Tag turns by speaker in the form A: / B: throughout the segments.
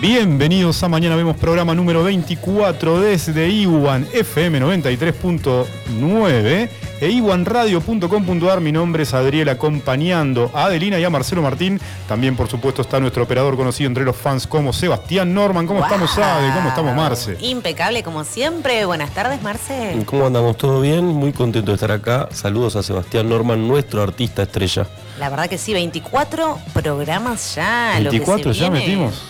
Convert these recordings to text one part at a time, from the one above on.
A: Bienvenidos a Mañana Vemos programa número 24 desde Iwan FM 93.9 e iwanradio.com.ar. Mi nombre es Adriel, acompañando a Adelina y a Marcelo Martín. También, por supuesto, está nuestro operador conocido entre los fans como Sebastián Norman. ¿Cómo estamos, Ade? ¿Cómo estamos, Marce? Uh.
B: Impecable como siempre. Buenas tardes, Marce.
C: ¿Cómo andamos? ¿Todo bien? Muy contento de estar acá. Saludos a Sebastián Norman, nuestro artista estrella.
B: La verdad que sí, 24 programas ya. lo que se
A: 24 ya
B: viene.
A: metimos.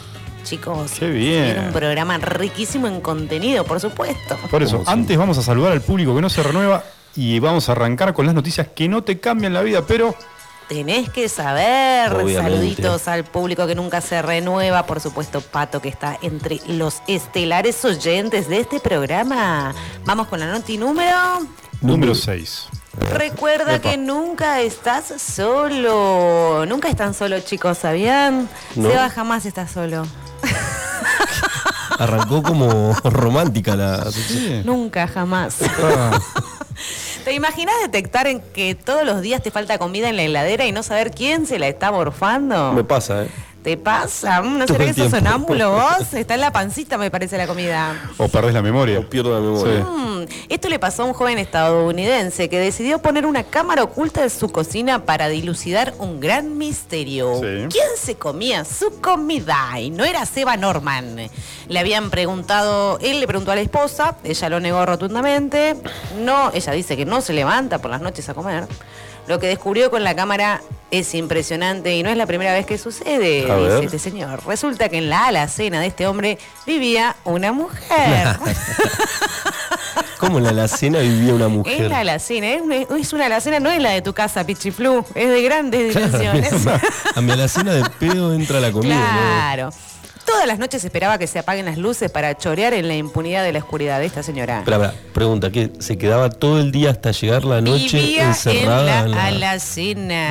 B: Chicos,
A: Qué bien.
B: se viene un programa riquísimo en contenido, por supuesto.
A: Por eso,
C: Como siempre.
A: antes vamos a saludar al público que no se renueva y vamos a arrancar con las noticias que no te cambian la vida, pero
B: Tenés que saber.
C: Obviamente.
B: Saluditos al público que nunca se renueva. Por supuesto, Pato, que está entre los estelares oyentes de este programa. Vamos con la noti número.
A: número 6.
B: Recuerda
A: Epa.
B: que nunca estás solo. Nunca están solos, chicos, ¿sabían?
C: No.
B: Seba jamás está solo.
C: Arrancó como romántica la.
B: Nunca jamás.
A: Ah,
B: ¿Te imaginas detectar en que todos los días te falta comida en la heladera y no saber quién se la está morfando?
C: Me pasa, ¿eh?
B: ¿Te pasa? Mm, ¿No
C: Todo
B: será que sos
C: el tiempo.
B: sonámbulo vos? Está en la pancita, me parece, la comida.
A: O perdés la memoria.
C: No pierdo la memoria.
A: Sí.
B: Mm, Esto le pasó a un joven estadounidense que decidió poner una cámara oculta en su cocina para dilucidar un gran misterio.
A: Sí.
B: ¿Quién se comía su comida? Y no era Seba Norman. Le habían preguntado, él le preguntó a la esposa, ella lo negó rotundamente. No, ella dice que no se levanta por las noches a comer. Lo que descubrió con la cámara es impresionante y no es la primera vez que sucede,
C: A
B: dice
C: ver.
B: este señor. Resulta que en la alacena de este hombre vivía una mujer.
C: Como en la alacena vivía una mujer.
B: Es la alacena, es una, es una alacena, no es la de tu casa, Pichiflu, es de grandes dimensiones.
C: A mi alacena de pedo entra la comida. ¿no?
B: claro. Todas las noches esperaba que se apaguen las luces para chorear en la impunidad de la oscuridad de esta señora.
C: Espera, espera, pregunta, ¿qué? ¿Se quedaba todo el día hasta llegar la noche
B: Vivía
C: encerrada?
B: en la
C: en la-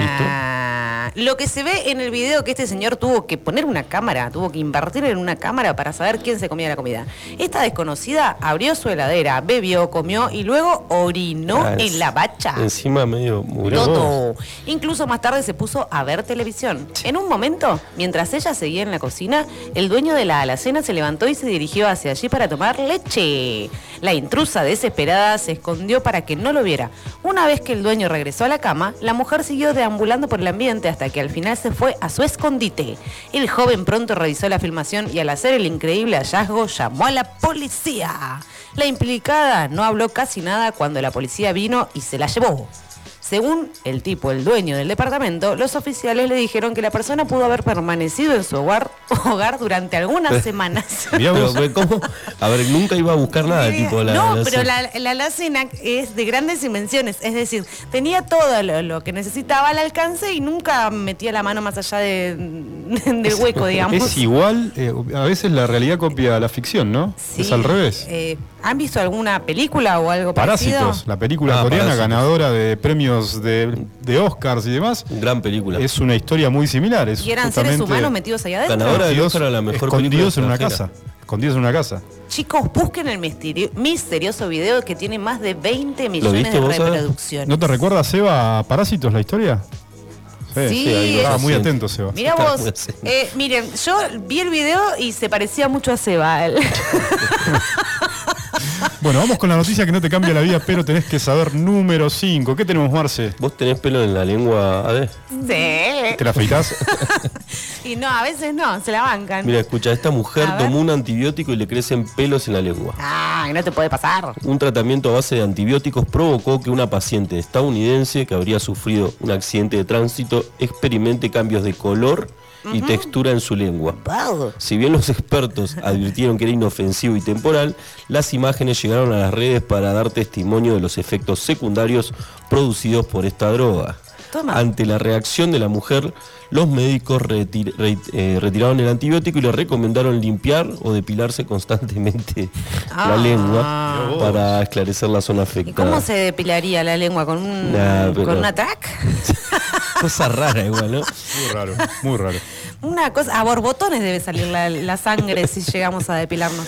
B: alacena. Lo que se ve en el video que este señor tuvo que poner una cámara, tuvo que invertir en una cámara para saber quién se comía la comida. Esta desconocida abrió su heladera, bebió, comió y luego orinó
C: Ah,
B: en la bacha.
C: Encima medio murió.
B: Todo. Incluso más tarde se puso a ver televisión. En un momento, mientras ella seguía en la cocina, el dueño de la alacena se levantó y se dirigió hacia allí para tomar leche. La intrusa desesperada se escondió para que no lo viera. Una vez que el dueño regresó a la cama, la mujer siguió deambulando por el ambiente hasta que al final se fue a su escondite. El joven pronto revisó la filmación y al hacer el increíble hallazgo llamó a la policía. La implicada no habló casi nada cuando la policía vino y se la llevó. Según el tipo, el dueño del departamento, los oficiales le dijeron que la persona pudo haber permanecido en su hogar, hogar durante algunas semanas.
A: Mirá
C: Pero,
A: vos.
C: pero, ¿cómo? A ver, nunca iba a buscar nada, tipo la
B: no,
C: la-
B: pero la, la alacena es de grandes dimensiones, es decir, tenía todo lo, lo que necesitaba al alcance y nunca metía la mano más allá de- del hueco, digamos.
A: Es igual, eh, a veces la realidad copia la ficción, ¿no?
B: Sí.
A: Es al revés.
B: Eh, ¿Han visto alguna película o algo
A: Parásitos,
B: parecido?
A: la película
C: Ah,
A: coreana
C: Parásitos.
A: ganadora de premios de, de Oscars y demás,
C: Gran Uh, película.
A: es una historia muy similar. Es
B: Y eran seres
A: justamente
B: humanos metidos ahí adentro.
C: Ganador. Ahora el Oscar a la mejor película
A: escondidos en una casa.
C: extranjera.
A: Escondidos en una casa.
B: Chicos, busquen el misterio- misterioso video que tiene más de 20 millones de
C: viste vos, Ada?
B: reproducciones.
A: ¿No te recuerda, Seba, a Parásitos la historia?
B: Sí,
C: ahí
A: estaba
C: va.
A: muy
C: Sí.
A: atento, Seba.
B: Mirá
C: Está
B: vos,
C: muy así.
B: eh, miren, yo vi el video y se parecía mucho a Seba. él.
A: Bueno, vamos con la noticia que no te cambia la vida, pero tenés que saber número 5. ¿Qué tenemos, Marce?
C: ¿Vos tenés pelo en la lengua, Ade?
B: sí.
A: ¿Te la afeitás?
B: Y no, a veces no, se la bancan.
C: Mira, escucha, esta mujer
B: A ver.
C: tomó un antibiótico y le crecen pelos en la lengua.
B: Ah, no te puede pasar.
C: Un tratamiento a base de antibióticos provocó que una paciente estadounidense que habría sufrido un accidente de tránsito experimente cambios de color y textura en su lengua.
B: Wow.
C: Si bien los expertos advirtieron que era inofensivo y temporal, las imágenes llegaron a las redes para dar testimonio de los efectos secundarios producidos por esta droga.
B: Toma.
C: Ante la reacción de la mujer, los médicos retir- re- eh, retiraron el antibiótico y le recomendaron limpiar o depilarse constantemente
B: Ah.
C: la lengua para esclarecer la zona
B: ¿Y
C: afectada.
B: cómo se depilaría la lengua? ¿Con un,
C: Nah, pero-
B: con un atrac?
C: Cosa rara igual, ¿no?
A: Muy raro, muy raro.
B: Una cosa, a borbotones debe salir la, la sangre si llegamos a depilarnos.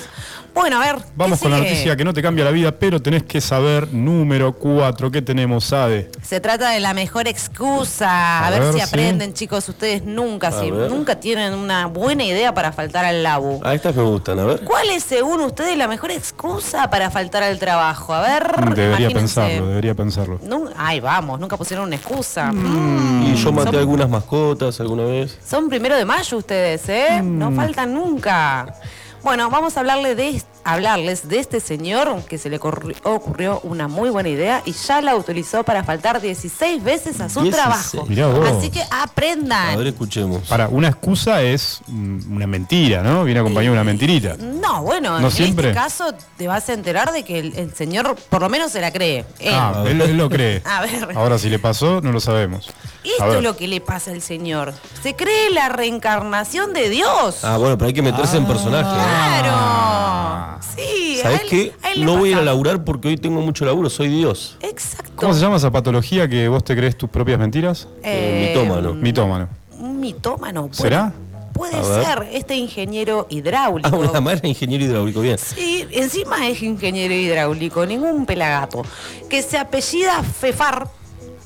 B: Bueno, a ver.
A: Vamos
B: ¿qué
A: con la
B: sigue?
A: noticia que no te cambia la vida, pero tenés que saber, número 4, ¿qué tenemos, Sade?
B: Se trata de la mejor excusa. A,
A: A
B: ver,
A: ver,
B: si
A: sí.
B: aprenden, chicos. Ustedes nunca,
C: A
B: si-
C: ver.
B: nunca tienen una buena idea para faltar al labu.
C: Ah, estas me gustan, a ver.
B: ¿Cuál es, según ustedes, la mejor excusa para faltar al trabajo? A ver.
A: Debería
B: imagínense.
A: pensarlo, ¿eh? debería pensarlo.
B: Nun- Ay, vamos, nunca pusieron una excusa.
C: Y yo maté
B: Mm. Son-
C: algunas mascotas alguna vez.
B: Son primero de mayo ustedes, ¿eh?
A: Mm.
B: No faltan nunca. Bueno, vamos a hablarle de, hablarles de este señor que se le corri- ocurrió una muy buena idea y ya la utilizó para faltar 16 veces a su
C: 16.
B: trabajo.
A: Mirá vos.
B: Así que
C: A ver,
B: aprendan.
C: escuchemos.
A: Para, una excusa es mm, una mentira, ¿no? Viene acompañada de una mentirita.
B: No, bueno,
A: No
B: en
A: siempre.
B: este caso te vas a enterar de que el, el señor por lo menos se la cree. Él.
A: Ah, él, él lo cree.
B: Eh. A ver.
A: Ahora, si le pasó, no lo sabemos. A
B: Esto
A: ver.
B: es lo que le pasa al señor. Se cree la reencarnación de Dios.
C: Ah, bueno, pero hay que meterse en personaje. ¿eh?
A: Ah.
B: Claro. Ah, Sí. a
C: ¿Sabes
B: él-
C: qué?
B: a él le
C: No voy a ir a
B: pasa.
C: laburar porque hoy tengo mucho laburo, soy Dios.
B: Exacto.
A: ¿Cómo se llama esa patología que vos te crees tus propias mentiras?
C: Eh, mitómano.
B: Mm.
A: Mitómano.
B: Un mitómano. puede-
A: ¿Será?
B: Puede
C: A ver.
B: ser este ingeniero hidráulico.
C: Ah, una madre ingeniero hidráulico, bien.
B: Sí, encima es ingeniero hidráulico, ningún pelagato. Que se apellida Fefar.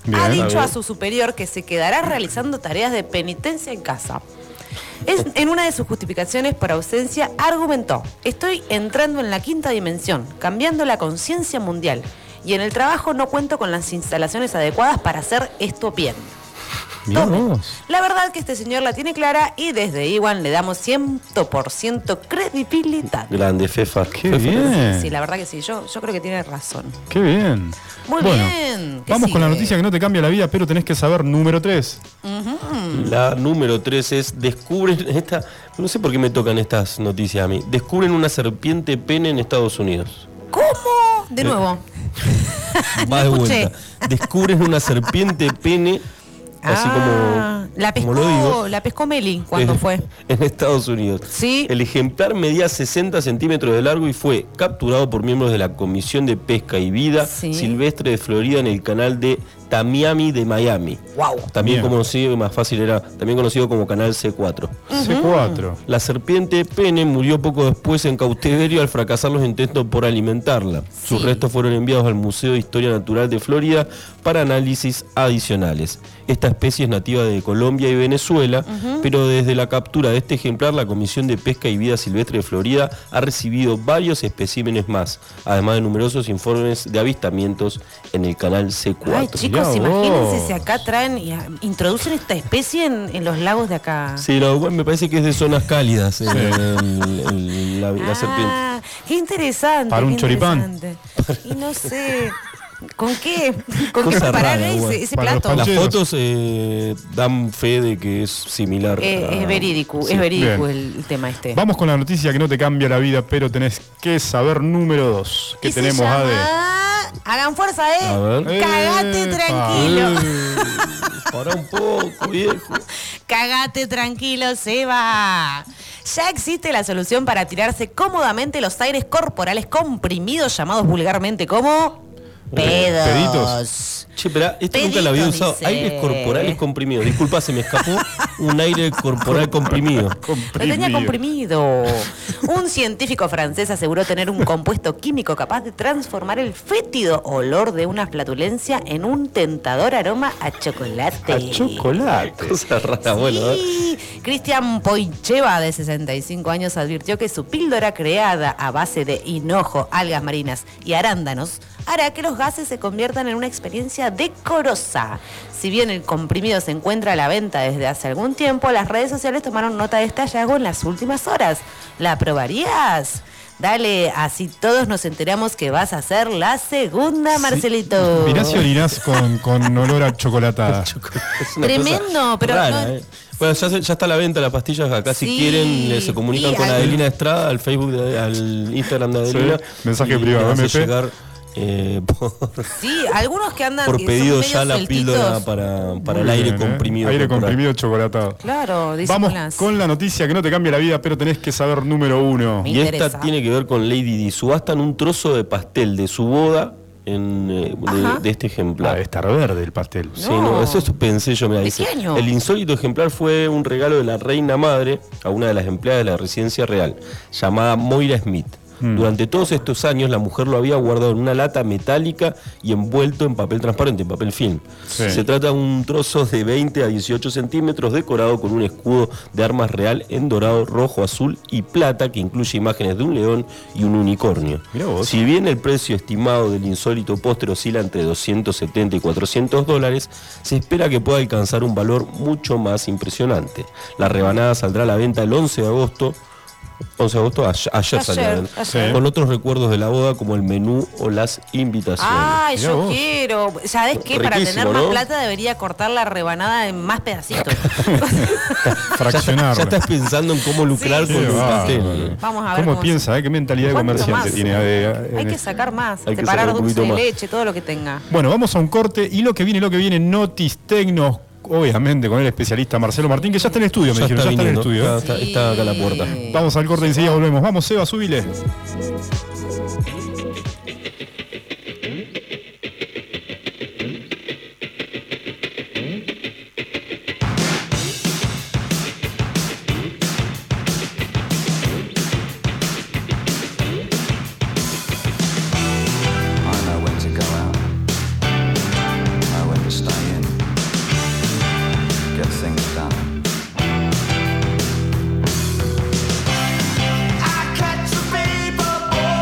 A: Bien.
B: ha
A: A
B: dicho
A: ver.
B: a su superior que se quedará realizando tareas de penitencia en casa. Es- en una de sus justificaciones por ausencia argumentó, estoy entrando en la quinta dimensión, cambiando la conciencia mundial, y en el trabajo no cuento con las instalaciones adecuadas para hacer esto bien.
A: Mirá
B: Tome.
A: vos.
B: La verdad que este señor la tiene clara y desde Iwan le damos 100% credibilidad.
C: Grande, Fefa.
A: Qué
C: Fefa.
A: bien.
B: Sí, la verdad que sí, yo, yo creo que tiene razón.
A: Qué bien.
B: Muy
A: bueno,
B: bien. ¿Qué
A: Vamos con la
B: sigue?
A: noticia que no te cambia la vida, pero tenés que saber, número 3.
C: La número 3 es descubren esta. No sé por qué me tocan estas noticias a mí. Descubren una serpiente pene en Estados Unidos.
B: ¿Cómo?
C: Eh,
B: De nuevo.
C: Va de
B: escuché.
C: vuelta. Descubren una serpiente pene. Así
B: Ah,
C: como.
B: La pescó,
C: como lo digo, Eh.
B: la pescó Meli cuando
C: en-
B: fue.
C: En Estados Unidos.
B: Sí.
C: El ejemplar medía 60 centímetros de largo y fue capturado por miembros de la Comisión de Pesca y Vida
B: Sí.
C: Silvestre de Florida en el canal de Tamiami de Miami.
B: Wow.
C: También
A: Bien.
C: conocido, más fácil era, también conocido como Canal C4.
A: C4.
C: La serpiente pene murió poco después en cautiverio al fracasar los intentos por alimentarla. Sus
B: Sí.
C: restos fueron enviados al Museo de Historia Natural de Florida para análisis adicionales. Esta especie es nativa de Colombia y Venezuela, pero desde la captura de este ejemplar, la Comisión de Pesca y Vida Silvestre de Florida ha recibido varios especímenes más, además de numerosos informes de avistamientos en el canal C4.
B: Ay, chicos,
A: mirá
B: imagínense
A: vos.
B: si acá traen y ah, introducen esta especie en, en los lagos de acá.
C: Sí, no, bueno, me parece que es de zonas cálidas el- el- el- la, la
B: Ah,
C: serpiente.
B: Qué interesante.
A: Para un
B: qué
A: choripán.
B: interesante. Y no sé. ¿Con qué? ¿Con qué
C: Cosa
B: preparar
C: rara, igual.
B: ese, ese
A: Para los
B: plato?
A: panchos.
C: Las
A: Llenos.
C: fotos eh, dan fe de que es similar.
B: Eh,
C: a-
B: es verídico,
C: Sí.
B: es verídico
A: Bien.
B: el, el tema este.
A: Eh. Vamos con la noticia que no te cambia la vida, pero tenés que saber, número 2.
B: Y
A: Que
B: se
A: tenemos,
B: llama-
A: Ade.
B: Hagan fuerza,
C: A
B: ¿eh?
C: ver.
B: Cagate
A: Epa.
B: tranquilo.
C: Ah, Para un poco, viejo.
B: Cagate tranquilo, Seba. Ya existe la solución para tirarse cómodamente los aires corporales comprimidos llamados vulgarmente como pedos.
A: Peditos.
C: Che, pero esta nunca la había
B: Peditos,
C: usado.
B: dice.
C: Aires corporales comprimidos. Disculpa, se me escapó un aire corporal comprimido.
B: Lo tenía comprimido. Un científico francés aseguró tener un compuesto químico capaz de transformar el fétido olor de una flatulencia en un tentador aroma a chocolate.
A: A chocolate.
C: Cosa rara, bueno. a ver.
B: Sí. Cristian Poicheva, de 65 años, advirtió que su píldora creada a base de hinojo, algas marinas y arándanos hará que los gases se conviertan en una experiencia decorosa. Si bien el comprimido se encuentra a la venta desde hace algún tiempo, las redes sociales tomaron nota de este hallazgo en las últimas horas. ¿La probarías? Dale, así todos nos enteramos que vas a ser la segunda, Marcelito.
A: Mirá si orinás con, con olor a chocolatada.
C: Es una
B: Tremendo,
C: cosa
B: pero
C: rara,
B: no-
C: eh. Bueno, ya, se- ya está a la venta las pastillas acá.
B: Sí.
C: Si quieren, eh, se comunican
B: Y
C: con
B: al-
C: Adelina Estrada, al Facebook, de- al Instagram de
A: Sí,
C: Adelina.
A: mensaje
C: y
A: privado,
C: le hace
A: MP.
C: llegar eh, por,
B: Sí, algunos Ah, que andan
C: por
B: que son
C: pedido
B: medio
C: ya la
B: sueltitos.
C: píldora para, para el
A: Muy
C: aire
A: bien, ¿eh?
C: comprimido.
A: Aire
C: corporal.
A: comprimido chocolatado.
B: Claro, dicen
A: Vamos
B: las-
A: con la noticia que no te cambia la vida, pero tenés que saber, número 1.
B: Me
C: Y
B: interesa.
C: esta tiene que ver con Lady Di. Subastan un trozo de pastel de su boda en, eh,
B: Ajá.
C: de, de este ejemplar.
A: estar verde el pastel.
C: Sí, no, eso, eso pensé yo, me
B: ¿De
C: dice.
B: qué año?
C: El insólito ejemplar fue un regalo de la reina madre a una de las empleadas de la residencia real, llamada Moira Smith. Durante todos estos años la mujer lo había guardado en una lata metálica y envuelto en papel transparente, en papel film.
A: Sí.
C: Se trata de un trozo de 20 a 18 centímetros decorado con un escudo de armas real en dorado, rojo, azul y plata que incluye imágenes de un león y un unicornio.
A: Mirá vos.
C: Si bien el precio estimado del insólito póster oscila entre 270 y 400 dólares, se espera que pueda alcanzar un valor mucho más impresionante. La rebanada saldrá a la venta el 11 de agosto. 11 de agosto, ayer, ayer salió a la
B: Ayer,
C: venta,
B: ayer.
A: Sí.
C: Con otros recuerdos de la boda como el menú o las invitaciones.
B: Ay,
A: Mirá
B: yo
A: vos.
B: quiero. ¿Sabes qué? Para tener
C: Riquísimo,
B: más
C: ¿no?
B: plata debería cortar la rebanada en más pedacitos.
A: Fraccionarlo.
C: Ya estás pensando en cómo lucrar
B: Sí,
C: con
A: Qué
C: un pastel.
A: bárbaro.
B: Vamos a ver
A: ¿Cómo,
B: cómo
A: piensa? eh? ¿Qué mentalidad de
B: ¿Cuánto
A: comerciante
B: más?
A: tiene? ADE, eh, en
B: Hay que
A: este?
B: sacar más,
C: Hay que
B: separar
C: sacar un
B: dulce de
C: poquito más.
B: leche, todo lo que tenga.
A: Bueno, vamos a un corte y lo que viene, lo que viene, Notis Tecnos, obviamente con el especialista Marcelo Martín, que ya está en el estudio, me
C: Ya
A: dijeron,
C: está
A: ya está en el
C: viniendo.
A: estudio.
C: Está,
A: eh.
C: está- está acá a la puerta.
B: Sí.
A: Vamos al corte, enseguida volvemos. Vamos, Seba, subile.
D: I know when to go out. I know when to stay in. Get things done.
E: I catch a paper boy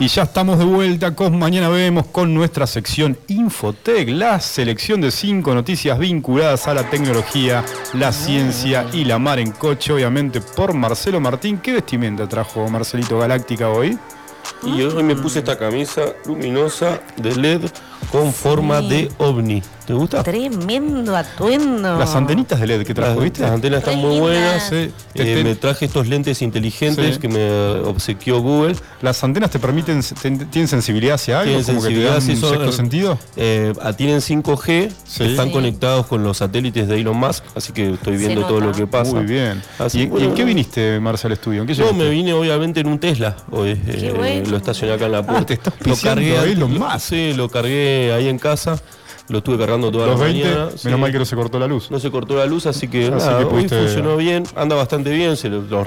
A: Y ya estamos de vuelta con Mañana Vemos con nuestra sección Infotec, la selección de cinco noticias vinculadas a la tecnología, la ciencia y la mar en coche, obviamente por Marcelo Martín. ¿Qué vestimenta trajo Marcelito Galáctica hoy?
C: Y hoy me puse esta camisa luminosa de LED con forma
B: Sí.
C: de ovni. ¿Te gusta?
B: Tremendo atuendo.
A: Las antenitas de LED que trajo,
C: Las,
A: ¿viste?
C: las antenas están muy
B: Re
C: buenas.
A: Sí.
C: Eh,
A: Te- te-
C: me traje estos lentes inteligentes
A: Sí.
C: que me obsequió Google.
A: ¿Las antenas te permiten, ten- tienen sensibilidad hacia algo?
C: Tienen
A: ¿Como
C: sensibilidad,
A: que te
C: sí,
A: dan un
C: son-
A: sexto sentido?
C: Eh, ah, tienen 5G,
A: Sí.
C: están
B: Sí.
C: conectados con los satélites de Elon Musk, así que estoy
B: Se
C: viendo todo
B: nota.
C: lo que pasa.
A: Muy bien.
C: Así,
A: ¿Y, y
C: bueno,
A: en qué
C: no.
A: viniste, Marcel, al estudio? ¿En qué
C: Yo
A: llegaste?
C: me vine obviamente en un Tesla hoy. eh,
B: bueno.
C: Lo estacioné acá en la puerta.
A: Ah, te estás pisando a
C: antes-
A: Elon
C: lo-
A: Musk.
C: Sí, lo cargué ahí en casa. Lo estuve cargando toda
A: Los
C: la
A: 20,
C: mañana.
A: menos
C: sí.
A: mal que no se cortó la luz.
C: No se cortó la luz, así que,
A: Así
C: nada,
A: que
C: hoy
A: pudiste-
C: funcionó bien, anda bastante bien, se lo- los,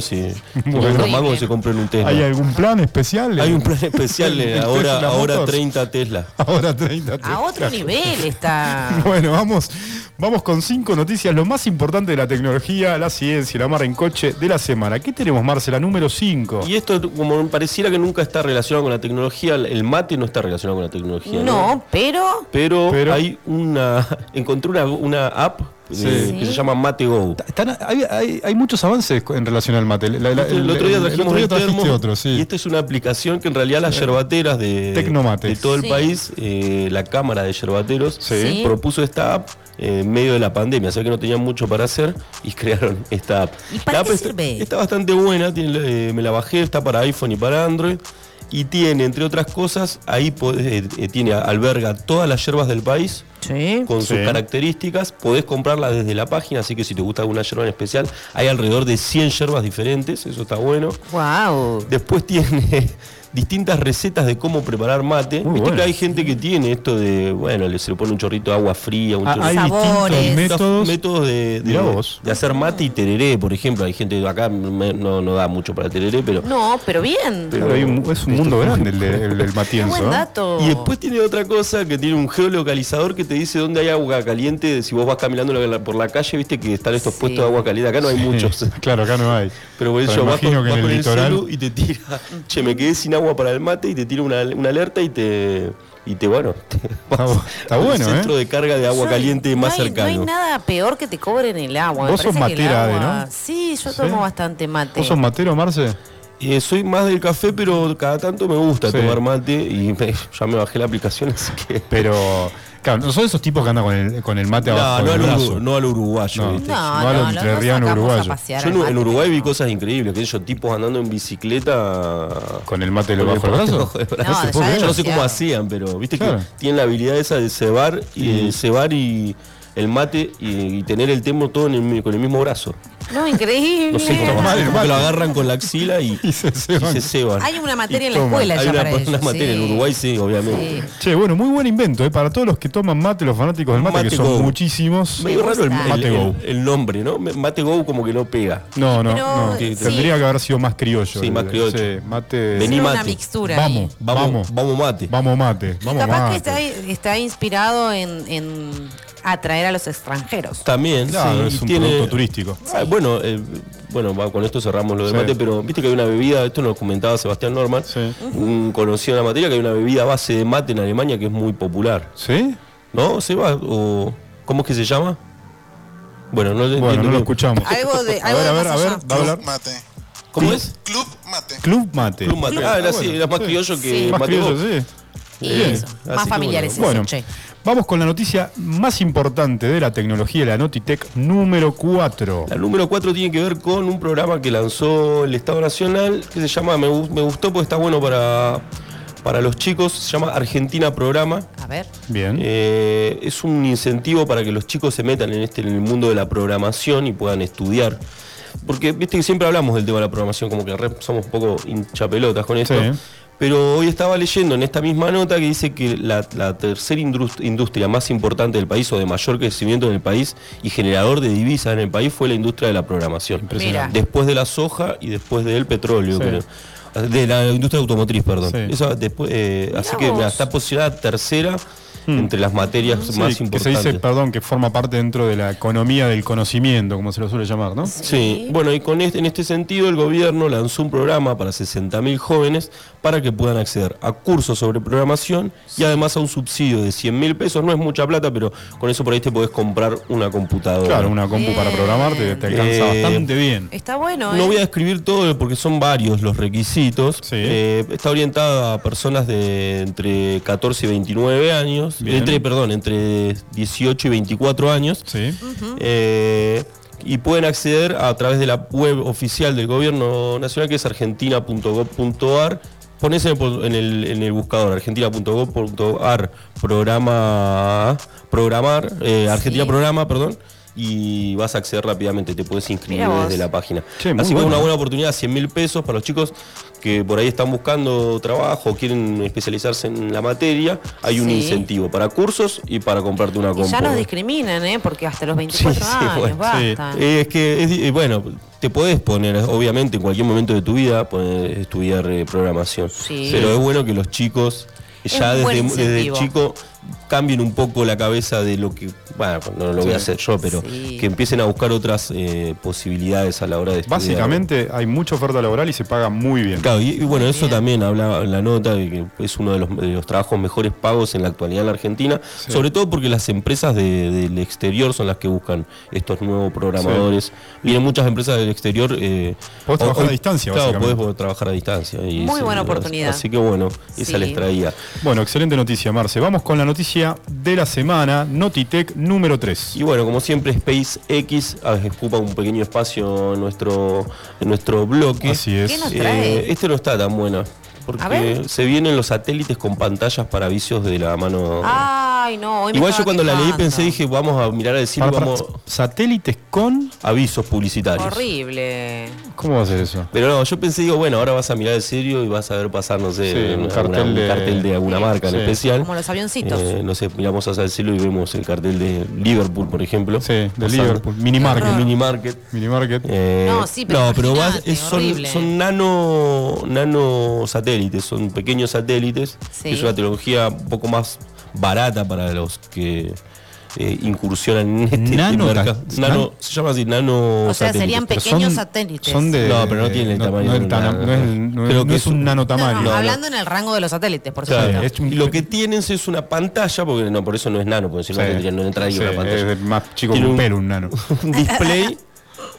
C: si
A: Bueno.
C: tienen los
B: Muy
C: mangos
B: bien.
C: se compren un Tesla.
A: ¿Hay algún plan especial?
C: Hay un plan especial
A: El
C: eh, ahora,
A: Tesla
C: ahora
A: Motors.
C: 30 Tesla.
A: Ahora 30.
B: A otro nivel está.
A: Bueno, vamos, vamos con cinco noticias, lo más importante de la tecnología, la ciencia y la mar en coche de la semana. ¿Qué tenemos, Marcela? Número 5.
C: Y esto, como pareciera que nunca está relacionado con la tecnología, el mate no está relacionado con la tecnología.
B: No, pero.
C: Pero,
A: Pero-
C: hay una. Encontré una, una app eh,
A: Sí.
C: que se llama Mate Go.
A: hay, hay- hay muchos avances en relación al mate. La- la-
C: El otro día
A: el
C: trajimos
A: otro día
C: un termo,
A: trajiste otro, sí.
C: Y esta es una aplicación que en realidad las yerbateras de,
A: Tecnomates.
C: de todo el
B: Sí.
C: país, eh, la Cámara de Yerbateros,
B: Sí.
C: propuso esta app eh, en medio de la pandemia, o sea que no tenían mucho para hacer y crearon esta app.
B: ¿Y para
C: La app
B: qué
C: está-
B: sirve?
C: Está, bastante buena, tiene, eh, me la bajé, está para iPhone y para Android. Y tiene, entre otras cosas, ahí podés, eh, eh, tiene, alberga todas las hierbas del país
B: Sí.
C: con sus
A: Sí.
C: características. Podés comprarlas desde la página, así que si te gusta alguna yerba en especial, hay alrededor de 100 yerbas diferentes, eso está bueno.
B: Wow.
C: Después tiene distintas recetas de cómo preparar mate.
A: Muy
C: Viste
A: bueno.
C: que hay gente que tiene esto de, bueno, le- se le pone un chorrito de agua fría, un
A: Ah,
C: chorrito
A: hay
B: Sabores.
A: distintos métodos.
C: métodos de, de-
A: Mirá vos.
C: de hacer mate y tereré, por ejemplo. Hay gente acá me- no, no da mucho para tereré, pero.
B: No, pero bien.
A: Claro, hay un- es un mundo grande el, de- el del
B: Qué
A: matienzo.
B: buen
A: ¿eh?
B: dato.
C: Y después tiene otra cosa que tiene un geolocalizador que te dice dónde hay agua caliente. Si vos vas caminando la- la- por la calle, viste que están estos
B: Sí.
C: puestos de agua caliente. Acá no hay muchos.
A: Claro, acá no hay.
C: Pero bueno,
A: Pero
C: yo vas,
A: imagino
C: con,
A: que
C: vas
A: en
C: con
A: el
C: el
A: litoral.
C: celu y te tira, che, me quedé sin agua para el mate y te tira una, una alerta y te, y te bueno, te vas
A: bu- está
C: al
A: bueno,
C: centro
A: ¿eh?
C: de carga de agua
B: Yo-
C: caliente
B: no
C: más
B: hay-
C: cercano.
B: No hay nada peor que te cobren el agua. Me
A: Vos sos
B: parece que el
A: matera, Ade,
B: agua-
A: ¿no?
B: Sí, yo
A: Sí.
B: tomo bastante mate.
A: ¿Vos sos matero, Marce?
C: Eh, soy más del café, pero cada tanto me gusta
A: Sí.
C: tomar mate y me- ya me bajé la aplicación, así que...
A: Pero, claro, no son esos tipos que andan con el, con el mate
C: No,
A: abajo
C: no
A: del
C: al, uru-
A: brazo.
C: no al uruguayo,
A: No.
C: ¿viste?
B: no,
A: No,
B: no,
A: lo
B: no, no
A: entrerriano
B: sacamos
A: uruguayo.
B: a pasear
C: Yo
B: al
C: en,
B: mate,
C: en Uruguay vi
B: no.
C: cosas increíbles, que ellos tipos andando en bicicleta...
A: Con el mate debajo del
C: Con el-
A: brazo.
C: del
A: ya
B: No,
C: brazo. Yo no sé
B: demasiado.
C: cómo hacían, pero viste
A: Claro.
C: que tienen la habilidad esa de cebar y
A: Y-
C: cebar y el mate y, y tener el termo todo en el mi- con el mismo brazo.
B: No, increíble.
C: No sé cómo,
A: Tomar el
C: hacen, como
A: mate.
C: que lo agarran con la axila y,
A: Y se
C: y
A: ceban.
C: se ceban.
B: Hay una materia en la
A: toman.
B: escuela
C: Hay
B: ya
C: una,
B: para
C: una
B: ellos,
C: materia en
B: sí.
C: Uruguay, sí, obviamente.
B: Sí.
A: Che, bueno, muy buen invento, ¿eh? Para todos los que toman mate, los fanáticos del mate,
C: Mate
A: que son
C: Go.
A: muchísimos.
C: Medio raro el,
B: gusta.
C: el-
A: Mate Go.
C: el- el nombre, ¿no? Me- Mate Go como que no pega.
A: No, no,
B: Pero,
A: no.
B: sí.
A: Tendría que haber sido más criollo.
C: Sí, más
A: el-
C: criollo.
A: sí, mate.
C: Vení.
B: Solo una
C: mate.
B: mixtura. ahí.
A: Vamos, vamos,
C: Vamos, vamos mate.
A: vamos mate.
B: Y
A: Vamos
B: capaz que
A: mate.
B: está, está inspirado en, en atraer a los extranjeros.
C: También,
A: Claro,
C: sí,
A: es
C: y
A: un
C: tiene-
A: producto turístico.
C: Ah, bueno, eh, bueno, va, con esto cerramos lo del
A: Sí.
C: mate, pero viste que hay una bebida, esto lo comentaba Sebastián Norman,
A: Sí.
C: un conocido en la materia, que hay una bebida a base de mate en Alemania que es muy popular.
A: ¿Sí?
C: ¿No, Seba? O, ¿Cómo es que se llama? Bueno, no, le
A: Bueno,
C: entiendo
A: no lo
C: bien.
A: escuchamos.
B: Algo de,
A: A
B: algo
A: ver,
B: de
A: a ver,
B: más
A: a ver,
B: allá.
A: va a hablar.
E: Mate.
C: ¿Cómo es?
E: Club Mate.
A: Club mate.
C: Club mate. Ah, era, así, era más
A: Sí.
C: criollo que
A: Más
C: mate.
A: criollo, sí.
B: Y
C: Bien.
B: eso,
C: Así
B: más
C: que
B: familiares. eso,
A: Bueno,
B: che.
A: vamos con la noticia más importante de la tecnología, la Notitech número 4.
C: La número 4 tiene que ver con un programa que lanzó el Estado Nacional que se llama, me, gu- me gustó porque está bueno para, para los chicos, se llama Argentina Programa.
B: A ver.
A: Bien.
C: Eh, es un incentivo para que los chicos se metan en este en el mundo de la programación y puedan estudiar. Porque viste que siempre hablamos del tema de la programación, como que re- somos un poco hinchapelotas con esto.
A: Sí.
C: Pero hoy estaba leyendo en esta misma nota que dice que la, la tercera indrus- industria más importante del país o de mayor crecimiento en el país y generador de divisas en el país fue la industria de la programación.
B: Impresionante. Mira.
C: Después de la soja y después del petróleo.
A: Sí.
C: creo. De la industria automotriz, perdón.
A: Sí.
C: Esa después, eh,
B: Mirá
C: así que
B: vos.
C: mirá, está posicionada tercera entre las materias
A: Hmm. Sí,
C: más
A: que se dice,
C: importantes.
A: perdón, que forma parte dentro de la economía del conocimiento, como se lo suele llamar, ¿no?
C: Sí, bueno, y con este, en este sentido el gobierno lanzó un programa para 60.000 jóvenes para que puedan acceder a cursos sobre programación y además a un subsidio de 100.000 pesos. No es mucha plata, pero con eso por ahí te podés comprar una computadora.
A: Claro, una compu para programarte te alcanza
C: Eh,
A: bastante bien.
B: Está bueno,
C: No
B: ¿eh?
C: voy a describir todo porque son varios los requisitos.
A: Sí.
C: Eh, está orientada a personas de entre 14 y 29 años.
A: Bien.
C: Entre, perdón, entre 18 y 24 años.
A: Sí.
C: Eh, y pueden acceder a través de la web oficial del gobierno nacional que es argentina.gov.ar. Ponés en el, po- en el- en el buscador argentina.gov.ar programa programar eh, Argentina programa perdón y vas a acceder rápidamente te puedes inscribir
B: Mirá vos.
C: desde la página
A: Che, muy
C: así que
A: bueno.
C: una buena oportunidad 100 mil pesos para los chicos que por ahí están buscando trabajo quieren especializarse en la materia hay un
B: Sí.
C: incentivo para cursos y para comprarte una
B: Y ya
C: compu.
B: nos discriminan, ¿eh? Porque hasta los 24
C: Sí, sí,
B: años,
C: bueno,
A: sí.
B: basta.
C: Eh, es que, es di- eh, bueno, te podés poner, obviamente, en cualquier momento de tu vida, poder estudiar eh, programación.
B: Sí.
C: Pero es bueno que los chicos,
B: Es
C: ya
B: un
C: desde,
B: buen
C: desde
B: incentivo.
C: chico, cambien un poco la cabeza de lo que. Bueno, no lo voy a
A: Sí.
C: hacer yo, pero
B: Sí.
C: que empiecen a buscar otras eh, posibilidades a la hora de estudiar.
A: Básicamente hay mucha oferta laboral y se paga muy bien.
C: Claro, y, y bueno,
B: Muy
C: eso
B: bien.
C: también hablaba en la nota, de que es uno de los, de los trabajos mejores pagos en la actualidad en la Argentina, sobre todo porque las empresas de- del exterior son las que buscan estos nuevos programadores. Vienen muchas empresas del exterior. Eh,
A: Podés
C: o-
A: trabajar
C: hoy-
A: a distancia,
C: Claro,
A: básicamente.
C: podés poder trabajar a distancia. y
B: Muy
C: sí,
B: buena
C: las-
B: oportunidad.
C: Así que bueno, esa
B: Sí.
C: les traía.
A: Bueno, excelente noticia, Marce. Vamos con la noticia de la semana, Notitech número 3.
C: Y bueno, como siempre, SpaceX ah, ocupa un pequeño espacio en nuestro, en nuestro bloque.
A: Así
B: ¿Qué
A: es.
B: nos trae?
C: este no está tan bueno.
B: A ver.
C: Porque se vienen los satélites con pantallas para vicios de la mano.
B: Ay, no. Ah, hoy me
C: Igual yo
B: estaba
C: cuando la leí
B: quejando.
C: pensé, dije, vamos a mirar al cine,
A: Para- para-
C: vamos
A: satélites con.
C: avisos publicitarios.
B: Horrible.
A: ¿Cómo va a ser eso?
C: Pero no, yo pensé, digo, bueno, ahora vas a mirar el serio y vas a ver pasar, no sé,
A: Sí, un
C: alguna-
A: cartel
C: un
A: de-
C: cartel de alguna
B: Sí.
C: marca
A: Sí.
C: en especial.
B: Como los avioncitos.
C: Eh, no sé, miramos hacia el cielo y vemos el cartel de Liverpool, por ejemplo.
A: Sí, de
C: Pasando.
A: Liverpool. Minimarket.
C: El
A: Mini,
C: mini market.
A: minimarket.
C: Eh,
B: No, sí, pero
C: vas-
B: imaginate,
C: es- son,
B: horrible.
C: son nano, nano satélites, son pequeños satélites.
B: Sí.
C: que Es una tecnología un poco más barata para los que eh, incursionan en este
A: Nano
C: mercado.
A: ta-
C: Nano,
A: nan-
C: se llama así, nano
B: O sea,
C: satélites.
B: serían
A: Pero
B: pequeños satélites.
A: Son de.
C: No, pero no tiene el tamaño
A: No,
C: de
A: es
C: un
A: tan-
C: nano.
A: no es, no es-
C: Creo
A: no
C: que
A: es
C: es
A: un
C: un-
B: No, no,
A: nanotamaño.
B: hablando en el rango de los satélites, por
C: Claro,
B: supuesto.
A: es un-
C: Lo que tienen es una pantalla, porque no, por eso no es nano, porque si no
A: Sí.
C: tendrían no entraría
A: Sí,
C: una pantalla.
A: Es más chico que
C: Tiene
A: un
C: un-
A: pelo, un nano.
C: un display,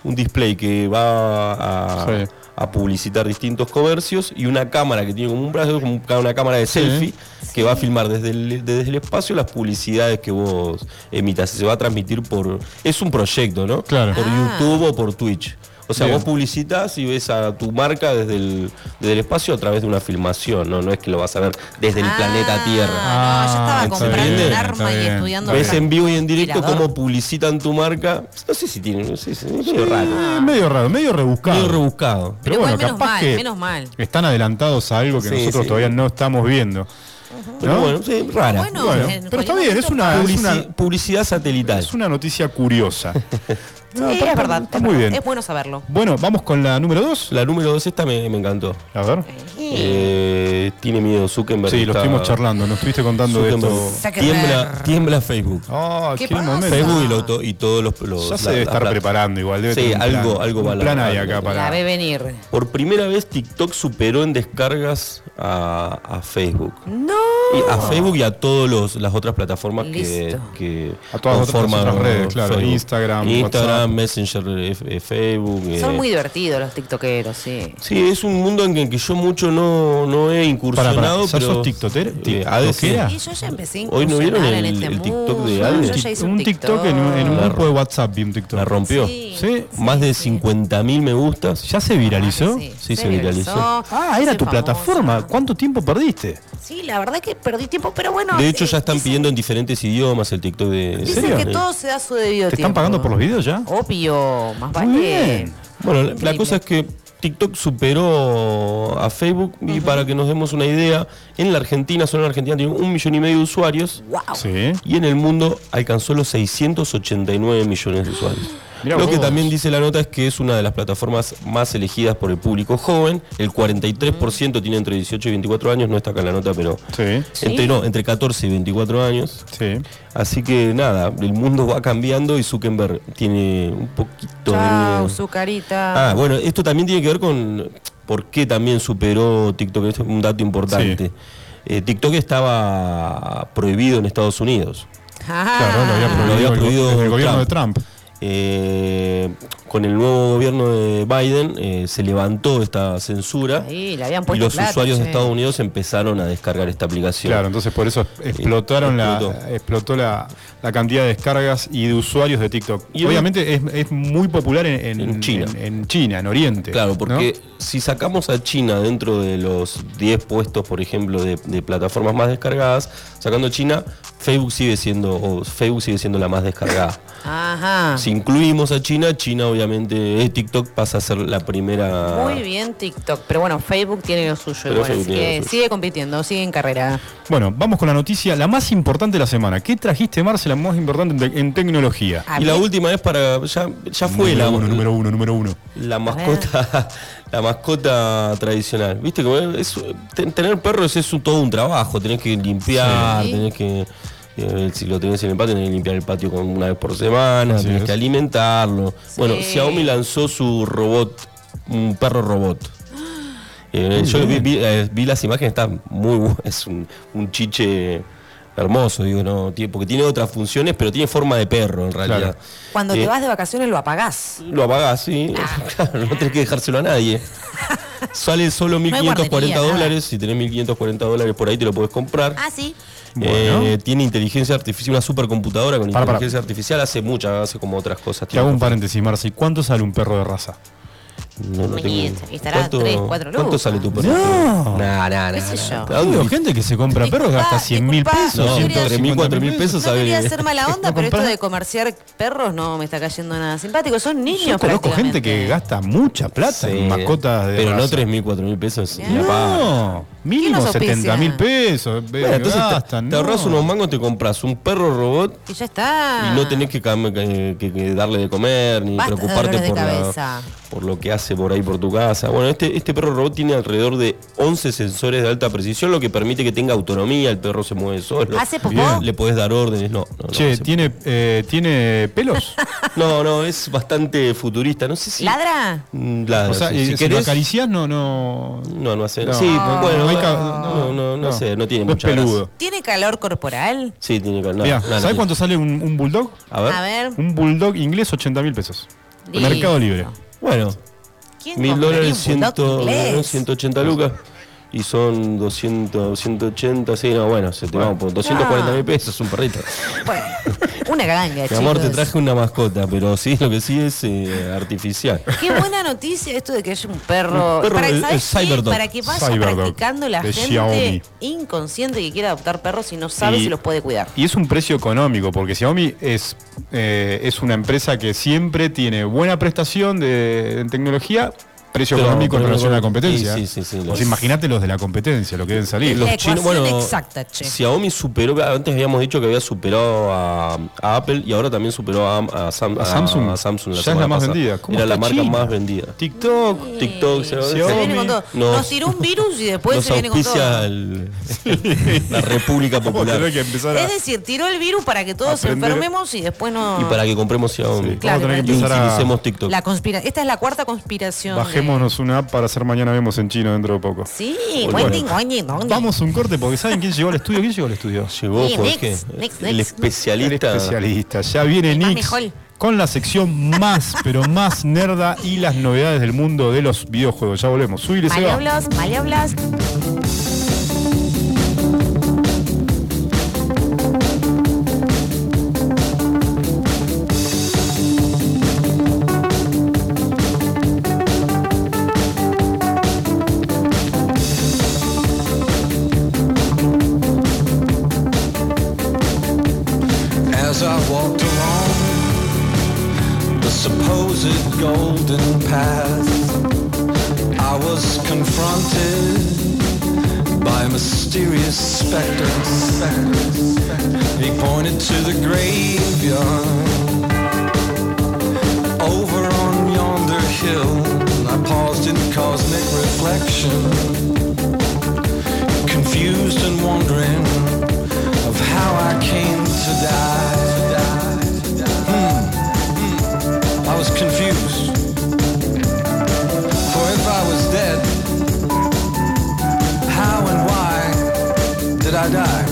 C: un display que va a,
A: Sí.
C: a publicitar distintos comercios y una cámara que tiene como un brazo, como ca- una cámara de selfie, que va a filmar desde el, desde el espacio las publicidades que vos emitas. Se va a transmitir por. Es un proyecto, ¿no?
A: Claro.
C: Por
B: Ah.
C: YouTube o por Twitch. O sea,
A: Bien.
C: vos publicitas y ves a tu marca desde el, desde el espacio a través de una filmación, ¿no? No es que lo vas a ver desde el
B: Ah,
C: planeta Tierra.
A: Ah,
B: No, yo estaba
A: está
B: comprando
C: bien,
B: un
A: está
B: arma y
A: bien.
B: estudiando.
C: Ves
B: otra.
C: en vivo y en directo
B: Mirador.
C: cómo publicitan tu marca. No sé si tienen, no sé, es medio raro.
A: Eh, medio raro, medio rebuscado.
C: Medio rebuscado.
A: Pero,
B: Pero
A: bueno,
B: igual menos
A: capaz
B: mal,
A: que
B: menos mal.
A: están adelantados a algo que
C: Sí,
A: nosotros
C: sí.
A: todavía no estamos viendo.
C: Pero
A: ¿No?
C: bueno, sí, rara.
B: Bueno,
A: Bueno,
B: en
A: pero está
B: cualquier
A: bien, es
B: momento
A: una, es
C: Publici-
A: una,
C: publicidad satelital.
A: es una noticia curiosa.
B: Sí,
A: No, está-
B: es
A: está-
B: verdad.
A: Está
B: es
A: muy
B: verdad.
A: bien.
B: Es bueno saberlo.
A: Bueno, vamos con la número 2.
C: La número 2 esta me, me encantó.
A: A ver.
C: Eh, tiene miedo Zuckerberg.
A: Sí, lo
C: está-
A: estuvimos charlando, nos estuviste contando de esto.
C: Zuckerberg. Tiembla, tiembla Facebook.
A: Ah,
B: ¿Qué
A: qué
B: pasa?
A: momento.
C: Facebook y, lo to- y todos los... los-
A: Ya se
C: la-
A: debe
C: la
A: estar
C: plata.
A: preparando igual. Debe
C: Sí,
A: tener un plan-
C: algo- algo va
A: un
C: la-
A: plan hay
C: la-
A: acá
B: La
A: para.
B: ve venir.
C: Por primera vez TikTok superó en descargas a, a Facebook.
B: No.
C: Y a Facebook y a todas las otras plataformas que,
B: Ah. Listo.
C: que
A: A todas las otras-
C: conforman
A: las otras redes, claro, Instagram,
C: Instagram,
A: WhatsApp.
C: Messenger, eh, eh, Facebook. eh,
B: Son muy divertidos los tiktokeros, sí.
C: Sí, es un mundo en el que yo mucho no, no he
A: Para,
C: incursionado.
A: para, ¿ya
C: pero,
A: sos tiktotera?
C: Eh, ha de ser.
A: ¿Tiktokera?
B: Y yo ya empecé a
C: Hoy no vieron
B: incursionar en
C: el-
B: este
C: el
B: mundo.
C: TikTok de
B: Yo
C: Ale.
B: ya hice
A: Un TikTok en un, en un grupo de WhatsApp vi un TikTok.
C: La rompió.
B: Sí.
A: Sí.
C: Más de 50.000 me gustas.
A: ¿Ya se viralizó?
B: Sí,
C: Sí, se viralizó.
A: Ah, era
B: Hice
A: tu
B: famosa.
A: plataforma. ¿Cuánto tiempo perdiste?
B: Sí, la verdad que perdí tiempo, pero bueno.
C: De hecho,
B: eh,
C: ya están
B: dicen-
C: pidiendo en diferentes idiomas el TikTok de. ¿En
B: Dicen
A: serio?
B: que todo se da a su debido
A: ¿Te están
B: tiempo.
A: pagando por los videos ya?
B: Obvio, más vale.
A: Muy bien.
C: Bueno, la- la
B: Increíble.
C: cosa es que TikTok superó a Facebook y para que nos demos una idea, en la Argentina, solo en la Argentina, tiene un millón y medio de usuarios
B: Wow.
A: Sí.
C: y en el mundo alcanzó los 689 millones de usuarios.
A: Mirá
C: Lo que
A: vos.
C: también dice la nota es que es una de las plataformas más elegidas por el público joven. El 43% tiene entre 18 y 24 años, no está acá en la nota, pero
A: Sí,
C: entre, no, entre 14 y 24 años.
A: sí.
C: Así que nada, el mundo va cambiando y Zuckerberg tiene un poquito de
B: Chau,
C: miedo.
B: su carita.
C: Ah, bueno, esto también tiene que ver con por qué también superó TikTok. Esto es un dato importante.
A: Sí.
C: Eh, TikTok estaba prohibido en Estados Unidos.
B: Ah.
A: Claro, lo había
C: Ah.
A: prohibido,
C: Lo había
A: el go-
C: prohibido
A: desde el gobierno de Trump.
C: Eh, con el nuevo gobierno de Biden eh, se levantó esta censura
B: Ahí, Ah, le habían
C: y
B: puesto
C: los
B: plata,
C: usuarios de
B: che.
C: Estados Unidos empezaron a descargar esta aplicación.
A: Claro, entonces por eso explotaron
C: explotó.
A: la, explotó la, la cantidad de descargas y de usuarios de TikTok. Y
C: Y
A: obviamente es, es muy popular en, en-
C: En China.
A: en, en China, en Oriente.
C: Claro,
A: ¿no?
C: porque si sacamos a China dentro de los 10 puestos, por ejemplo, de, de plataformas más descargadas, sacando a China, Facebook sigue siendo, o Facebook sigue siendo la más descargada.
B: Ajá.
C: Si incluimos a China, China obviamente, eh, TikTok pasa a ser la primera.
B: Muy bien TikTok, pero bueno, Facebook tiene lo suyo
C: Pero
B: igual,
C: Facebook
B: así
C: tiene
B: que
C: lo suyo.
B: sigue compitiendo, sigue en carrera.
A: Bueno, vamos con la noticia, la más importante de la semana. ¿Qué trajiste, Marce, la más importante en, te- en tecnología?
B: A
C: Y la
B: mí-
C: última es para. Ya, ya fue
A: número
C: la,
A: uno, número uno, número uno.
C: la mascota la mascota tradicional. Viste como es, ten- tener perros es un- todo un trabajo, tenés que limpiar,
B: Sí.
C: tenés que eh, si lo tenés en el patio, tenés que limpiar el patio como una vez por semana,
A: Así
C: tenés
A: es.
C: que alimentarlo. Bueno, Xiaomi lanzó su robot, un perro robot. Eh, yo vi, vi- eh, vi las imágenes, está muy bu- es un, un chiche hermoso, digo, no, tiene- porque tiene otras funciones, pero tiene forma de perro en realidad.
B: Cuando te
C: Eh,
B: vas de vacaciones lo apagás.
C: lo apagás, sí.
B: Ah.
C: Claro, no tenés que dejárselo a nadie. Sale solo
B: hay
C: 1.540
B: guardería, nada.
C: dólares. Si tenés 1.540 dólares por ahí te lo podés comprar.
B: Ah, sí.
C: Eh,
A: Bueno.
C: tiene inteligencia artificial, una supercomputadora con
A: Para, para.
C: inteligencia artificial. Hace muchas, hace como otras cosas.
A: Te hago un paréntesis, Marce. ¿Cuánto sale un perro de raza?
C: No, no tengo-
B: Estará tres, cuatro
C: ¿Cuánto
B: lucas.
C: sale tu perro?
A: No.
C: Nah, nah, nah,
B: ¿Qué sé
C: nah.
B: yo?
C: ¿A dónde
A: Hay
C: viste?
A: gente que se compra perros
B: Disculpa,
A: gasta 100 mil
B: disculpa,
A: pesos.
B: no
C: No,
A: 150
C: entre mil, cuatro mil pesos,
B: No quería
C: sabe.
B: hacer mala onda, pero esto
A: Comprá.
B: de comerciar perros no me está cayendo nada simpático. Son niños
A: Yo conozco gente
B: prácticamente.
A: que gasta mucha plata
C: Sí,
A: en mascotas de
C: Pero no
A: raza.
C: 3.000, 4.000 pesos. ni a palos.
A: No, mínimo
B: ¿Quién nos
A: 70 mil
B: auspicia?
A: pesos. eh,
C: Bueno, entonces te-
A: gastan,
C: te,
A: no.
C: ahorras unos mangos, te compras un perro robot
B: Y ya está.
C: Y no tenés que, cam- que- que- que darle de comer, ni
B: Ah. Basta de
C: preocuparte
B: dolores de
C: por, la-
B: cabeza.
C: por lo que hace por ahí por tu casa. Bueno, este, este perro robot tiene alrededor de 11 sensores de alta precisión, lo que permite que tenga autonomía, el perro se mueve solo.
B: ¿Hace popó?
A: Bien.
C: Le podés dar órdenes, no. No, no,
A: Che,
C: hace-
A: ¿tiene, eh, ¿tiene pelos?
C: no, no, es bastante futurista. No sé si...
B: ¿Ladra?
C: Mm, ladra,
A: o sea,
C: sí.
A: eh,
C: si,
A: si, lo
C: querés...
A: acaricias, no, no.
C: No, no hace...
A: No.
C: Sí, pues,
A: Ah.
C: bueno,
A: No hay ca-
C: no, no, no
A: no.
C: sé, no tiene
A: No es
C: mucha grasa.
A: peludo.
B: ¿Tiene calor corporal?
C: Sí, tiene... que- No,
A: Mirá,
C: no, no
A: ¿sabes
C: tiene.
A: cuánto sale un, un bulldog?
C: A ver.
B: A ver.
A: Un bulldog inglés, 80 mil pesos.
B: Listo.
A: Mercado Libre.
C: Bueno,
B: ¿Quién
C: Mil
B: compraría
C: dólares,
B: un bulldog
C: ciento,
B: inglés?
C: ¿no? 180 lucas. Y son 200, 180, sí, no, bueno, se te va por 240
B: Ah.
C: mil pesos, un perrito.
B: Bueno, una ganga,
C: Mi amor, te
B: chicos.
C: traje una mascota, pero sí, lo que sí es eh, artificial.
B: Qué buena noticia esto de que haya un perro.
C: Un perro,
B: para,
C: el-
B: ¿sabes
C: el
B: qué?
C: Cyberdog.
B: Para que vaya
A: Cyberdog
B: practicando la
A: de
B: gente
A: Xiaomi.
B: inconsciente que quiere adoptar perros y no sabe
A: Y-
B: si los puede cuidar.
A: Y es un precio económico, porque Xiaomi es, eh, es una empresa que siempre tiene buena prestación de, en tecnología, precio
C: Pero-
A: económico en
C: pero-
A: relación a la
C: sí,
A: competencia.
C: sí, sí, sí,
A: Pues
C: los-
A: imagínate los de la competencia, lo que deben salir.
B: Los-
C: Los
B: La
C: chinos,
B: ecuación
C: bueno,
B: exacta, che.
C: Xiaomi superó, antes habíamos dicho que había superado a, a Apple y ahora también superó a, a Sam-
A: A Samsung.
C: a Samsung
A: Ya es la
C: semana
A: más
C: pasada.
A: vendida. ¿Cómo
C: Era
A: está
C: la marca
A: China?
C: más vendida.
A: TikTok.
C: TikTok,
B: Se viene con todo.
C: Nos-
B: Nos tiró un virus y después
C: Nos
B: se viene con
C: auspicia
B: todo.
C: el- la República Popular.
A: Vamos a tener que empezar a-
B: Es decir, tiró el virus para que todos
A: Aprender-
B: enfermemos y después no.
C: Y para que compremos Xiaomi.
A: Ah. Vamos a
B: Claro,
A: tener que
C: Y
A: empezar a...
C: utilicemos TikTok.
B: la conspira Esta es la cuarta conspiración. de-
A: Bajémonos una app para hacer mañana vemos en chino dentro de poco.
B: Sí,
C: Bueno.
B: Wendy, Wendy, Wendy.
A: Vamos un corte porque ¿saben quién llegó al estudio? ¿Quién llegó al estudio?
C: Llegó
B: Sí,
C: Jorge,
B: next, next,
C: el
B: next.
A: El
C: especialista.
A: especialista. Ya viene
B: El más
A: Nix
B: mejor.
A: con la sección más, pero más nerda y las novedades del mundo de los videojuegos. Ya volvemos. Subile, Seba.
B: Maleablas, maleablas.
D: As I walked along the supposed golden path, I was confronted by a mysterious specter. He pointed to the graveyard still. I paused in cosmic reflection, confused and wondering of how I came to die. Hmm. I was confused. For if I was dead, how and why did I die?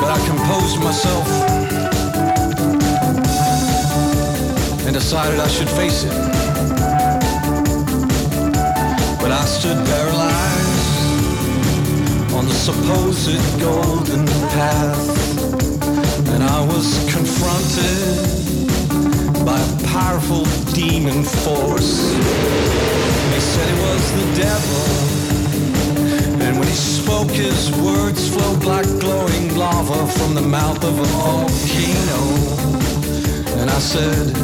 D: But I composed myself and decided I should face it. But I stood paralyzed on the supposed golden path. And I was confronted by a powerful demon force. They said it was the devil. And when he spoke, his words flowed like glowing lava from the mouth of a volcano. And I said,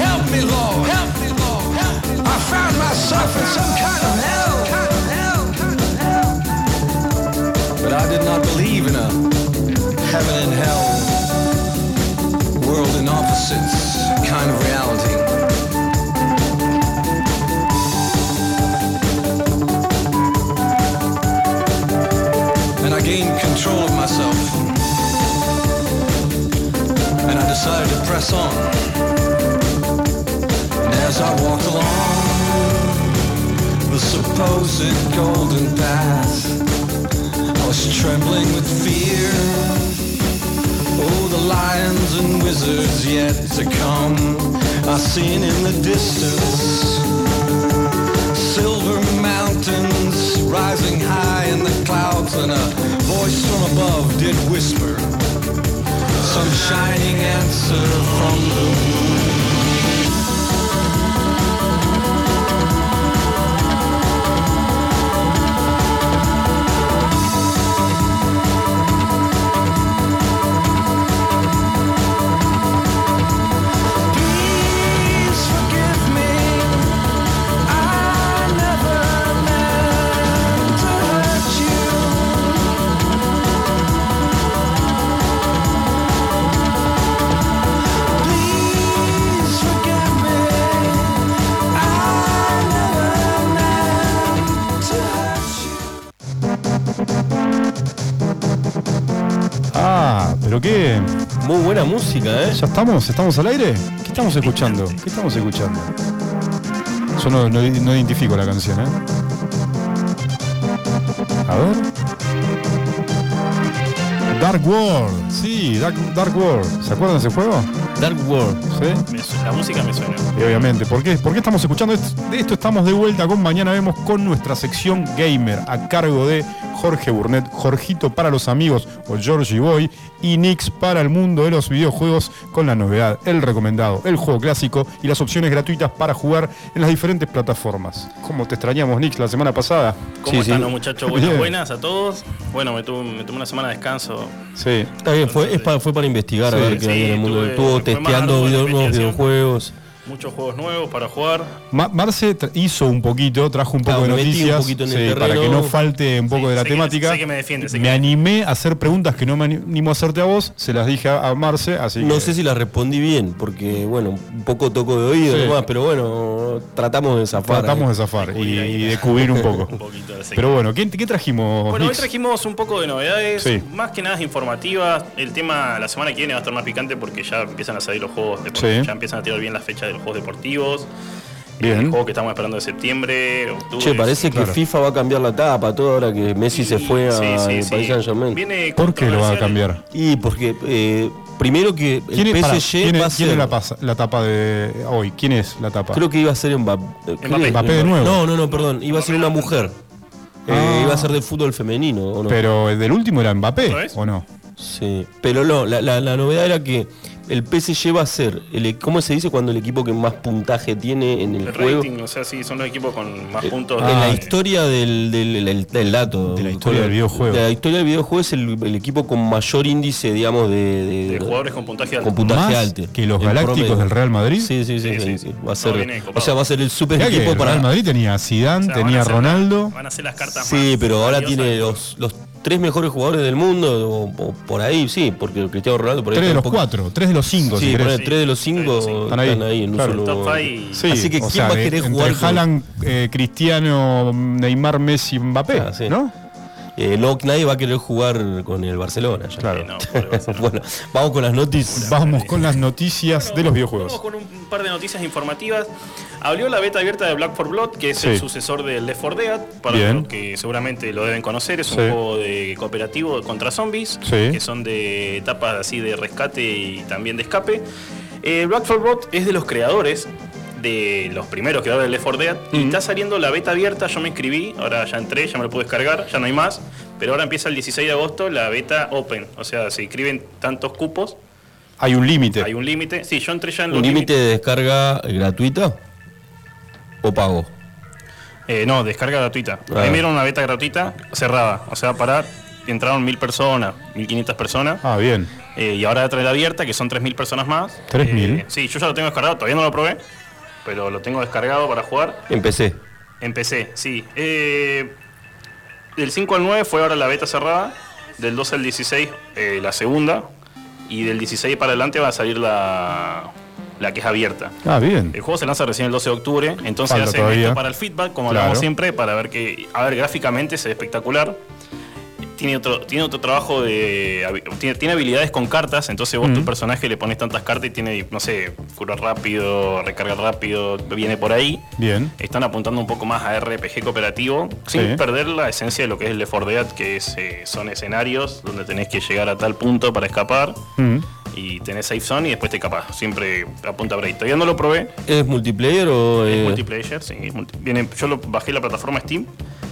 D: Help me, Lord! Help me, Lord! Help me, Lord. I found myself in some kind of hell. Kind of hell, kind of hell. But I did not believe in a heaven and hell, world and opposites kind of reality. and I gained control of myself. And I decided to press on. And as I walked along the supposed golden path, I was trembling with fear. Oh, the lions and wizards yet to come are seen in the distance. Silver mountains rising high in the clouds and a voice from above did whisper some shining answer from the moon. Please forgive me I never meant to hurt you. Please forgive me. I never meant to hurt you.
A: Ah, pero qué.
C: Muy buena música, ¿eh?
A: ¿Ya estamos? ¿Estamos al aire? ¿Qué estamos escuchando? ¿Qué estamos escuchando? Yo no, no- no identifico la canción, ¿eh? A ver. Dark World. Sí, Dark, Dark World. ¿Se acuerdan de ese juego?
C: Dark World.
A: Sí.
E: Me su- la música me suena.
A: Y Eh, obviamente, ¿por qué? ¿Por qué estamos escuchando esto? De esto estamos de vuelta con Mañana Vemos con nuestra sección gamer a cargo de Jorge Burnett, Jorgito para los amigos o Georgie Boy y Nix para el mundo de los videojuegos con la novedad, el recomendado, el juego clásico y las opciones gratuitas para jugar en las diferentes plataformas. Como te extrañamos, Nix, la semana pasada.
E: ¿Cómo
C: Sí,
E: están
C: sí.
E: los muchachos? Buenas,
A: Bien.
E: buenas a todos. Bueno, me tuve, me tomé una semana de descanso.
A: Sí.
C: Está bien, fue, es pa- fue para investigar
A: Sí.
C: a ver qué
E: Sí,
C: había en el mundo.
E: tuve-
C: Estuvo
E: fue más
C: testeando
E: algo de
C: video- nuevos
E: investigación.
C: videojuegos.
E: Muchos juegos nuevos para jugar.
A: Ma- Marce tra- hizo un poquito, trajo un poco
C: Claro,
A: de
C: me metí un
A: noticias
C: poquito en el terreno.
A: para que no falte un poco
E: Sí,
A: de la
E: sé que-
A: temática.
E: sé que me defiende, sé que
A: Me
E: me-
A: animé a hacer preguntas que no me animo a hacerte a vos, se las dije a a Marce, así
C: No
A: que
C: sé si la respondí bien, porque, bueno, un poco toco de oído
A: Sí.
C: y demás, pero bueno, tratamos de zafar. ¿eh?
A: tratamos de
C: ahí.
A: zafar y,
E: Descubrir ahí.
A: y de cubrir un poco.
E: Un poquito así.
A: Pero bueno, ¿qué, qué trajimos?
E: Bueno, hoy
A: Nix?
E: trajimos un poco de novedades,
A: Sí.
E: más que nada informativas. El tema la semana que viene va a estar más picante porque ya empiezan a salir los juegos deportivos,
A: Sí.
E: ya empiezan a tirar bien las fechas de los juegos deportivos. El
A: Bien.
E: juego que estamos esperando de septiembre, octubre.
C: Che, parece
A: claro.
C: que FIFA va a cambiar la tapa, todo ahora que Messi se fue a
E: Sí, sí,
C: al
E: sí.
C: Paris Saint Germain.
E: Viene
A: ¿Por qué lo va a
E: controversial.
A: cambiar?
C: Y porque, eh, primero que el
A: ¿Quién es,
C: PSG
A: pará, quién es-
C: va a
A: quién
C: ser-
A: es la, pasa- la tapa de hoy? ¿Quién es la tapa?
C: Creo que iba a ser Mbappé. eh, creo-
E: Mbappé.
A: Mbappé de nuevo.
C: No, no, no, perdón. Iba a ser una mujer. Eh,
A: Ah.
C: iba a ser de fútbol femenino, ¿o no?
A: Pero el del último era Mbappé,
E: ¿Lo es?
A: ¿o no?
C: Sí. Pero no, la, la- la novedad era que el PSG va a ser, el, e- ¿cómo se dice cuando el equipo que más puntaje tiene en el,
E: El
C: juego?
E: rating, o sea, sí, son los equipos con más puntos.
C: Eh, en la
E: de-
C: historia del, del- del- del dato.
A: Ah. De la historia del videojuego.
C: De la historia del videojuego es el, el equipo con mayor índice, digamos, de, de-
E: de jugadores con puntaje alto.
C: con puntaje
A: Más
C: alto.
A: que los
C: en
A: Galácticos
C: promedio.
A: del Real Madrid.
C: Sí, sí, sí.
E: Sí,
C: sí,
E: sí.
C: sí. Va a
E: No,
C: ser,
E: viene copado.
C: o sea, va a ser el super
A: Mirá que
C: equipo
A: el
C: para
A: Real Madrid tenía a Zidane,
E: O sea, van a
A: tenía a
E: ser-
A: Ronaldo.
E: Van a ser las cartas más
C: Sí, pero ahora
E: valiosas.
C: tiene los, los tres mejores jugadores del mundo, o, o por ahí, sí, porque Cristiano Ronaldo por ahí.
A: Tres de
C: está
A: los
C: un poco-
A: cuatro, tres de los cinco,
C: Sí,
A: si
C: ponele,
A: querés.
E: Sí,
C: tres de los
E: tres de
C: cinco
E: los cinco.
C: están ahí, en un
A: Claro.
C: solo
E: Top
C: lugar.
E: five.
A: Sí,
C: Así que,
A: o
C: ¿quién
A: sea,
C: más
A: de-
C: querés
A: entre
C: jugar con-
A: Haaland, eh, Cristiano, Neymar, Messi, Mbappé,
C: Ah, sí.
A: ¿no?
C: Eh, no, nadie va a querer jugar con el Barcelona. ya.
A: Claro.
E: Eh, no, por el Barcelona.
C: bueno, vamos con las noticias.
A: Vamos con las noticias de los videojuegos.
E: Vamos con un par de noticias informativas. Abrió la beta abierta de Black 4 Blood, que es el
A: Sí.
E: sucesor del Left 4 Dead, para
A: Bien.
E: los que seguramente lo deben conocer. Es un
A: Sí.
E: juego de cooperativo contra zombies,
A: Sí.
E: que son de etapas así de rescate y también de escape. Eh, Black 4 Blood es de los creadores de los primeros creadores del Left 4 Dead
A: Mm.
E: y está saliendo la beta abierta, yo me inscribí, ahora ya entré, ya me lo pude descargar, ya no hay más, pero ahora empieza el 16 de agosto la beta open, o sea, se inscriben tantos cupos,
A: Hay un límite.
E: hay un límite, sí, yo entré ya en los
C: ¿Un límite
E: límites.
C: de descarga gratuita o pago?
E: Eh, no, descarga gratuita.
C: Ah.
E: A mí me dieron una beta gratuita cerrada. O sea, para. Entraron mil personas, 1500 personas.
A: Ah, bien.
E: Eh, y ahora trae la abierta, que son 3000 personas más.
A: ¿Tres mil?
E: Eh, sí, yo ya lo tengo descargado, todavía no lo probé. Pero lo tengo descargado para jugar.
C: Empecé.
E: Empecé, sí. Eh, del 5 al 9 fue ahora la beta cerrada. Del 12 al 16, eh, la segunda. Y del 16 para adelante va a salir la, la que es abierta.
A: Ah, bien.
E: El juego se lanza recién el 12 de octubre, entonces
A: Falta
E: hacen
A: todavía.
E: esto para el feedback, como
A: Claro.
E: hablamos siempre, para ver que, a ver, gráficamente se ve espectacular. Tiene otro, tiene otro trabajo de. habi- Tiene, tiene habilidades con cartas, entonces vos tu personaje le pones tantas cartas y tiene, no sé, cura rápido, recarga rápido, viene por ahí.
A: Bien.
E: Están apuntando un poco más a RPG cooperativo, sin
A: Sí.
E: perder la esencia de lo que es el Left 4 Dead, que es, eh, son escenarios donde tenés que llegar a tal punto para escapar
A: Mm.
E: y tenés safe zone y después te escapás. Siempre apunta por ahí. Todavía no lo probé,
C: ¿Es multiplayer o.? eh,
E: Multiplayer, sí. es multi- viene- yo lo bajé la plataforma Steam.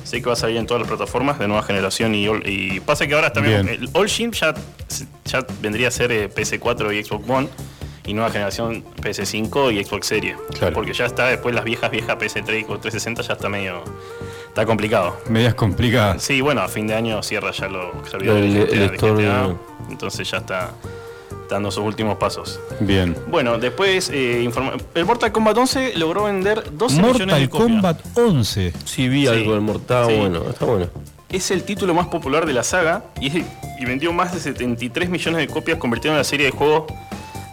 E: Sé que va a salir en todas las plataformas de nueva generación y, all- y pasa que ahora también
A: Bien.
E: el All Steam ya, ya vendría a ser eh, PS4 y Xbox One y nueva generación PS5 y Xbox Series.
A: Claro.
E: Porque ya está después las viejas, viejas PS3 y Xbox 360 ya está medio... Está complicado.
A: Medias complicadas.
E: Sí, bueno, a fin de año cierra ya los servidores
C: El-
E: de GTA,
C: el
E: de
C: store,
E: GTA,
C: eh.
E: entonces ya está dando sus últimos pasos.
A: Bien.
E: Bueno, después eh, informa- el Mortal Kombat 11 logró vender 12 millones de
A: Mortal
E: copias.
A: Kombat 11.
C: Sí, vi
E: Sí.
C: algo del Mortal.
E: Sí.
C: Bueno, está bueno.
E: Es el título más popular de la saga y, es el- y vendió más de 73 millones de copias, convirtiendo en la serie de juegos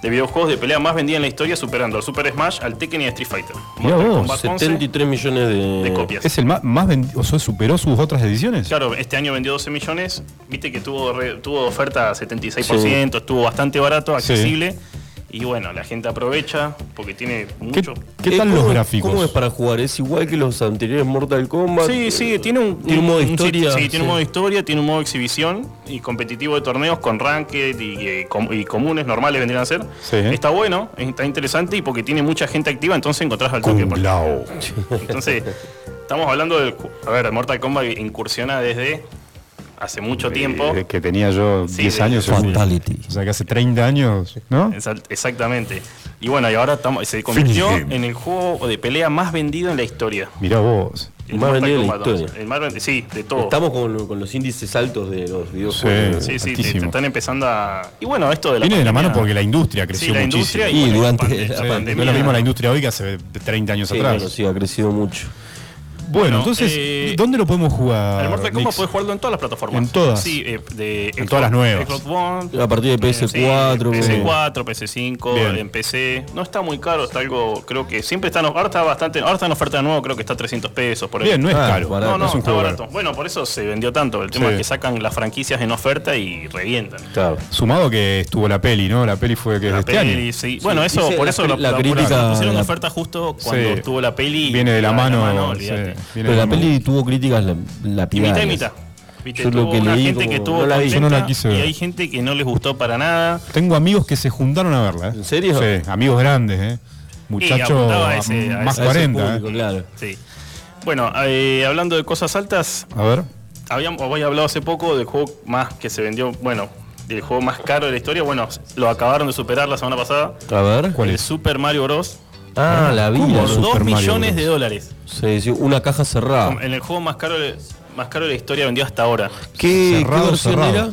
E: de videojuegos de pelea más vendida en la historia, superando al Super Smash, al Tekken y a Street Fighter.
A: Mirá vos,
E: 11
C: 73 millones de.
E: de copias.
A: ¿Es el ma- más vendido? ¿O sea, superó sus otras ediciones?
E: Claro, este año vendió 12 millones. Viste que tuvo, re- tuvo oferta 76%, estuvo bastante barato,
A: Sí.
E: accesible. Y bueno, la gente aprovecha porque tiene
A: ¿Qué,
E: mucho.
A: qué
C: Eh,
A: tal los
C: ¿cómo-
A: gráficos?
C: ¿Cómo es para jugar? ¿Es igual que los anteriores Mortal Kombat?
E: Sí, sí, tiene un,
C: Eh, Tiene un modo historia.
E: Sí, tiene un modo historia, tiene un modo exhibición y competitivo de torneos con ranked y, eh, com- y comunes normales vendrían a ser.
A: Sí.
E: Está bueno, está interesante y porque tiene mucha gente activa, entonces encontrás al toque.
A: Kung
E: por-
A: Lao.
E: Entonces, estamos hablando del. cu- A ver, Mortal Kombat incursiona desde hace mucho tiempo.
A: Eh, que tenía yo
E: Sí,
A: 10
E: de-
A: años. seguro.
C: Fatality.
A: O sea, que hace 30 años, ¿no?
E: Exact- Exactamente. Y bueno, y ahora estamos- se convirtió
A: Finish him.
E: en el juego de pelea más vendido en la historia.
A: Mirá vos.
E: El
C: Más
E: Mortal
C: vendido en la
E: Kombat 11,
C: historia.
E: el más vendi- sí, de todo.
C: Estamos con, con los índices altos de los videojuegos.
E: Sí, sí, te- te,
A: Altísimo.
E: están empezando a. Y bueno, esto de la.
A: Viene de la mano
E: pandemia-
A: porque la industria creció
E: Sí, la
A: muchísimo.
E: industria
C: Y
E: bueno,
C: durante
E: pande-
C: la
A: Sí,
E: pandemia.
A: no es lo mismo la industria hoy que hace 30 años
C: Sí,
A: atrás.
C: bueno, sí, ha crecido mucho.
A: Bueno,
E: Bueno,
A: entonces,
E: eh,
A: ¿dónde lo podemos jugar?
E: El Mortal Kombat
A: Nix?
E: puedes jugarlo en todas las plataformas.
A: En todas.
E: Sí, eh, de,
A: En todas las nuevas.
E: Xbox One.
C: A partir de
E: eh, sí,
C: PS4.
E: PS4, PS5,
A: Bien.
E: en PC. No está muy caro, está algo, creo que siempre está, en- ahora está bastante, ahora está en oferta de nuevo, creo que está 300 pesos por ahí.
A: Bien, no es
C: Ah,
A: caro.
C: barato.
E: no, no,
A: es un
E: está
A: juego
E: barato. Bueno, por eso se vendió tanto. El tema
A: Sí.
E: es que sacan las franquicias en oferta y revientan.
C: Claro.
A: Sumado que estuvo la peli, ¿no? La peli fue que es de
E: La
A: este
E: peli,
A: año.
E: sí. Bueno, eso,
C: Dice
E: por
C: la
E: eso
C: cri-
E: lo-
C: la
E: lo
C: crítica-
E: apuraron. pusieron
C: la-
E: de oferta justo cuando
A: Sí.
E: estuvo la peli.
A: Viene de la mano. sí,
E: olvídate.
A: viene
C: Pero
A: de
C: la
A: mano.
C: peli tuvo críticas la- lapidarias.
E: Mitad y mitad. Viste,
C: Yo lo
E: tuvo
C: que
E: una
C: leí
E: gente
C: como-
E: que estuvo
C: no la vi.
A: Yo no la
E: contenta
A: quise
E: y
A: ver.
E: hay gente que no les gustó para nada.
A: Tengo amigos que se juntaron a verla. ¿eh?
C: ¿En serio?
A: Sí, amigos grandes, ¿eh? Muchachos
E: apuntaba a ese- a
A: más
E: ese
C: A ese
A: 40.
C: público,
A: ¿eh?
C: claro.
E: Sí. Bueno, eh, hablando de cosas altas,
A: A ver.
E: habíamos, había hablado hace poco del juego más que se vendió, bueno, del juego más caro de la historia. Bueno, lo acabaron de superar la semana pasada.
C: A ver.
A: ¿Cuál
E: el
A: es?
E: Super Mario Bros.
C: Ah, la vi.
A: ¿Cómo?
C: la
E: Por
A: Super
C: vi.
E: 2
A: Mario
E: millones
A: Bros. Ah.
E: de dólares.
C: Sí, sí, una caja cerrada.
E: En el juego más caro, de- más caro de la historia vendió hasta ahora.
C: ¿Qué, qué
A: Cerrado,
C: versión
A: cerrado.
C: era?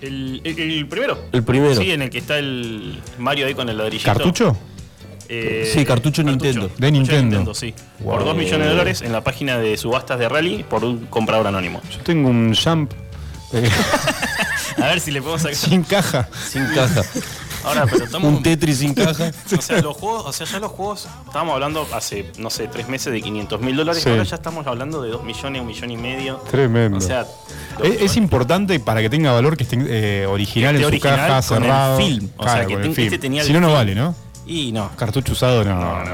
E: El, el- el primero.
C: El primero.
E: Sí, en el que está el Mario ahí con el ladrillito.
A: ¿Cartucho?
E: Eh,
C: Sí, cartucho Nintendo.
A: De Nintendo.
E: sí.
A: Wow.
E: Por 2 millones de dólares en la página de subastas de Rally por un comprador anónimo.
A: Yo tengo un jump Eh,
F: A ver si le podemos sacar.
A: sin caja.
C: Sin caja.
F: Ahora, pero estamos.
C: Un Tetris sin caja.
E: O sea, los juegos, o sea, ya los juegos, estábamos hablando hace, no sé, tres meses de 500 mil dólares,
A: Sí.
E: ahora ya estamos hablando de 2 millones, un millón y medio.
A: Tremendo.
E: O sea, lo-
A: Es, es importante para que tenga valor que esté eh, original
E: Que
A: en su
E: esté original
A: caja,
E: con el
A: cerrado.
E: film. O sea,
A: Claro,
E: que
A: con el
E: ten-
A: film.
E: este tenía el
A: si no, no
E: film.
A: vale, ¿no?
E: y no.
A: Cartucho usado, no, no, no,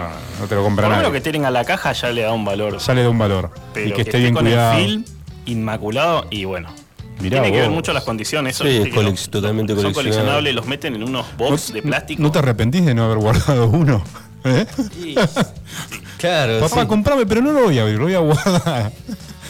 A: te lo
E: Por
A: compra
E: lo menos
A: nadie.
E: que tienen a la caja ya le da un valor.
A: Ya le da un valor.
E: pero
A: y que esté bien
E: con
A: cuidado.
E: el film inmaculado y bueno.
A: Mirá
E: Tiene que ver
A: vos.
E: mucho las condiciones. eso,
C: Sí,
E: viste
C: es
E: que los-
C: colec- totalmente
E: Son
C: coleccionable.
E: coleccionables, los meten en unos
A: ¿No,
E: box de plástico.
A: ¿No te arrepentís de no haber guardado uno? ¿Eh?
C: Claro.
A: Papá,
C: sí.
A: comprame, pero no lo voy a abrir, lo voy a guardar.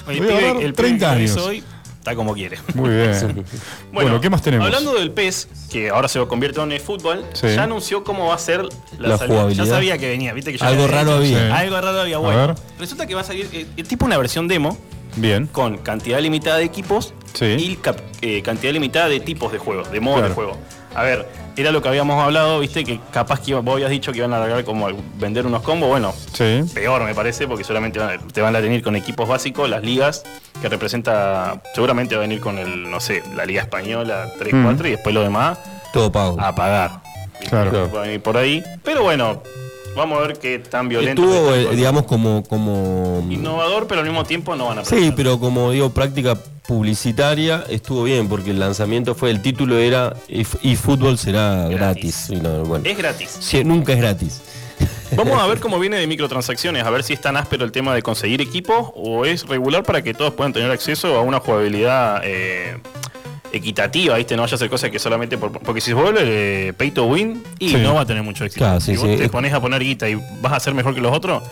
E: Oye,
A: Voy a
E: pibe,
A: guardar
E: el
A: 30
E: 30
A: años.
E: hoy está como quiere.
A: Muy bien. Bueno, ¿qué más tenemos?
E: Hablando del PES, que ahora se convierte en fútbol,
A: Sí.
E: ya anunció cómo va a ser la,
C: La
E: salida.
C: jugabilidad.
E: Ya sabía que venía, viste que ya
C: Algo
E: había
C: raro
E: dicho.
A: había. Sí.
E: Algo raro había,
A: A
E: bueno.
A: ver.
E: Resulta que va a salir eh, eh, tipo una versión demo
A: Bien.
E: con cantidad limitada de equipos
A: Sí.
E: y cap- eh, cantidad limitada de tipos de juegos, de modos
A: Claro.
E: de juego. A ver, era lo que habíamos hablado, viste que capaz que iba- vos habías dicho que iban a largar como al- vender unos combos, bueno,
A: Sí.
E: peor me parece porque solamente van a- te van a venir con equipos básicos, las ligas que representa, seguramente va a venir con el, no sé, la liga española 3, 4 y después lo demás
C: Todo pago.
E: a pagar.
A: Claro.
E: Va a venir por ahí, pero bueno, vamos a ver qué tan violento
C: Estuvo,
E: es.
C: eh, digamos, como. como
E: innovador, pero al mismo tiempo no van a
C: Sí, pero como digo, práctica publicitaria estuvo bien porque el lanzamiento fue, el título era "If- y fútbol será gratis.
E: Gratis.
C: Y no, bueno.
E: es gratis.
C: Sí, nunca es gratis.
E: Vamos a ver cómo viene de microtransacciones, a ver si es tan áspero el tema de conseguir equipos o es regular para que todos puedan tener acceso a una jugabilidad eh, equitativa, ¿viste? No vaya a ser cosa que solamente por- porque si se vuelve eh, pay to win y
A: Sí.
E: no va a tener mucho éxito.
C: Claro, sí,
E: si vos
C: sí.
E: te pones a poner guita y vas a ser mejor que los otros,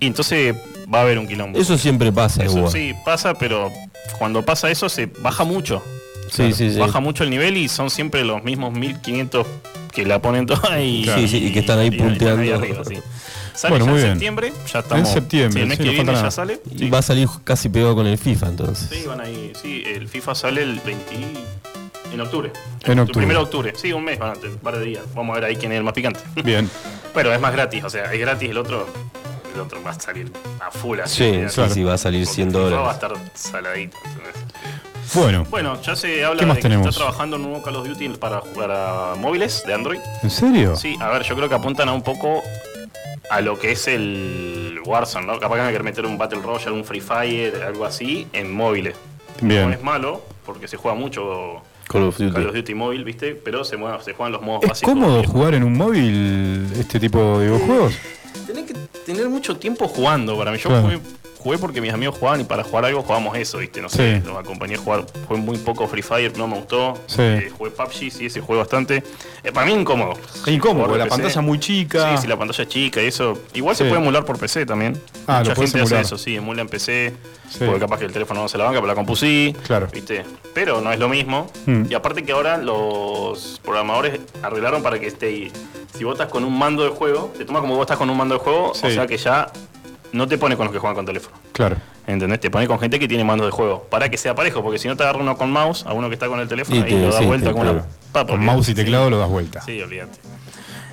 E: y entonces va a haber un quilombo.
C: Eso siempre pasa,
E: Eso
C: igual.
E: sí pasa, pero cuando pasa eso se baja mucho.
C: Sí, sí, sí.
E: Baja mucho el nivel y son siempre los mismos 1500 que la ponen toda y,
C: Sí, sí, y que están ahí punteando.
E: arriba, sí. Sale
A: Bueno,
E: ya
A: muy
E: en
A: bien.
E: septiembre, ya estamos.
A: En septiembre,
E: sí, el mes
A: sí,
E: que
A: no falta
E: viene
A: nada.
E: ya sale.
C: Y
E: Sí,
C: va a salir casi pegado con el FIFA entonces.
E: sí, van ahí. Sí, el FIFA sale el 20. En octubre.
A: En octubre.
E: Primero de octubre. Sí, un mes, van a tener un par de días. Vamos a ver ahí quién es el más picante.
A: Bien.
E: Pero es más gratis, o sea, es gratis el otro. El otro va a salir a full así.
C: Sí,
E: ya,
C: sí,
A: claro.
C: sí, va a salir
E: porque
C: 100
E: el FIFA Va a
C: dólares.
E: estar saladito. ¿entendés?
A: Bueno,
E: Bueno, ya se habla
A: ¿Qué
E: de
A: más
E: que
A: tenemos?
E: se está trabajando en un nuevo Call of Duty para jugar a móviles de Android.
A: ¿en serio?
E: Sí, a ver, yo creo que apuntan a un poco a lo que es el Warzone, ¿no? Capaz que van a querer meter un Battle Royale, un Free Fire, algo así, en móviles. No es
A: Bien.
E: malo, porque se juega mucho
C: Call of Duty.
E: Call of Duty móvil, ¿viste? Pero se, mueve- se juegan los modos
A: ¿Es
E: básicos.
A: cómodo
E: Y-
A: jugar en un móvil este tipo de videojuegos?
E: Tenés que tener mucho tiempo jugando para mí. Yo
A: Claro.
E: jugué, jugué porque mis amigos jugaban y para jugar algo jugábamos eso, ¿viste? No sé,
A: Sí.
E: los acompañé a jugar. Jugué muy poco Free Fire, no me gustó.
A: Sí.
E: Eh, jugué PUBG, sí, ese jugué bastante. Eh, para mí incómodo.
A: Es incómodo,
E: Jugar
A: porque
E: de
A: la
E: PC.
A: pantalla es muy chica.
E: Sí, sí, la pantalla es chica y eso. Igual se
A: Sí.
E: puede emular por PC también.
A: Ah, lo
E: Mucha
A: podés
E: gente
A: emular.
E: hace eso, sí, emula en PC.
A: Sí.
E: Porque capaz que el teléfono no se la banca, pero la compu sí.
A: Claro.
E: ¿Viste? Pero no es lo mismo.
A: Mm.
E: Y aparte que ahora los programadores arreglaron para que esté. Si vos estás con un mando de juego, te toma como vos estás con un mando de juego,
A: Sí.
E: o sea que ya no te pone con los que juegan con teléfono.
A: Claro.
E: ¿Entendés? Te pone con gente que tiene mandos de juego. Para que sea parejo, porque si no te agarra uno con mouse a uno que está con el teléfono
C: Y
E: y,
C: te-
E: lo da
C: sí,
E: vuelta
C: te-
E: como una
C: claro.
E: papa,
A: Con
E: olvidate.
A: mouse y teclado lo das vuelta.
E: Sí, olvídate.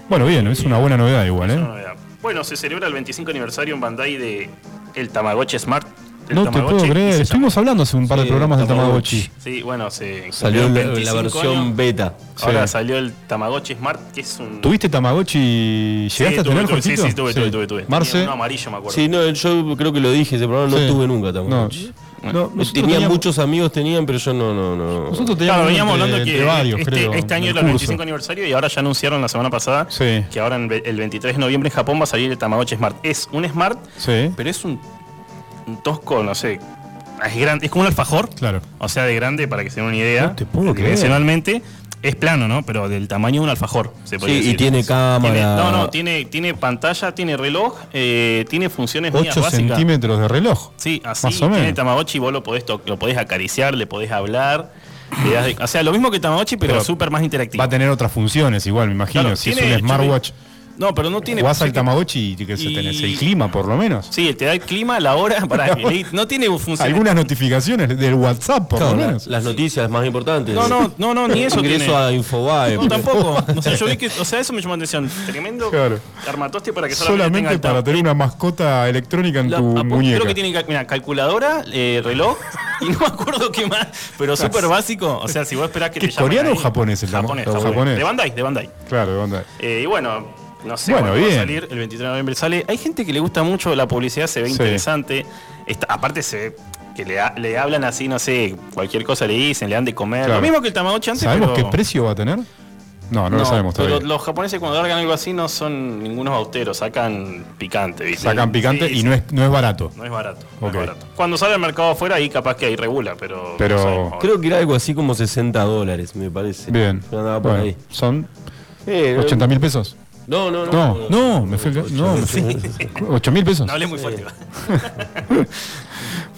A: Bueno, bien, es una buena novedad igual,
E: Una
A: ¿eh?
E: novedad. Bueno, se celebra el 25 aniversario en Bandai de el Tamagotchi Smart. El
A: No te puedo
E: Tamagotchi, y
A: creer.
E: se
A: Estuvimos hablando hace un par de
C: Sí,
A: programas de
C: Tamagotchi.
A: Tamagotchi.
E: llama- Sí, bueno, se
C: Salió
E: cumplieron
C: la, la
E: 25
C: versión
E: años.
C: beta.
E: Ahora
A: Sí.
E: salió el Tamagotchi Smart, que es un.
A: ¿Tuviste Tamagotchi? ¿Llegaste a
E: tuve,
A: tener
E: tuve, sí,
A: Jorgito?
E: sí, tuve, tuve, tuve, tuve. Tenía
A: Marce.
E: uno amarillo, me acuerdo.
C: Sí, no, yo creo que lo dije, ese programa
A: Sí.
C: no tuve nunca tampoco.
A: No, no, nosotros
C: Tenía
A: teníamos-
C: muchos amigos, tenían, pero yo no, no, no.
A: Nosotros teníamos
E: Claro,
A: uno
E: veníamos
A: entre-
E: hablando que
A: entre varios,
E: este,
A: creo,
E: este año
A: del
E: era el
A: curso.
E: 25 aniversario y ahora ya anunciaron la semana pasada
A: Sí.
E: que ahora en ve- el 23 de noviembre en Japón va a salir el Tamagotchi Smart. Es un Smart,
A: Sí,
E: pero es un, un tosco, no sé. Es, grande, es como un alfajor,
A: claro.
E: O sea, de grande, para que se den una idea.
A: No te puedo creer.
E: Dimensionalmente es plano, ¿no? Pero del tamaño de un alfajor, se podría
C: Sí, y
E: decir.
C: tiene cámara.
E: Tiene- no, no, tiene, tiene pantalla, tiene reloj, eh, tiene funciones mías
A: 8
E: básicas.
A: centímetros de reloj.
E: Sí, así.
A: Más o menos.
E: Tiene Tamagotchi, vos lo podés, to- lo podés acariciar, le podés hablar. le das de- o sea, lo mismo que Tamagotchi, pero,
A: Pero
E: súper más interactivo.
A: Va a tener otras funciones igual, me imagino.
E: Claro,
A: si es
E: tiene-
A: un smartwatch,
E: No, pero no tiene.
A: jugás al Tamagotchi y que se
E: y-
A: tenés el clima por lo menos.
E: Sí, te da el clima, la hora. Para, no tiene funciones.
A: Algunas notificaciones del WhatsApp por
C: Claro,
A: lo
C: la-
A: menos.
C: las noticias más importantes.
E: No, no, no, no, ni eso
C: Ingreso
E: tiene.
C: a Infobae.
A: Em,
E: No, tampoco. O sea, yo vi que. O sea, eso me llamó la atención. Tremendo
A: Claro.
E: armatoste para que solamente,
A: Solamente
E: tenga el
A: para
E: tam-
A: tener una mascota electrónica en
F: ah,
E: la-
A: tu
E: apu-
A: muñeca.
E: Creo que tiene ca- mira, calculadora, eh, reloj
F: y no me acuerdo qué más, pero súper básico. O sea, si vos esperás que
A: ¿Qué,
F: te llamen
A: coreano o
F: ahí-
A: japonés el lamo-
F: japonés,
A: japonés?
F: japonés. De Bandai, de Bandai.
A: Claro, onda.
F: Eh, y bueno, no sé,
A: Bueno,
F: bueno, va
A: bien.
F: a salir el 23 de noviembre sale. Hay gente que le gusta mucho la publicidad, se ve
A: Sí.
F: interesante. Está- aparte se ve que le, ha- le hablan así, no sé, cualquier cosa le dicen, le dan de comer.
A: Claro.
F: Lo mismo que el Tamagotchi antes,
A: ¿Sabemos
F: pero-
A: qué precio va a tener? No, no, lo
F: No,
A: sabemos
F: pero
A: todavía.
F: los japoneses cuando largan algo así no son ningunos austeros, sacan picante, ¿viste?
A: Sacan picante
F: Sí,
A: y
F: sí.
A: no es, no es barato.
F: No es barato. no es
A: Ok.
F: barato. Cuando sale al mercado afuera, ahí capaz que ahí regula, pero.
A: Pero-
C: Creo que era algo así como 60 dólares, me parece.
A: Bien.
C: Yo andaba por
A: Bueno,
C: ahí.
A: Son
C: Eh,
A: 80 mil pesos.
C: No, no,
A: No,
C: no.
A: no, me fui. No, me fui. 8 mil pesos.
F: No hablé muy fuerte.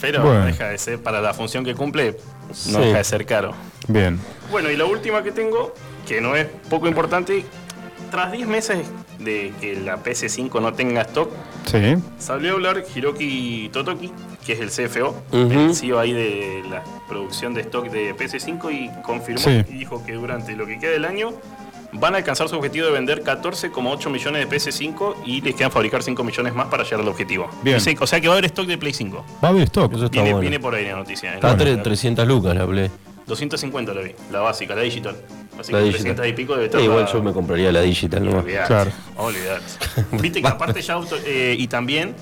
F: pero
A: Bueno.
F: no deja de ser, para la función que cumple, no
C: Sí.
F: deja de ser caro.
A: Bien.
E: Bueno, y la última que tengo, que no es poco importante, tras 10 meses de que la PS5 no tenga stock,
A: Sí.
E: salió a hablar Hiroki Totoki, que es el CFO,
C: Ujú.
E: el CEO ahí de la producción de stock de PS5, y confirmó
A: Sí.
E: y dijo que durante lo que queda del año van a alcanzar su objetivo de vender 14,8 millones de PS5 y les quedan fabricar 5 millones más para llegar al objetivo.
A: Bien.
E: O sea- O sea que va a haber stock de Play 5.
A: Va a haber stock.
C: Eso está
E: Viene,
C: bueno.
E: viene por ahí la noticia.
C: está
E: Bueno.
C: tre- 300 lucas la Play.
E: 250 la vi, la básica, la digital. Así
C: La
E: que
C: digital.
E: 300 y pico debe
C: Eh,
E: estar.
C: igual
E: la-
C: yo me compraría la digital nomás.
E: Olvidate,
A: Claro.
E: olvidate. Viste que aparte ya auto- eh, y también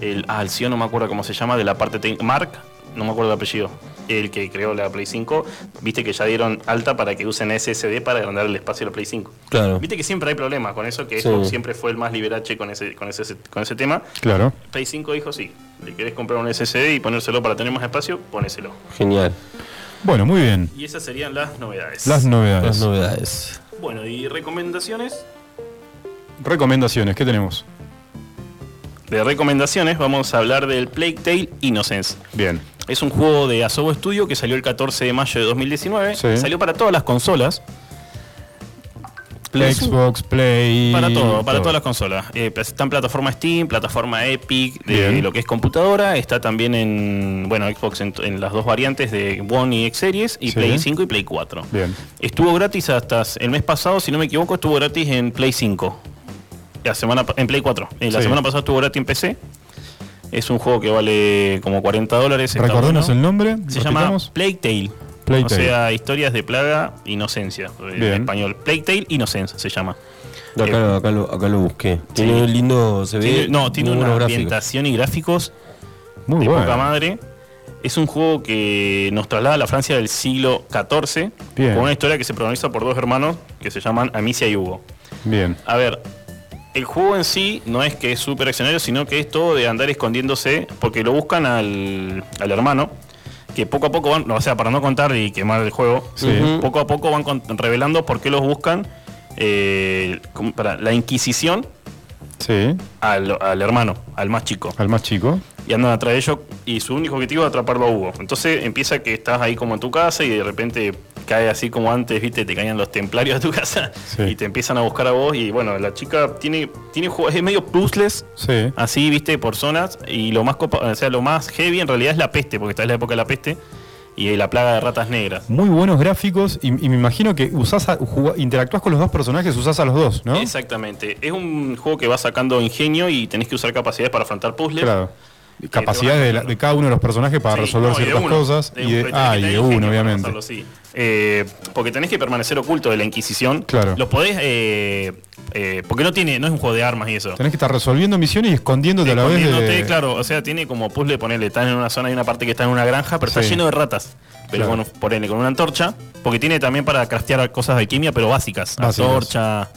E: el ah, el CEO no me acuerdo cómo se llama de la parte tec- Mark, no me acuerdo el apellido. El que creó la Play 5, viste que ya dieron alta para que usen SSD para agrandar el espacio de la Play 5.
C: Claro.
E: Viste que siempre hay problemas con eso, que
C: Sí.
E: Xbox siempre fue el más liberache con ese, con ese, con ese tema.
A: Claro.
E: Play 5 dijo sí, le querés comprar un SSD y ponérselo para tener más espacio, ponéselo.
C: Genial.
A: Bueno, muy bien.
E: Y esas serían las novedades.
A: Las
C: Las
A: novedades.
C: novedades.
E: Bueno, ¿y recomendaciones?
A: Recomendaciones, ¿qué tenemos?
E: De recomendaciones vamos a hablar del Plague Tale Innocence.
A: Bien.
E: Es un juego de Asobo Studio que salió el 14 de mayo de 2019.
A: Sí.
E: Salió para todas las consolas. Es un-
A: Xbox, Play.
E: Para todo, para todas las consolas. Eh, pues, está en plataforma Steam, plataforma Epic, de
A: Bien.
E: lo que es computadora. Está también en, bueno, Xbox en, en las dos variantes de One y X Series, y
A: Sí.
E: Play 5 y Play 4.
A: Bien.
E: Estuvo gratis hasta el mes pasado, si no me equivoco, estuvo gratis en Play 5. La semana pa- en Play 4. Eh, La
A: Sí.
E: semana pasada estuvo gratis en PC. Es un juego que vale como 40 dólares. está
A: Recordemos
E: bueno.
A: el nombre.
E: Se llama
A: repitamos.
E: Plague Tale.
A: Plague
E: o
A: Tale.
E: sea, historias de plaga, inocencia. eh,
A: Bien.
E: En español. Plague Tale, inocencia se llama.
C: De Acá, acá lo, acá lo busqué. Tiene
E: Eh, Sí.
C: un lindo. Se ve.
E: Tiene- no, tiene
C: muy
E: una
C: buenos gráficos.
E: ambientación y gráficos
A: Muy
E: de poca
A: bueno.
E: madre. Es un juego que nos traslada a la Francia del siglo XIV
A: Bien.
E: con una historia que se protagoniza por dos hermanos que se llaman Amicia y Hugo.
A: Bien.
E: A ver, el juego en sí no es que es súper accionario, sino que es todo de andar escondiéndose, porque lo buscan al, al hermano, que poco a poco van, no, o sea, para no contar y quemar el juego,
A: Sí.
E: Ujú. poco a poco van con- revelando por qué los buscan eh, como para la Inquisición
A: Sí.
E: al, al hermano, al más chico.
A: Al más chico.
E: Y andan atrás de ellos y su único objetivo es atraparlo a Hugo. Entonces empieza que estás ahí como en tu casa y de repente cae así como antes, viste, te caían los templarios a tu casa
A: Sí.
E: y te empiezan a buscar a vos. Y bueno, la chica tiene, tiene jue- es medio puzzles,
A: Sí.
E: así, viste, por zonas. Y lo más, copa- o sea, lo más heavy en realidad es la peste, porque esta es la época de la peste y la plaga de ratas negras.
A: Muy buenos gráficos y, y me imagino que usás a- jugá- interactuás con los dos personajes, usás a los dos, ¿no?
E: Exactamente. Es un juego que va sacando ingenio y tenés que usar capacidades para afrontar puzzles.
A: Claro. Capacidades de, la- de cada uno de los personajes para
E: Sí,
A: resolver
E: no, y de
A: ciertas
E: uno.
A: cosas.
E: De
A: Y de,
E: pero tenés
A: ah,
E: que
A: y
E: tener
A: de
E: ingenio
A: uno,
E: para
A: obviamente.
E: pasarlo, sí. Eh, porque tenés que permanecer oculto de la Inquisición.
A: Claro.
E: Los podés. eh, eh, porque no tiene, no es un juego de armas y eso.
A: Tenés que estar resolviendo misiones y escondiéndote a la vez.
E: Escondiéndote,
A: de-
E: claro, o sea, tiene como puzzle ponerle, estás en una zona, hay una parte que está en una granja, pero
A: Sí.
E: está lleno de ratas. Pero
A: Claro.
E: bueno, ponele con una antorcha, porque tiene también para craftear cosas de alquimia, pero básicas.
A: Básicas.
E: Antorcha,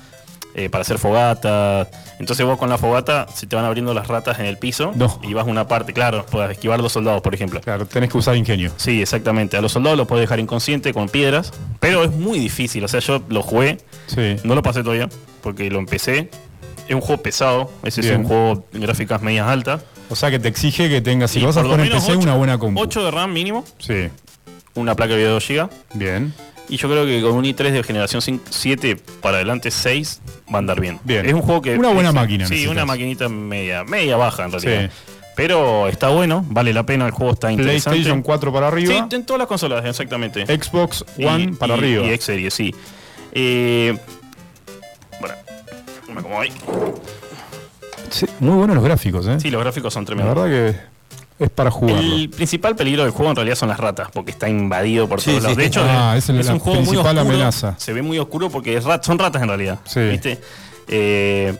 E: eh, para hacer fogata. Entonces vos con la fogata se te van abriendo las ratas en el piso
A: No.
E: y vas a una parte, claro, puedes esquivar dos soldados, por ejemplo.
A: Claro, tenés que usar ingenio.
E: Sí, exactamente. A los soldados los puedes dejar inconsciente con piedras, pero es muy difícil. O sea, yo lo jugué,
A: Sí.
E: no lo pasé todavía, porque lo empecé. Es un juego pesado, ese es
A: Bien.
E: un juego de gráficas medias altas.
A: O sea que te exige que tengas, si
E: Y
A: lo vas a
E: por lo
A: jugar en
E: menos
A: PC,
E: ocho-
A: una buena compu.
E: 8 de RAM mínimo,
A: Sí,
E: una placa de video de 2 GB.
A: bien.
E: Y yo creo que con un i3 de generación 5 7 para adelante 6 va a andar bien.
A: Bien.
E: Es un juego que.
A: Una buena
E: es-
A: máquina
E: Sí,
A: necesitas.
E: una maquinita media, media baja en realidad. Pero está bueno, vale la pena, el juego está interesante.
A: PlayStation 4 para
E: Sí,
A: arriba,
E: en todas las consolas, exactamente.
A: Xbox One
E: Y-
A: para
E: y-
A: arriba.
E: Y X Series, sí. Eh, bueno, me acomodo ahí.
A: Sí, muy buenos los gráficos, ¿eh?
E: Sí, los gráficos son
A: La
E: tremendos.
A: verdad que Es para jugarlo.
E: El principal peligro del juego en realidad son las ratas, porque está invadido por
C: Sí,
E: todos lados.
C: sí.
E: De hecho,
A: Ah,
E: es,
A: esa es la
E: un juego muy
A: principal
E: oscuro.
A: amenaza.
E: Se ve muy oscuro porque es rat- son ratas en realidad.
A: Sí.
E: ¿viste? Eh,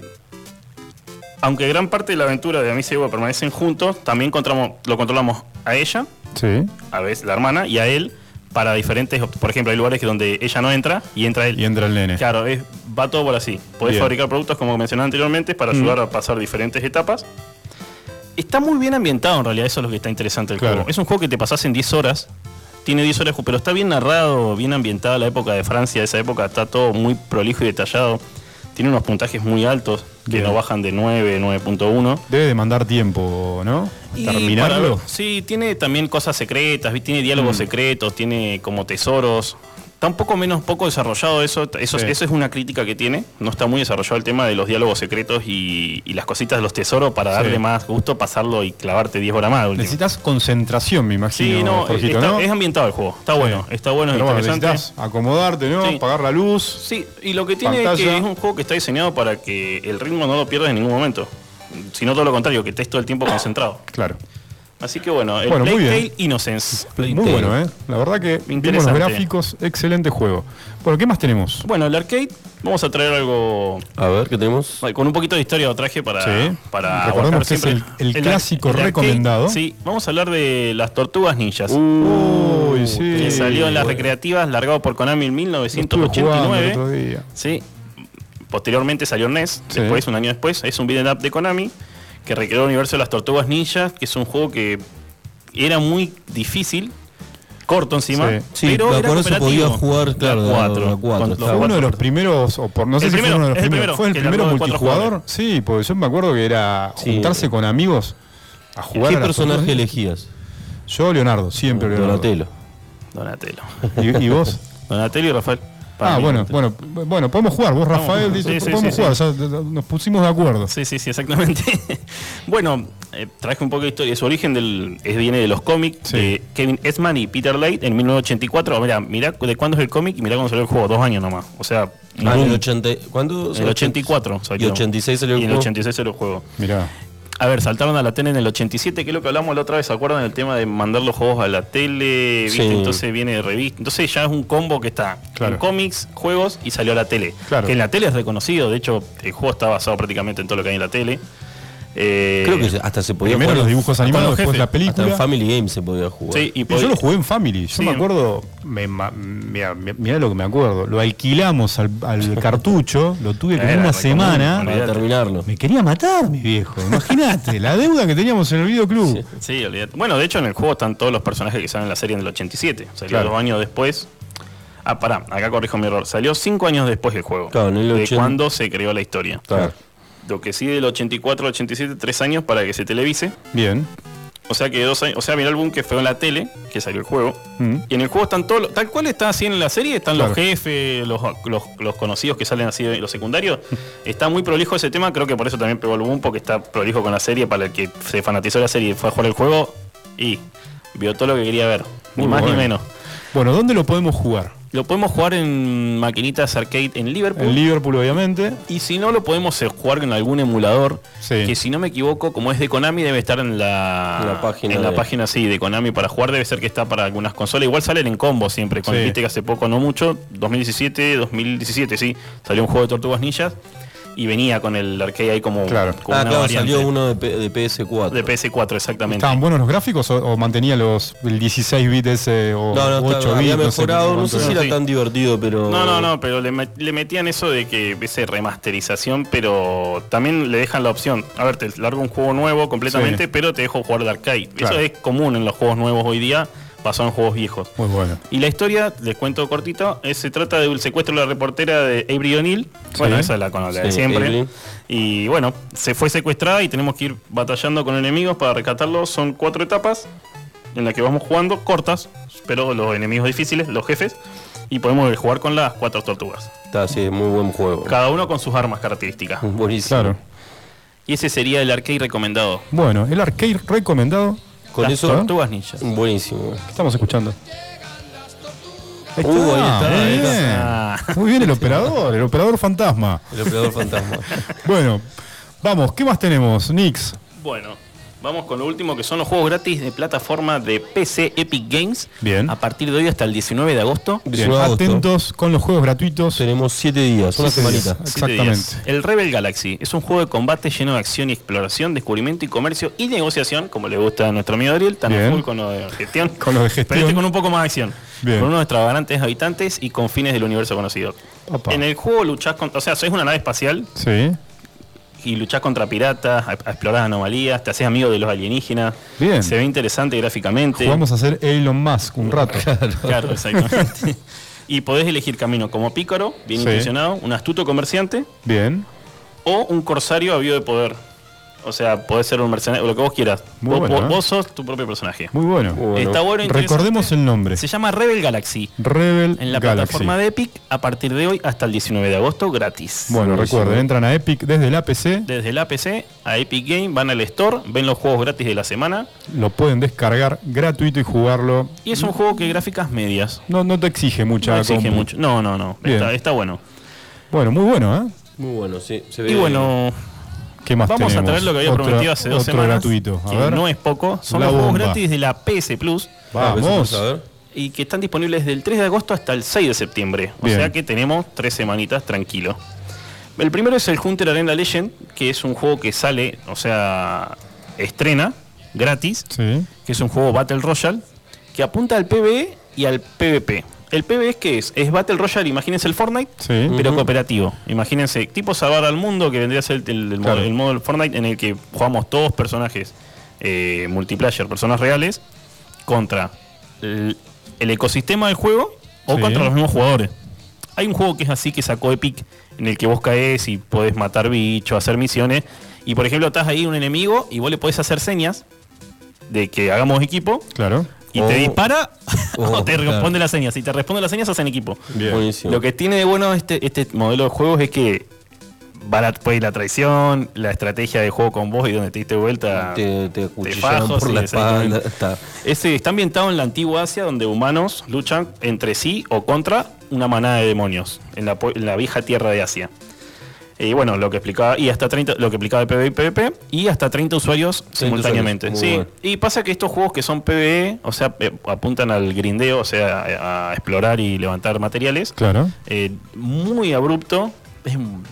E: aunque gran parte de la aventura de Amicia y Eva permanecen juntos, también encontramos, lo controlamos a ella,
A: Sí.
E: a veces la hermana, y a él para diferentes. op- Por ejemplo, hay lugares que donde ella no entra y entra él.
A: Y entra el nene.
E: Claro, es, va todo por así. Podés
A: Bien.
E: fabricar productos, como mencionaba anteriormente, para ayudar a pasar diferentes etapas. Está muy bien ambientado, en realidad, eso es lo que está interesante del
A: Claro.
E: juego. Es un juego que te pasás en 10 horas. Tiene 10 horas, pero está bien narrado, bien ambientada la época de Francia. Esa época está todo muy prolijo y detallado. Tiene unos puntajes muy altos que
A: Bien.
E: no bajan de 9, 9.1.
A: Debe demandar tiempo, ¿no?
E: Y
A: Terminarlo. Mm.
E: para- sí, tiene también cosas secretas, ¿viste? tiene diálogos secretos, tiene como tesoros. Está un poco menos poco desarrollado eso, t- eso, es-
A: Sí.
E: eso es una crítica que tiene. No está muy desarrollado el tema de los diálogos secretos y, y las cositas de los tesoros para darle
A: Sí.
E: más gusto, pasarlo y clavarte 10 horas más. de última.
A: Necesitas concentración, me imagino.
E: Sí, no,
A: Jorgito,
E: está-
A: ¿no?
E: es ambientado el juego. Está bueno, está bueno, es
A: Pero bueno,
E: interesante.
A: necesitas acomodarte, ¿no?
E: Sí.
A: Apagar la luz.
E: Sí, y lo que tiene es
A: Pantalla.
E: que es un juego que está diseñado para que el ritmo no lo pierdas en ningún momento. Sino todo lo contrario, que estés todo el tiempo concentrado.
A: Claro.
E: Así que bueno, el
A: Ah. Bueno, muy
E: Plague
A: bien.
E: Tale Innocence.
A: Muy bueno, ¿eh? La verdad que vimos los
E: Interesante.
A: gráficos, excelente juego. Bueno, ¿qué más tenemos?
E: Bueno, el arcade, vamos a traer algo
C: A ver, ¿qué tenemos?
E: con un poquito de historia lo traje para,
A: Sí.
E: para
A: Recordemos
E: abarcar
A: que es
E: siempre.
A: el- el
E: ar-
A: clásico
E: arcade,
A: recomendado.
E: sí, vamos a hablar de las tortugas ninjas.
A: Uy, sí.
E: que Uh, salió en las
A: Lo
E: recreativas, largado por Konami en
A: estuve jugando el
E: 1989.
A: otro día.
E: Sí. Posteriormente salió NES,
A: Sí.
E: después, un año después, es un beat'em up de Konami que recreó el universo de las tortugas ninjas, que es un juego que era muy difícil, corto encima,
A: Sí.
C: Sí,
E: pero
C: pero
E: era
C: con eso
E: cooperativo.
C: podía jugar,
E: De a
C: claro, de a-
E: cuatro.
C: de a cuatro,
E: Con-
C: estaba
A: Fue
E: los
A: uno de
E: cuatro.
A: los primeros, o por no sé
E: El
A: si
E: primero,
A: fue uno de los
E: es el
A: primeros.
E: primero,
A: ¿Fue el
E: que largó
A: primero
E: de cuatro
A: multijugador?
E: jugadores.
A: Sí, porque yo me acuerdo que era
C: Sí.
A: juntarse con amigos a jugar.
C: ¿Qué
A: a las
C: personaje
A: tortugas.
C: elegías?
A: Yo, Leonardo, siempre Leonardo.
C: Donatello.
E: Ah, Donatello.
A: ¿Y, y vos?
E: Donatello y Rafael. Para
A: ah,
E: mí.
A: bueno, bueno, bueno, podemos jugar. Vos, Rafael,
E: sí,
A: dices,
E: sí,
A: podemos
E: sí,
A: jugar. ya, ya, nos pusimos de acuerdo.
E: Sí, sí, sí, exactamente. bueno, eh, traje un poco de historia. Su origen del, es, viene de los cómics
A: Sí.
E: de Kevin Eastman y Peter Light en 1984. Mirá, mirá de cuándo es el cómic y mirá cuándo salió el juego, dos años nomás. O sea,
C: Ah, en
E: boom.
C: el 80, ¿Cuándo?
E: En el 84
C: Y
E: salió.
C: 86 salió el
E: Y en el
C: juego.
E: 86 salió el juego.
A: Mirá.
E: A ver, saltaron a la tele en el 87, que es lo que hablamos la otra vez, ¿se acuerdan del tema de mandar los juegos a la tele? ¿viste?
C: Sí.
E: Entonces viene de revista. Entonces ya es un combo que está
A: Claro.
E: en cómics, juegos y salió a la tele.
A: Claro.
E: Que en la tele es reconocido, de hecho el juego está basado prácticamente en todo lo que hay en la tele. Eh,
C: Creo que hasta se podía
A: Primero
C: jugar
A: los
C: en-
A: dibujos
E: hasta
A: animados,
E: los
A: después
E: jefes,
A: la
C: Hasta en
A: película.
C: Family Game se podía jugar.
E: Sí, y
A: Y yo
E: podía-
A: lo jugué en Family. Yo
E: Sí.
A: me acuerdo, me, ma- mira, mira lo que me acuerdo. Lo alquilamos al, al cartucho, lo tuve como
E: Era
A: una
E: re
A: semana.
E: común,
C: Para
E: olvidate.
C: terminarlo.
A: Me quería matar, mi viejo. Imagínate, la deuda que teníamos en el videoclub.
E: Sí, olvídate. Bueno, de hecho en el juego están todos los personajes que salen en la serie en el 87. Salió
A: Claro.
E: dos años después. Ah, pará, acá corrijo mi error. Salió cinco años después del juego.
C: Claro, en el
E: de
C: 80.
E: cuando se creó la historia.
C: Claro.
E: Lo que sí del 84 al 87, tres años para que se televise.
A: Bien.
E: O sea que dos años, o sea, mirá el boom que fue en la tele, que salió el juego.
A: Mm.
E: Y en el juego están todos, los- tal cual está así en la serie, están los
A: Claro.
E: jefes, los, los, los conocidos que salen así, de- los secundarios. está muy prolijo ese tema, creo que por eso también pegó el boom, porque está prolijo con la serie, para el que se fanatizó la serie y fue a jugar el juego y vio todo lo que quería ver, ni
A: Muy
E: más
A: bueno.
E: ni menos.
A: Bueno, ¿dónde lo podemos jugar?
E: Lo podemos jugar en maquinitas arcade en Liverpool.
A: En Liverpool, obviamente.
E: Y si no, lo podemos eh, jugar en algún emulador.
A: Sí.
E: Que si no me equivoco, como es de Konami, debe estar en la,
C: En la página
E: en la
C: de-
E: página, sí, de Konami para jugar. Debe ser que está para algunas consolas. Igual salen en combo siempre. Con
A: Sí.
E: viste que hace poco, no mucho, 2017, 2017, sí. Salió un juego de Tortugas Ninjas. Y venía con el arcade ahí como,
A: Claro.
E: como
C: ah,
E: una
C: claro,
E: variante
C: salió uno de, P- de PS4.
E: de PS4, exactamente.
A: ¿Estaban buenos los gráficos o, o mantenía los el 16 bits ese o
C: no, no,
A: 8
C: está,
A: bits?
C: había mejorado. No
A: cuánto
C: sé, si
A: era.
C: era
E: Sí.
C: tan divertido, pero.
E: No, no, no, pero le, met- le metían eso de que ese remasterización, pero también le dejan la opción. A ver, te largo un juego nuevo completamente,
A: Sí.
E: pero te dejo jugar de arcade.
A: Claro.
E: Eso es común en los juegos nuevos hoy día, basado en juegos viejos.
A: Muy bueno.
E: Y la historia, les cuento cortito, es- se trata del secuestro de la reportera de Avery O'Neill. Bueno,
A: Sí.
E: esa es la, con la de
C: Sí,
E: siempre.
C: Avery.
E: Y bueno, se fue secuestrada y tenemos que ir batallando con enemigos para rescatarlos. Son cuatro etapas en las que vamos jugando, cortas, pero los enemigos difíciles, los jefes. Y podemos jugar con las cuatro tortugas.
C: Está, sí, es muy buen juego.
E: Cada uno con sus armas características.
C: Mm. Buenísimo.
A: Claro.
E: Y ese sería el arcade recomendado.
A: Bueno, el arcade recomendado
C: Con
E: las
C: eso.
E: tortugas ninjas.
C: Buenísimo.
A: que estamos escuchando. Ahí está,
C: Uh, ahí está,
A: muy
C: ahí
A: bien.
E: está.
A: Muy bien el operador, el operador fantasma.
C: El operador fantasma.
A: Bueno, vamos, ¿qué más tenemos, Nix?
E: Bueno, Vamos con lo último que son los juegos gratis de plataforma de PC Epic Games.
A: Bien.
E: A partir de hoy hasta el 19 de agosto.
A: Bien,
C: 19 de agosto.
A: Atentos con los juegos gratuitos.
C: Tenemos siete días, una
A: Siete días.
C: semanita.
E: Siete
A: Exactamente.
E: días. El Rebel Galaxy es un juego de combate lleno de acción y exploración, descubrimiento y comercio y negociación, como le gusta a nuestro amigo Ariel, tan a
A: Bien.
E: full con lo de gestión.
A: Con lo de gestión.
E: Pero este con un poco más de acción.
A: Bien.
E: Con unos extravagantes habitantes y con fines del universo conocido.
A: Opa.
E: En el juego luchás contra. O sea, sois una nave espacial
A: Sí.
E: y luchás contra piratas, a, a explorar anomalías, te haces amigo de los alienígenas.
A: Bien.
E: Se ve interesante gráficamente.
A: Vamos a hacer Elon Musk un rato.
E: Claro, exactamente. y podés elegir camino como pícaro, bien
A: Sí.
E: intencionado, un astuto comerciante
A: Bien.
E: o un corsario avivo de poder. O sea, podés ser un mercenario, lo que vos quieras.
A: Muy
E: vos,
A: bueno,
E: vos-
A: ¿eh?
E: vos sos tu propio personaje.
A: Muy bueno.
C: bueno.
E: Está bueno, interesante.
A: Recordemos el nombre.
E: Se llama Rebel Galaxy.
A: Rebel
E: En la
A: Galaxy.
E: plataforma de Epic, a partir de hoy hasta el 19 de agosto, gratis.
A: Bueno, recuerden, entran a Epic desde la PC,
E: Desde la PC a Epic Game, van al store, ven los juegos gratis de la semana.
A: lo pueden descargar gratuito y jugarlo.
E: Y es un juego que gráficas medias.
A: No, no te exige mucha
E: No exige
A: compu.
E: mucho. No, no, no.
A: Bien.
E: Está, está bueno.
A: Bueno, muy bueno, ¿eh?
C: Muy bueno, sí. Se ve
E: Y bueno,
A: ¿Qué más
E: Vamos
A: tenemos?
E: a traer lo que había
A: Otra-
E: prometido hace dos
A: otro
E: semanas.
A: gratuito. A
E: que
A: ver.
E: no es poco. Son
A: La
E: los juegos
A: bomba.
E: gratis de la PS Plus.
C: Ah, pues,
A: Vamos.
C: a ver.
E: Y que están disponibles desde el 3 de agosto hasta el 6 de septiembre. O
A: Bien.
E: sea que tenemos tres semanitas tranquilo. El primero es el Hunter Arena Legend, que es un juego que sale, o sea, estrena gratis,
A: Sí.
E: que es un juego Battle Royale, que apunta al PvE y al PvP. ¿El PvE es qué es? Es Battle Royale, imagínense el Fortnite,
A: Sí.
E: pero cooperativo. Imagínense, tipo Salvar al Mundo, que vendría a ser el, el- el
A: Claro.
E: modo, el modo del Fortnite en el que jugamos todos personajes eh, multiplayer, personas reales, contra el, el ecosistema del juego o
A: Sí.
E: contra los mismos jugadores. Hay un juego que es así que sacó Epic, en el que vos caes y podés matar bichos, hacer misiones. Y por ejemplo, estás ahí un enemigo y vos le podés hacer señas de que hagamos equipo.
A: Claro.
E: Y
C: Oh.
E: te dispara o
C: Oh,
E: te
C: claro.
E: responde las señas. Si te responde las señas, hacen equipo.
A: Bien.
C: Buenísimo.
E: Lo que tiene de bueno este, este modelo de juegos es que va la, puede ir la traición, la estrategia de juego con vos y donde te diste vuelta.
C: te, te acuchillaron
E: Ah, fajo,
C: por
E: sí,
C: la espalda.
E: exactamente.
C: Está.
E: Ese está ambientado en la antigua Asia, donde humanos luchan entre sí o contra una manada de demonios en la, po- en la vieja tierra de Asia. Y bueno, lo que explicaba, y hasta 30, lo que explicaba de PvE y PvP, y hasta 30 usuarios simultáneamente.
C: usuarios, muy
E: sí.
C: bueno.
E: Y pasa que estos juegos que son PvE, o sea, eh, apuntan al grindeo, o sea, a- a explorar y levantar materiales,
A: Claro.
E: eh, muy abrupto, es un,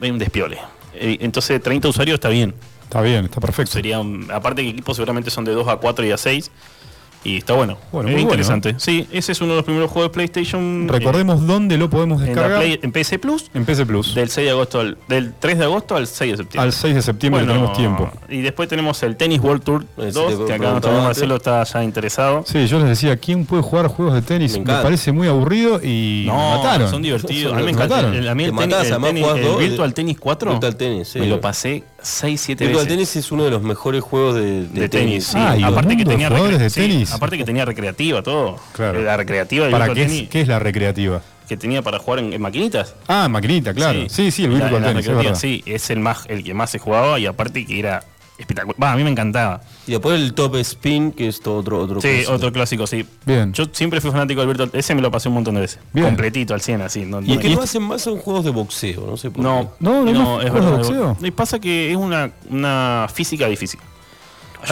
E: es un despiole. Eh, entonces, 30 usuarios está bien.
A: Está bien, está perfecto.
E: Serían, aparte que equipos seguramente son de 2 a 4 y a 6. Y está bueno.
A: Bueno,
E: es
A: muy bueno,
E: interesante. Sí, ese es uno de los primeros juegos de PlayStation. eh,
A: Recordemos dónde lo podemos
E: en, la
A: descargar.
E: Play- en PC Plus.
A: En PC Plus.
E: Del, 6 de agosto al- del 3 de agosto al 6 de septiembre.
A: Al 6 de septiembre
E: Bueno,
A: tenemos tiempo.
E: Y después tenemos el Tennis World Tour
C: Ese te
E: 2, que acá nuestro
C: preguntaba
E: amigo
C: antes.
E: Marcelo está ya interesado.
A: Sí, yo les decía, ¿quién puede jugar juegos de tenis?
C: Me
A: Me,
C: encanta.
A: parece muy aburrido y me mataron.
E: son divertidos.
C: Son-
E: A mí
A: me
E: me encanta.
A: mataron.
E: El, a mí el
C: Te
E: tenis,
C: matás,
E: el,
C: además
E: tenis-
C: jugás
E: el
C: dos,
E: Virtual
C: el-
E: Tennis 4.
C: Virtual Tennis, sí.
E: Me lo pasé 6, 7 veces.
C: Virtual Tennis es uno de los mejores juegos de, de
E: de tenis, sí.
A: Ah, y los
E: aparte que
A: mundos
E: tenía
A: jugadores
E: recre-
A: de
E: sí,
A: tenis.
E: aparte que tenía recreativa todo. Eh,
A: Claro.
E: La recreativa del
A: ¿Para qué
E: virtual
A: es,
E: tenis
A: qué es la recreativa?
E: que tenía para jugar en, en maquinitas.
A: Ah, maquinita, claro. Sí, sí, el
E: La-
A: virtual
E: la
A: tenis, es
E: recreativa,
A: verdad.
E: sí, es el más el que más se jugaba y aparte que era espectacular. Va, a mí me encantaba.
C: Y después el Top Spin, que es todo otro otro.
E: Sí,
C: clásico.
E: otro clásico, sí.
A: Bien.
E: Yo siempre fui fanático del virtual, ese me lo pasé un montón de veces.
A: Bien.
E: Completito al 100 así, no,
C: Y
E: no-
C: que lo hacen más son juegos de boxeo, no sé por
E: No,
A: No, no hay más juegos de boxeo.
E: Y pasa que es una, una física difícil.
C: qué.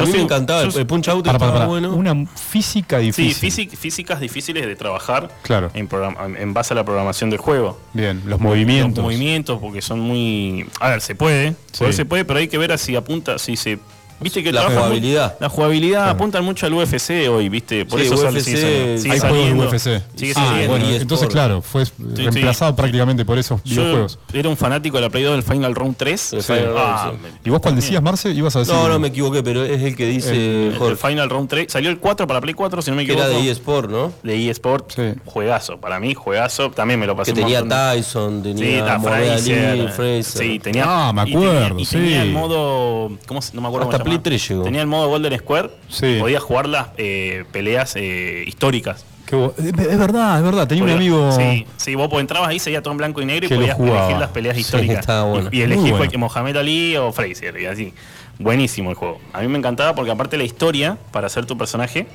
C: A mí me encantaba, el, el Punch Out
A: Para, para,
C: estaba
A: para.
C: bueno.
A: Una física
E: Sí,
A: difícil.
E: físic- físicas difíciles de trabajar
A: Claro.
E: en, programa- en- en base a la programación del juego.
A: Bien, los movimientos.
E: Los movimientos, porque son muy. A ver, se puede. poder se puede, pero hay que ver a si apunta, si se. Viste que
C: La
E: trabajan mu-
C: jugabilidad.
E: La jugabilidad apuntan mucho al UFC hoy, viste. Por
C: Sí,
E: eso sale-
C: UFC,
E: sigue- sigue
A: Hay
E: saliendo.
A: juegos de UFC.
E: Sigue
A: ah,
E: saliendo.
A: bueno,
C: Y
A: entonces
C: eSport.
A: claro, fue reemplazado prácticamente por esos
E: Yo
A: videojuegos.
E: era un fanático de la Play 2 del Final Round 3.
C: El Final
E: Ah,
C: Round, sí.
A: Y vos cuando decías Marce ibas a decir
C: No, no me equivoqué, pero es el que dice
E: el- el
C: Jorge,
E: Final Round 3. Salió el 4 para Play 4, si no me
C: que
E: equivoco.
C: era de E eSport, ¿no?
E: de E eSport.
A: Sí.
E: Juegazo. Para mí, juegazo. También me lo pasé
C: Que
E: un
C: tenía
E: montón de-
C: Tyson,
E: Sí,
C: tenía
E: la
C: Mohamed
E: Fraser.
C: Ali, Fraser.
E: Sí, tenía.
A: Ah, me
E: y tenía-
A: acuerdo,
E: y tenía
A: sí.
E: el modo. ¿Cómo se- No me acuerdo.
C: Hasta
E: cómo
C: Play
E: se llamaba.
C: 3 llegó.
E: Tenía el modo Golden Square.
A: Sí.
E: Podía jugar las eh, peleas eh, históricas.
A: Qué bo- Es es verdad, es verdad. Tenía un
E: Podía-
A: amigo.
E: Sí, sí, vos pues, entrabas ahí, seguía todo en blanco y negro y
A: Que lo
E: podías
A: jugaba.
E: elegir las peleas
C: Sí,
E: históricas.
C: estaba bueno.
E: Y, y elegís
A: Muy bueno.
E: cualquier- Mohamed Ali o Fraser y así. Buenísimo el juego. A mí me encantaba porque, aparte, la historia para hacer tu personaje.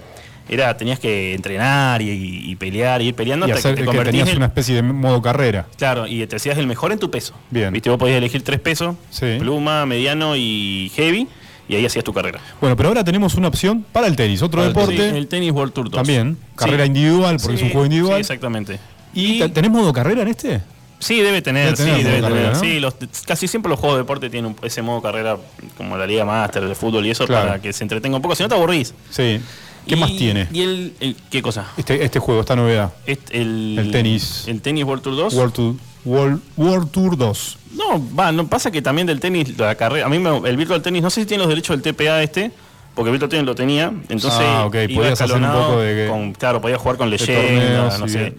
E: Era, tenías que entrenar y, y pelear, y ir peleando
A: Y
E: hasta
A: hacer
E: que te
A: que
E: convertías
A: tenías
E: en-
A: una especie de modo carrera.
E: Claro, y te hacías el mejor en tu peso.
A: Bien.
E: Viste, vos podías elegir tres pesos,
A: Sí.
E: pluma, mediano y heavy. y ahí hacías tu carrera.
A: Bueno, pero ahora tenemos una opción para el tenis, otro
C: Para el
A: deporte.
C: tenis.
F: El tenis World Tour 2.
A: También, carrera
E: Sí.
A: individual, porque es un
E: Sí,
A: juego individual.
E: Sí, exactamente.
A: ¿Y
E: Y
A: te- tenés modo carrera en este?
E: sí, debe tener,
A: Debe tener
E: sí,
A: modo
E: debe tener.
A: carrera, ¿no?
E: Sí, los- casi siempre los juegos de deporte tienen un- ese modo carrera, como la Liga Master, el fútbol y eso,
A: Claro.
E: para que se entretenga un poco, si no te aburrís.
A: Sí. ¿Qué
E: Y-
A: más tiene
E: ¿Y el, el- qué cosa?
A: este, este juego, esta novedad?
E: Este, el,
A: El tenis.
E: El tenis World Tour 2.
A: World Tour, World, World Tour 2.
E: No, va, no pasa que también del tenis, la carrera. A mí me- el Virtual Tenis, no sé si tiene los derechos del TPA este, porque el Virtual Tenis lo tenía. Entonces,
A: Ah, ok,
E: iba
A: podías hacer un
E: escalonado
A: poco de que-
E: con- claro, podías jugar con
A: torneos
E: leyendas, no
A: y
E: sé.
A: bien.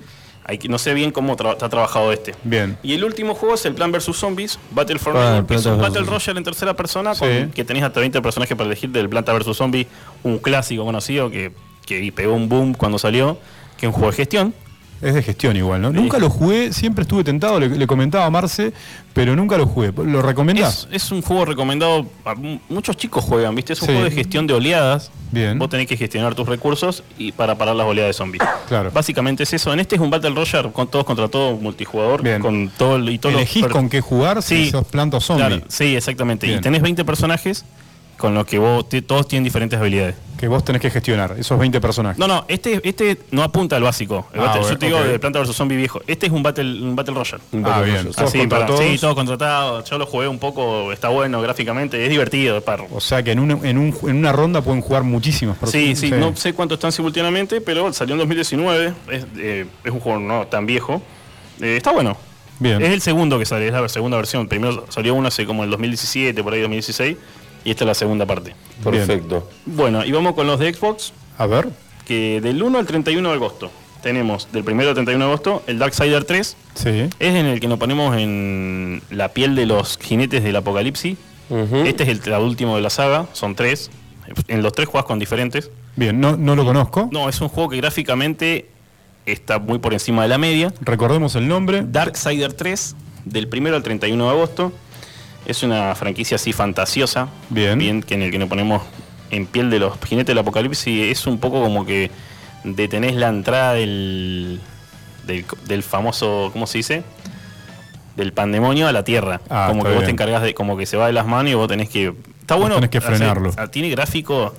E: Hay que- no sé bien cómo tra- está trabajado este.
A: Bien.
E: Y el último juego es el Plan vs. Zombies, Battle for
C: Ah,
E: Honor,
C: el
E: que es
C: Planta
E: un
C: versus
E: Battle
C: Zombies.
E: Royale en tercera persona,
A: Sí.
E: con- que tenés hasta 20 personajes para elegir del Planta vs. Zombie, un clásico conocido que, que pegó un boom cuando salió, que es un juego de gestión.
A: Es de gestión igual, ¿no?
E: Sí.
A: Nunca lo jugué, siempre estuve tentado, le, le comentaba a Marce, pero nunca lo jugué. ¿Lo recomendás?
E: Es, es un juego recomendado, a mu- muchos chicos juegan, ¿viste? Es un
A: Sí.
E: juego de gestión de oleadas.
A: Bien.
E: Vos tenés que gestionar tus recursos y para parar las oleadas de zombies.
A: Claro.
E: Básicamente es eso. En este es un Battle Royale con todos contra todos, multijugador,
A: Bien.
E: con todo el- y todos los
A: Elegís
E: per-
A: con qué jugar si
E: Sí.
A: sos planta o zombie.
E: Claro, sí, exactamente.
A: Bien.
E: Y tenés 20 personajes con los que vos te- todos tienen diferentes habilidades.
A: Que vos tenés que gestionar, esos 20 personajes.
E: No, no, este, este no apunta al básico. El
A: Ah,
E: battle-
A: bueno,
E: yo te digo
A: ok.
E: de Planta vs Zombie viejo. Este es un Battle, un battle Royale.
A: ah, bien. Todos
E: Así,
A: contra
E: para,
A: todos.
E: Sí, todo contratado. Yo lo jugué un poco, está bueno gráficamente, es divertido, es parro.
A: O sea que en, un, en, un- en una ronda pueden jugar muchísimas
E: Sí,
A: personas.
E: sí, no sé cuánto están simultáneamente, pero salió en 2019, es, eh, es un juego no tan viejo. Eh, está bueno.
A: Bien.
E: Es el segundo que sale, es la segunda versión. Primero salió uno hace como el 2017, por ahí 2016, y esta es la segunda parte.
C: Perfecto.
E: Bueno, y vamos con los de Xbox,
A: A ver,
E: que del 1 al 31 de agosto tenemos del 1 al 31 de agosto el Darksider 3,
A: sí.
E: es en el que nos ponemos en la piel de los jinetes del apocalipsis.
C: Ujú.
E: Este es el, la último de la saga, son tres. En los tres juegas con diferentes.
A: Bien, no, no lo conozco.
E: No, es un juego que gráficamente está muy por encima de la media.
A: Recordemos el nombre.
E: Darksider 3, del 1 al 31 de agosto. Es una franquicia así fantasiosa.
A: Bien.
E: que en el que nos ponemos en piel de los jinetes del apocalipsis. Es un poco como que detenés la entrada del, del, del famoso, ¿cómo se dice? Del pandemonio a la tierra.
A: Ah,
E: como
A: está
E: que vos te
A: bien.
E: encargas de, como que se va de las manos y vos tenés que. Está
A: Vos
E: bueno.
A: tenés que
E: hacer-
A: frenarlo.
E: tiene gráfico,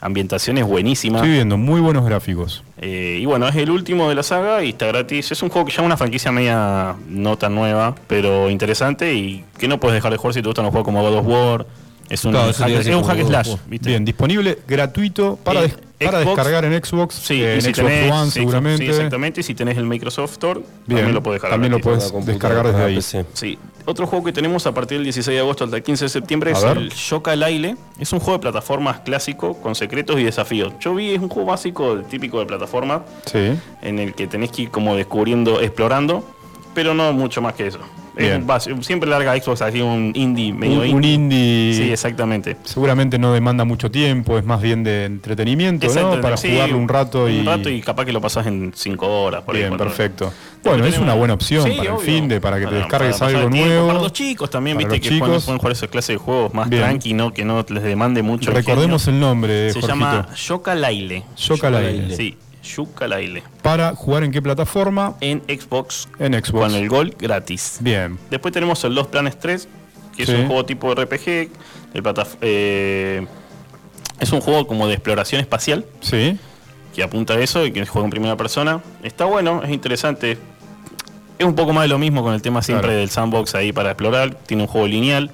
E: ambientaciones buenísimas.
A: Estoy viendo muy buenos gráficos.
E: Eh, y bueno, es el último de la saga y está gratis. Es un juego que ya es una franquicia media no tan nueva, pero interesante y que no puedes dejar de jugar si te gustan los juegos como God of War. Es un
C: Claro, eso te
E: hack,
C: iba a
E: es
C: decir,
E: un
C: como
E: hack
C: God of
E: slash,
C: War.
E: ¿viste?
A: Bien, disponible gratuito para,
E: Eh,
A: des- para
E: Xbox.
A: descargar en Xbox,
E: Sí,
A: eh,
E: y
A: en
E: si
A: Xbox
E: tenés-
A: One
E: sí,
A: seguramente.
E: sí, exactamente. Y si tenés el Microsoft Store,
A: Bien,
E: también lo puedes dejar.
A: también lo
E: gratis.
A: podés descargar desde ahí.
E: Sí. Otro juego que tenemos a partir del 16 de agosto hasta el 15 de septiembre
A: A
E: es
A: ver.
E: el Shoka Laile. Es un juego de plataformas clásico con secretos y desafíos. Yo vi, es un juego básico, típico de plataforma
A: Sí.
E: en el que tenés que ir como descubriendo, explorando, pero no mucho más que eso. Es
A: Bien.
E: un base- siempre larga Xbox así un indie medio
A: un,
E: indie.
A: un indie.
E: Sí, exactamente.
A: Seguramente no demanda mucho tiempo, es más bien de entretenimiento,
E: Es
A: ¿no?
E: entreten-
A: Para
E: sí,
A: jugarlo un rato y.
E: Un rato y capaz que lo pasás en 5 horas. Por ahí,
A: Bien,
E: cuatro horas.
A: perfecto. Bueno, es
E: tenemos-
A: una buena opción
E: Sí,
A: para el
E: obvio.
A: fin de, para que te
E: Para-
A: descargues
E: para pasar
A: algo
E: el tiempo,
A: nuevo.
E: Para los chicos también,
A: Para
E: viste
A: los
E: que pueden,
A: chicos.
E: pueden jugar esas clases de juegos más
A: Bien.
E: tranqui, no, que no les demande mucho. el
A: Recordemos
E: genio.
A: el nombre,
E: Se
A: Jorgito.
E: llama Yoka Laile.
A: Yoka Laile.
E: Sí, Yoka Laile.
A: Para jugar en qué plataforma?
E: En Xbox,
A: En Xbox.
E: con el gol gratis.
A: Bien.
E: Después tenemos el Los Planes 3, que
A: Sí.
E: es un juego tipo RPG. de plataf- eh, es un juego como de exploración espacial,
A: Sí.
E: que apunta a eso y que juega en primera persona. Está bueno, es interesante. Es un poco más de lo mismo con el tema siempre
A: Claro.
E: del sandbox ahí para explorar. Tiene un juego lineal.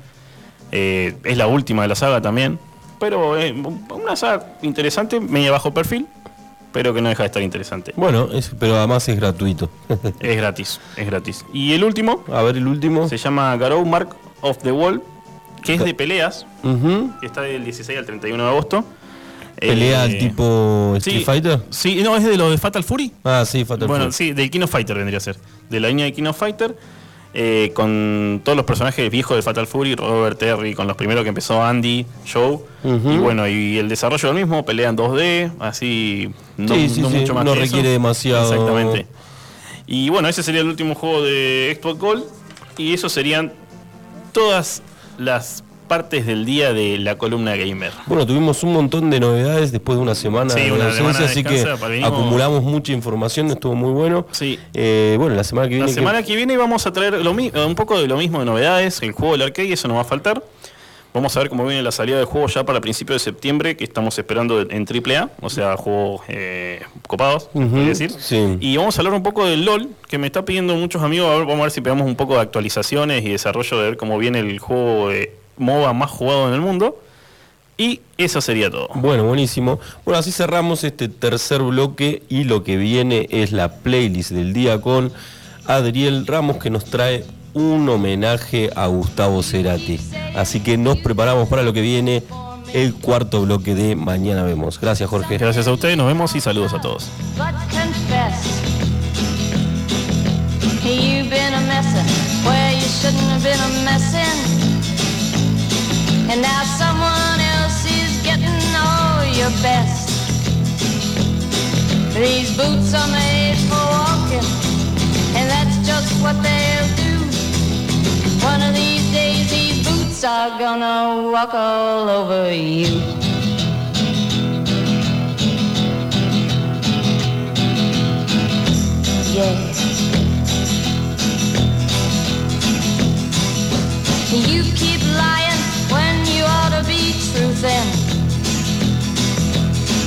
E: eh, es la última de la saga también. Pero es una saga interesante, media bajo perfil, pero que no deja de estar interesante.
C: Bueno, es- pero además es gratuito.
E: Es gratis, es gratis. Y el último,
C: A ver el último.
E: Se llama Garou Mark of the Wall, que es de peleas.
C: Ujú.
E: que Está del 16 al 31 de agosto.
C: Pelea
E: Eh,
C: al tipo Street
E: sí,
C: Fighter.
E: Sí, no, es de los de Fatal Fury.
C: Ah, sí, Fatal
E: bueno,
C: Fury.
E: sí, del Kino Fighter vendría a ser. De la línea de Kino Fighter. eh, con todos los personajes viejos de Fatal Fury, Robert Terry, con los primeros que empezó Andy, Joe.
C: Ujú.
E: Y bueno, y el desarrollo del mismo, pelea en 2D, así. No,
C: Sí, sí,
E: no
C: sí,
E: mucho más
C: no
E: que eso.
C: requiere demasiado.
E: Exactamente. Y bueno, ese sería el último juego de Xbox Gold. Y eso serían todas las partes del día de la columna gamer.
C: Bueno, tuvimos un montón de novedades después de una semana
E: Sí,
C: de
E: una
C: ausencia,
E: semana de
C: así que
E: descanso, para- venimos-
C: acumulamos mucha información, estuvo muy bueno.
E: Sí.
C: Eh, bueno, la semana que
E: La
C: viene. que-
E: semana que viene vamos a traer lo mi- un poco de lo mismo de novedades, el juego del arcade, eso no va a faltar. Vamos a ver cómo viene la salida del juego ya para principios de septiembre, que estamos esperando en AAA, o sea, juegos eh, copados,
C: Ujú,
E: podría decir.
C: sí.
E: Y vamos a hablar un poco del LOL, que me está pidiendo muchos amigos. A ver, vamos a ver si pegamos un poco de actualizaciones y desarrollo de ver cómo viene el juego eh, MOBA más jugado en el mundo. Y eso sería todo.
C: Bueno, buenísimo. Bueno, así cerramos este tercer bloque y lo que viene es la playlist del día con Adriel Ramos que nos trae un homenaje a Gustavo Cerati. Así que nos preparamos para lo que viene el cuarto bloque de Mañana Vemos. Gracias, Jorge.
E: Gracias a ustedes, nos vemos y saludos a todos.
G: but confess you've been a messin' where you shouldn't have been a messin', and now someone else is getting all your best. These boots are made for walking, and that's just what they'll do. One of these days, these boots are gonna walk all over you. yeah. You keep lying when you ought to be truthing.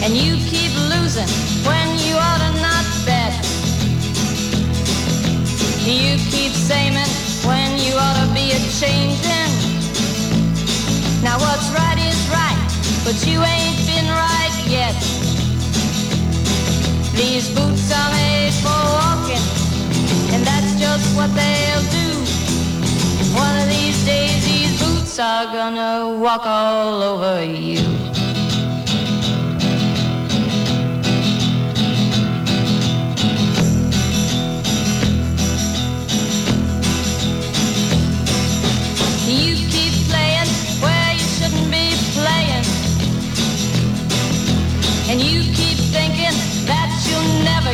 G: And you keep losing when you ought to not bet. You keep saying when you ought to be a changing. Now what's right is right, but you ain't been right yet. These boots are made for walking, and that's just what they'll do. One of these days, these boots are gonna walk all over you. You keep playing where you shouldn't be playing. And you keep thinking that you'll never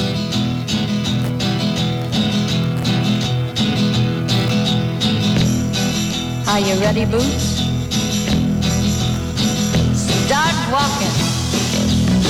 G: Are you ready, Boots? Start walking.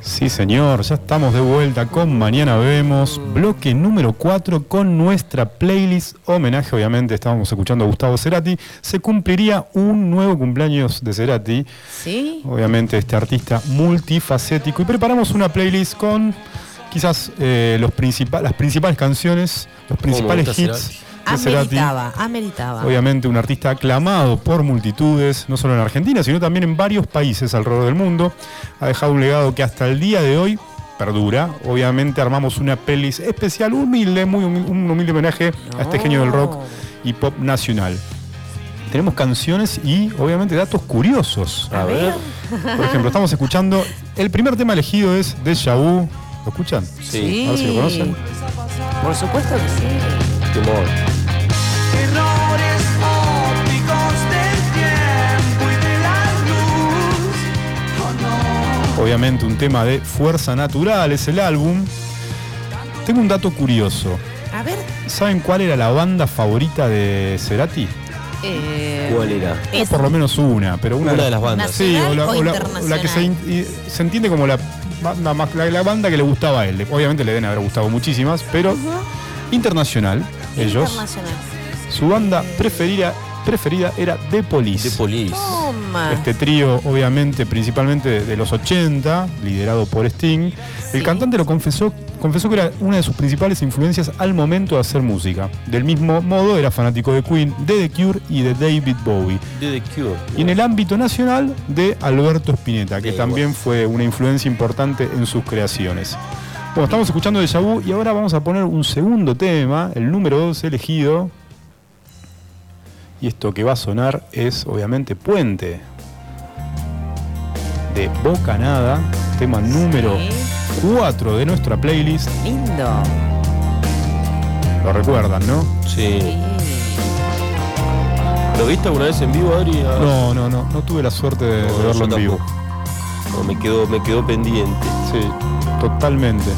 A: Sí, señor, ya estamos de vuelta con Mañana Vemos, bloque número 4 con nuestra playlist homenaje, obviamente estábamos escuchando a Gustavo Cerati, se cumpliría un nuevo cumpleaños de Cerati,
B: Sí.
A: obviamente este artista multifacético, y preparamos una playlist con quizás eh, los principa- las principales canciones, los principales
C: gusta
A: hits de Cerati.
B: Ameritaba, ameritaba.
A: Obviamente un artista aclamado por multitudes, no solo en Argentina, sino también en varios países alrededor del mundo. Ha dejado un legado que hasta el día de hoy perdura. Obviamente armamos una pelis especial, humilde, muy humilde, un humilde homenaje a este genio del rock y pop nacional. Tenemos canciones y obviamente datos curiosos.
C: A ver.
A: Por ejemplo, estamos escuchando, el primer tema elegido es Deja Vu. ¿Lo escuchan?
C: Sí,
A: a ver si lo conocen.
B: Por supuesto que sí.
C: temor.
H: Errores ópticos del tiempo y de la luz. Oh no.
A: Obviamente un tema de fuerza natural es el álbum. Tengo un dato curioso.
B: A ver.
A: ¿Saben cuál era la banda favorita de Cerati?
B: eh,
C: ¿Cuál era?
B: es
A: Por lo menos una, pero una,
C: Una de las bandas.
A: Sí, o la,
B: ¿Nacional
A: o la-
B: o
A: o la que se, in- y- se entiende como la banda, más, la, la banda que le gustaba a él. Obviamente le deben haber gustado muchísimas, pero internacional, ellos.
B: internacional.
A: Su banda preferida, preferida era The Police.
C: De Police.
B: Toma.
A: Este trío, obviamente, principalmente de, de los 80, liderado por Sting. El
B: Sí.
A: cantante lo confesó, confesó que era una de sus principales influencias al momento de hacer música. Del mismo modo, era fanático de Queen, de The Cure y de David Bowie.
C: De The Cure.
A: Y en el ámbito nacional, de Alberto Spinetta, que
C: Sí,
A: también fue una influencia importante en sus creaciones. Bueno, estamos escuchando de Vu y ahora vamos a poner un segundo tema, el número 2 elegido. Y esto que va a sonar es obviamente Puente de Bocanada, tema número
B: Sí.
A: 4 de nuestra playlist.
B: Lindo.
A: Lo recuerdan, ¿no?
C: Sí. ¿Lo viste alguna vez en vivo, Adri? Ah,
A: No, no, no, no tuve la suerte de, de
C: no,
A: verlo
C: yo
A: en vivo.
C: tampoco. No, me quedó, me quedó pendiente.
A: Sí, totalmente.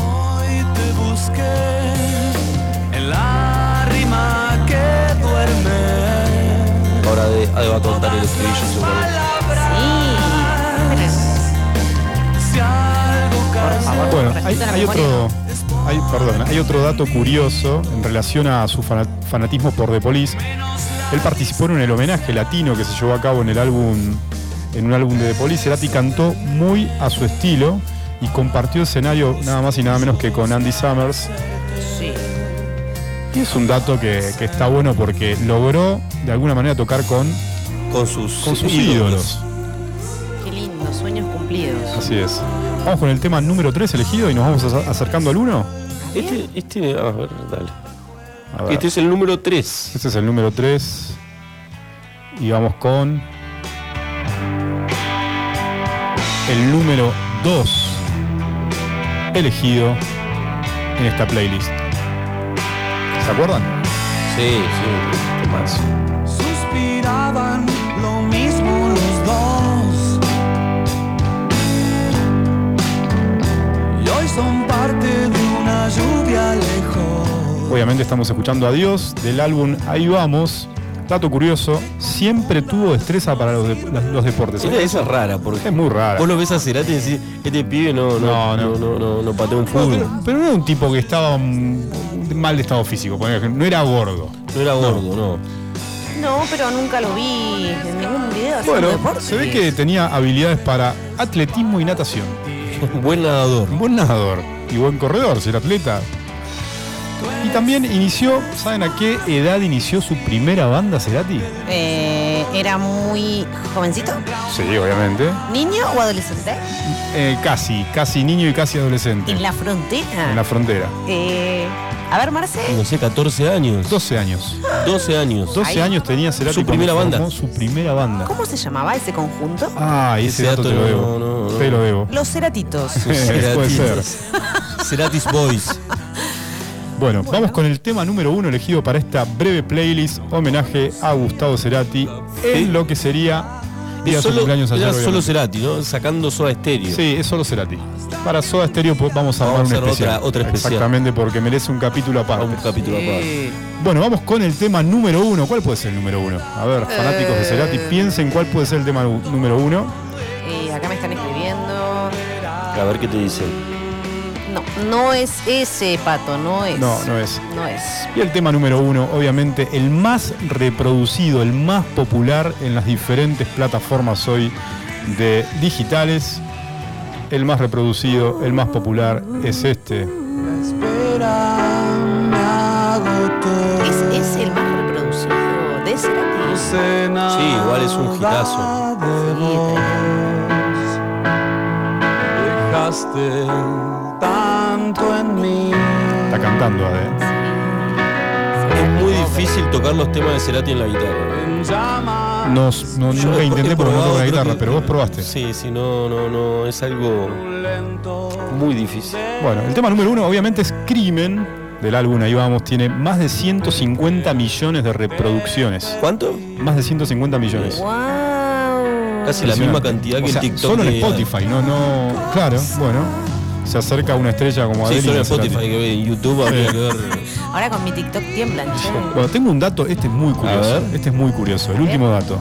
H: Hoy te busqué en la rima que duerme.
C: Ahora de, Ade va a contar el estribillo seguramente.
B: Sí.
H: Si algo cae
A: Bueno, hay,
B: Refresca la
A: hay
B: memoria.
A: otro, hay, perdón, hay otro dato curioso en relación a su fana- fanatismo por The Police. Él participó en el homenaje latino que se llevó a cabo en el álbum, en un álbum de The Police. Cerati cantó muy a su estilo y compartió escenario nada más y nada menos que con Andy Summers.
B: Sí.
A: Y es un dato que, que está bueno porque logró de alguna manera tocar con,
C: Con sus,
A: con sus ídolos.
B: Qué lindo. Sueños cumplidos.
A: Así es. Vamos con el tema número 3 elegido y nos vamos acer- acercando al 1.
C: Este, este, a ver, dale. Este es el número 3.
A: Este es el número 3. Y vamos con. El número 2. Elegido en esta playlist. ¿Se acuerdan?
C: Sí, sí. Este más.
H: Suspiraban lo mismo los dos. Y hoy son parte de una lluvia lejos.
A: Obviamente estamos escuchando Adiós del álbum Ahí Vamos. Dato curioso, siempre tuvo destreza para los, de- las- los deportes.
C: Esa, esa Este es rara,
A: Es
C: porque
A: muy rara.
C: vos lo ves a Cerati y decís, este pibe no,
A: No,
C: no,
A: no.
C: no, no, no, no patea un
A: No,
C: fútbol.
A: pero, pero no era un tipo que estaba mm, mal de estado físico, por ejemplo. No era gordo.
C: No era gordo, no.
B: No, pero nunca lo vi en ningún video. haciendo
A: Bueno,
B: deporte.
A: se ve que tenía habilidades para atletismo y natación.
C: Buen nadador.
A: Buen nadador y buen corredor, ser atleta. Y también inició, ¿saben a qué edad inició su primera banda, Cerati?
B: Eh, era muy jovencito.
A: Sí, obviamente.
B: ¿Niño o adolescente?
A: Eh, casi, casi niño y casi adolescente.
B: En la frontera.
A: En la frontera.
B: Eh, a ver, Marce.
C: No sé, 14 años.
A: 12 años.
C: 12 años.
A: 12
B: Ahí.
A: años tenía Cerati.
C: Su
A: cuando
C: primera
A: formó
C: banda.
A: Su primera banda.
B: ¿Cómo se llamaba ese conjunto?
A: Ah, y ese,
C: Ese
A: dato,
C: dato
A: te lo
C: no,
A: debo.
C: no, no.
A: Te lo debo.
B: Los Ceratitos.
A: Puede ser.
C: Ceratis Boys.
A: Bueno, vamos con el tema número uno elegido para esta breve playlist homenaje a Gustavo Cerati en lo que sería día de
C: Es
A: su
C: solo,
A: cumpleaños ayer.
C: era solo
A: obviamente.
C: Cerati, ¿no? Sacando Soda Estéreo.
A: Sí, es solo Cerati. Para Soda Stereo po- vamos a armar
C: Vamos a
A: un
C: hacer
A: especial.
C: otra- otra especial.
A: Exactamente, porque merece un capítulo aparte.
C: Un capítulo aparte.
A: Bueno, vamos con el tema número uno. ¿Cuál puede ser el número uno? A ver, fanáticos de Cerati, piensen cuál puede ser el tema nu- número uno.
B: Eh, acá me están escribiendo.
C: A ver qué te dicen.
B: No, no es ese pato, no es.
A: No, no es.
B: No es.
A: Y el tema número uno, obviamente, el más reproducido, el más popular en las diferentes plataformas hoy de digitales. El más reproducido, el más popular es este.
H: Espera, me agotó.
B: Es, es el más reproducido de Cerati.
C: Sí, igual es un eh. hitazo.
H: de vos. Dejaste tanto en mí.
A: Está cantando, eh. Ade.
C: Es muy difícil tocar los temas de Cerati en la guitarra.
H: En llamas.
A: No, no,
C: Yo
A: nunca
C: he-
A: intenté
C: he
A: porque no
C: probado,
A: toco la
C: creo
A: guitarra,
C: que-
A: pero vos probaste.
C: Sí, sí, no, no, no. Es algo
H: Lento.
C: muy difícil.
A: Bueno, el tema número uno, obviamente, es Crimen del álbum Ahí Vamos. Tiene más de 150 millones de reproducciones.
C: ¿Cuánto?
A: Más de 150 millones.
B: ¡Wow!
C: Casi la misma cantidad que
A: O sea,
C: el TikTok.
A: Solo en
C: de-
A: Spotify, no, no. Claro, bueno. Se acerca una estrella como
C: Sí,
A: Adele y
C: solo en
A: no se la
C: Spotify, que ve en YouTube habría que ver.
B: Ahora con mi TikTok tiemblan.
A: tira. Bueno, tengo un dato, este es muy curioso.
C: ver.
A: Este es muy curioso, el último dato.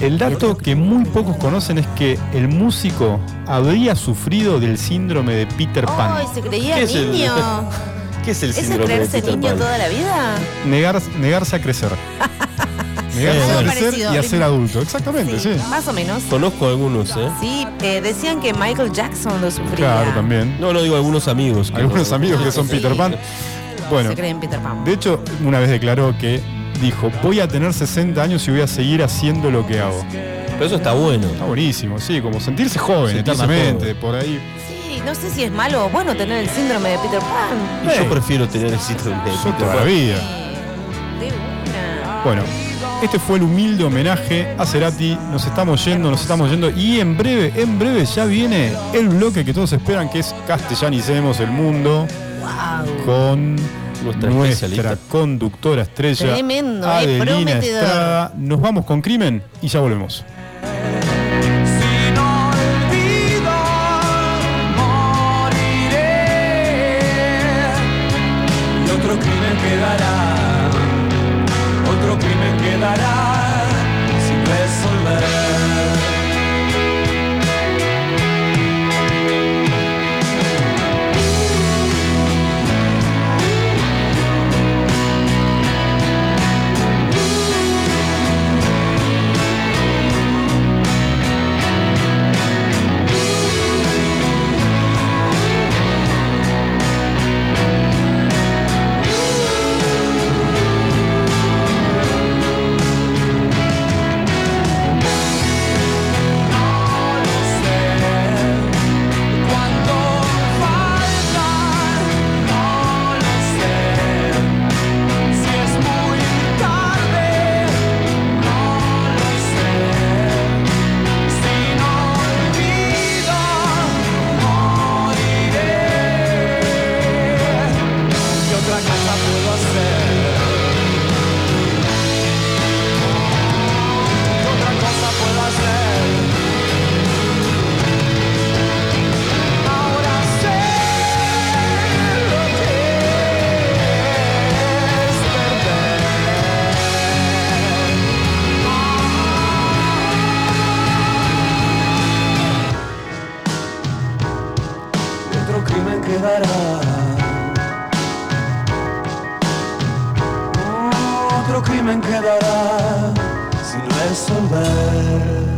A: El dato que muy pocos conocen es que el músico habría sufrido del síndrome de Peter Pan.
B: ¡Ay, se creía
C: ¿Qué es el-
B: niño!
C: ¿Qué es el
B: ¿Es el
C: síndrome de
B: creerse
C: Peter
B: niño
C: Pan?
B: toda la vida?
A: Negar- negarse a crecer. negarse
C: Algo
A: a crecer
B: parecido.
A: y a ser adulto. Exactamente, sí.
B: Más o menos.
C: Conozco algunos, ¿eh?
B: Sí, eh, decían que Michael Jackson lo sufría.
A: Claro, también.
C: No, no digo algunos amigos. que
A: Algunos
C: no-
A: amigos que son
B: Sí.
A: Peter Pan. Bueno,
B: Se creen Peter Pan.
A: de hecho, una vez declaró que dijo, voy a tener 60 años y voy a seguir haciendo lo que hago.
C: Pero eso está bueno.
A: Está buenísimo, sí, como sentirse joven
C: Sentirse
A: eternamente, por ahí.
B: Sí, no sé si es malo o bueno tener el síndrome de Peter Pan.
C: Y
A: Eh,
C: yo prefiero tener el síndrome de
A: yo
C: Peter
A: toda la
C: Pan.
A: vida.
B: Eh, De una.
A: Bueno, este fue el humilde homenaje a Cerati. Nos estamos yendo, nos estamos yendo. Y en breve, en breve ya viene el bloque que todos esperan, que es Castellanicemos el Mundo. Con nuestra,
C: Nuestra especialista.
A: conductora estrella.
B: Tremendo, eh,
A: Adelina
B: prometedor.
A: Estrada. Nos vamos con Crimen y ya volvemos.
H: Sin olvido moriré y otro crimen quedará, otro crimen quedará sin resolver. Cuando faltan, no lo sé. Si es muy tarde, no lo sé. Si no olvido, moriré. ¿Qué otra cosa puedo hacer? ¿Qué otra cosa puedo hacer? Ahora sé lo que es perder. Otro crimen quedará. Otro crimen quedará sin resolver.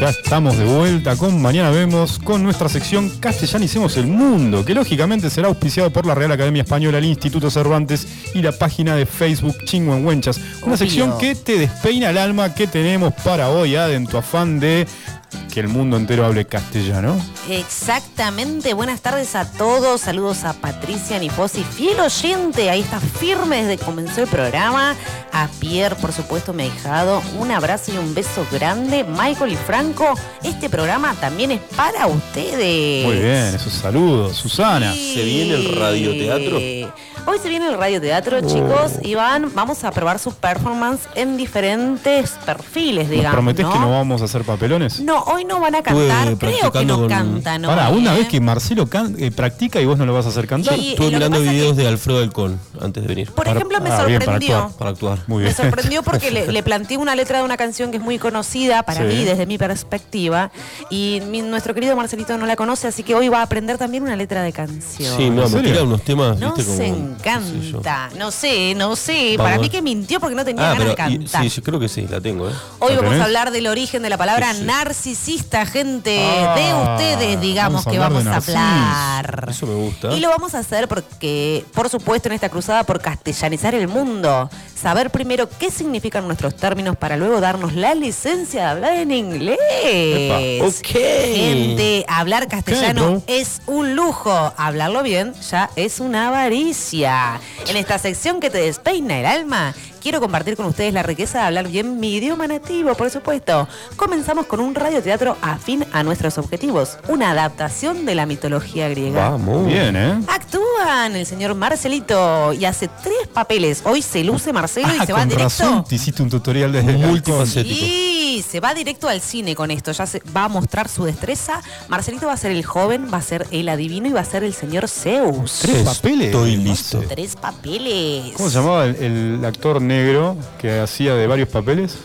A: Ya estamos de vuelta con Mañana Vemos con nuestra sección Castellanicemos el Mundo, que lógicamente será auspiciado por la Real Academia Española, el Instituto Cervantes y la página de Facebook Chingüengüenchas. Una sección que te despeina el alma que tenemos para hoy, Ada, en tu afán de que el mundo entero hable castellano.
B: Exactamente, buenas tardes a todos, saludos a Patricia Nifosi, fiel oyente, ahí está firme desde que comenzó el programa, a Pierre, por supuesto, mi ahijado, un abrazo y un beso grande, Michael y Franco, este programa también es para ustedes.
A: Muy bien, esos saludos. Susana.
C: ¿Se viene el radioteatro? Oh.
B: Hoy se viene el radioteatro, chicos, Iván, vamos a probar su performance en diferentes perfiles,
A: ¿Nos
B: digamos.
A: prometés que no vamos a hacer papelones?
B: No, hoy no van a
C: Estuve
B: cantar, creo que
C: practicando
B: no
C: con-
B: cantan. hoy,
A: Para, una
B: ¿eh?
A: vez que Marcelo can- eh, practica y vos no lo vas a hacer cantar.
B: Y-
C: Estuve
B: lo que
C: mirando
B: pasa
C: videos de Alfredo Alcón antes de venir.
B: Por
A: Para-
B: ejemplo, me
A: ah, bien, para
B: sorprendió.
A: actuar.
C: Para actuar.
A: Muy
B: Me
A: bien.
B: sorprendió porque le, le planteé una letra de una canción que es muy conocida para
A: Sí.
B: mí, desde mi perspectiva. Y mi- nuestro querido Marcelito no la conoce, así que hoy va a aprender también una letra de canción.
C: Sí, no, me
A: serio?
C: tira unos temas,
B: Nos
C: viste, como. qué sé yo.
B: encanta. No sé, no sé.
C: Vamos.
B: Para mí que mintió porque no tenía
C: Ah,
B: ganas
C: pero
B: de
C: y-
B: cantar.
C: sí, yo creo que sí, la tengo, ¿eh?
B: Hoy
A: ¿La
B: vamos
A: tenés?
B: a hablar del origen de la palabra
C: Sí, sí.
B: narcisista, gente.
A: Ah,
B: de ustedes, digamos,
A: vamos a
B: que
A: hablar
B: vamos
A: de
B: a
A: narcis.
B: hablar.
C: Eso me gusta.
B: Y lo vamos a hacer porque, por supuesto, en esta cruzada por castellanizar el mundo, saber primero qué significan nuestros términos para luego darnos la licencia de hablar en inglés.
C: ok.
B: Gente, hablar castellano
A: Ok, bro.
B: es un lujo. Hablarlo bien ya es una avaricia. En esta sección que te despeina el alma, Quiero compartir con ustedes la riqueza de hablar bien mi idioma nativo, por supuesto. Comenzamos con un radioteatro afín a nuestros objetivos, una adaptación de la mitología griega.
C: Vamos.
A: Bien, ¿eh?
B: Actúan el señor Marcelito y hace tres papeles. Hoy se luce Marcelo y
A: Ah,
B: se va
A: con
B: directo.
A: razón te hiciste un tutorial desde
C: Multifacético.
B: Y se va directo al cine con esto, ya se va a mostrar su destreza. Marcelito va a ser el joven, va a ser el adivino y va a ser el señor Zeus.
A: Tres papeles.
C: Estoy listo.
B: Tres papeles.
A: ¿Cómo se llamaba el, el actor negro que hacía de varios papeles?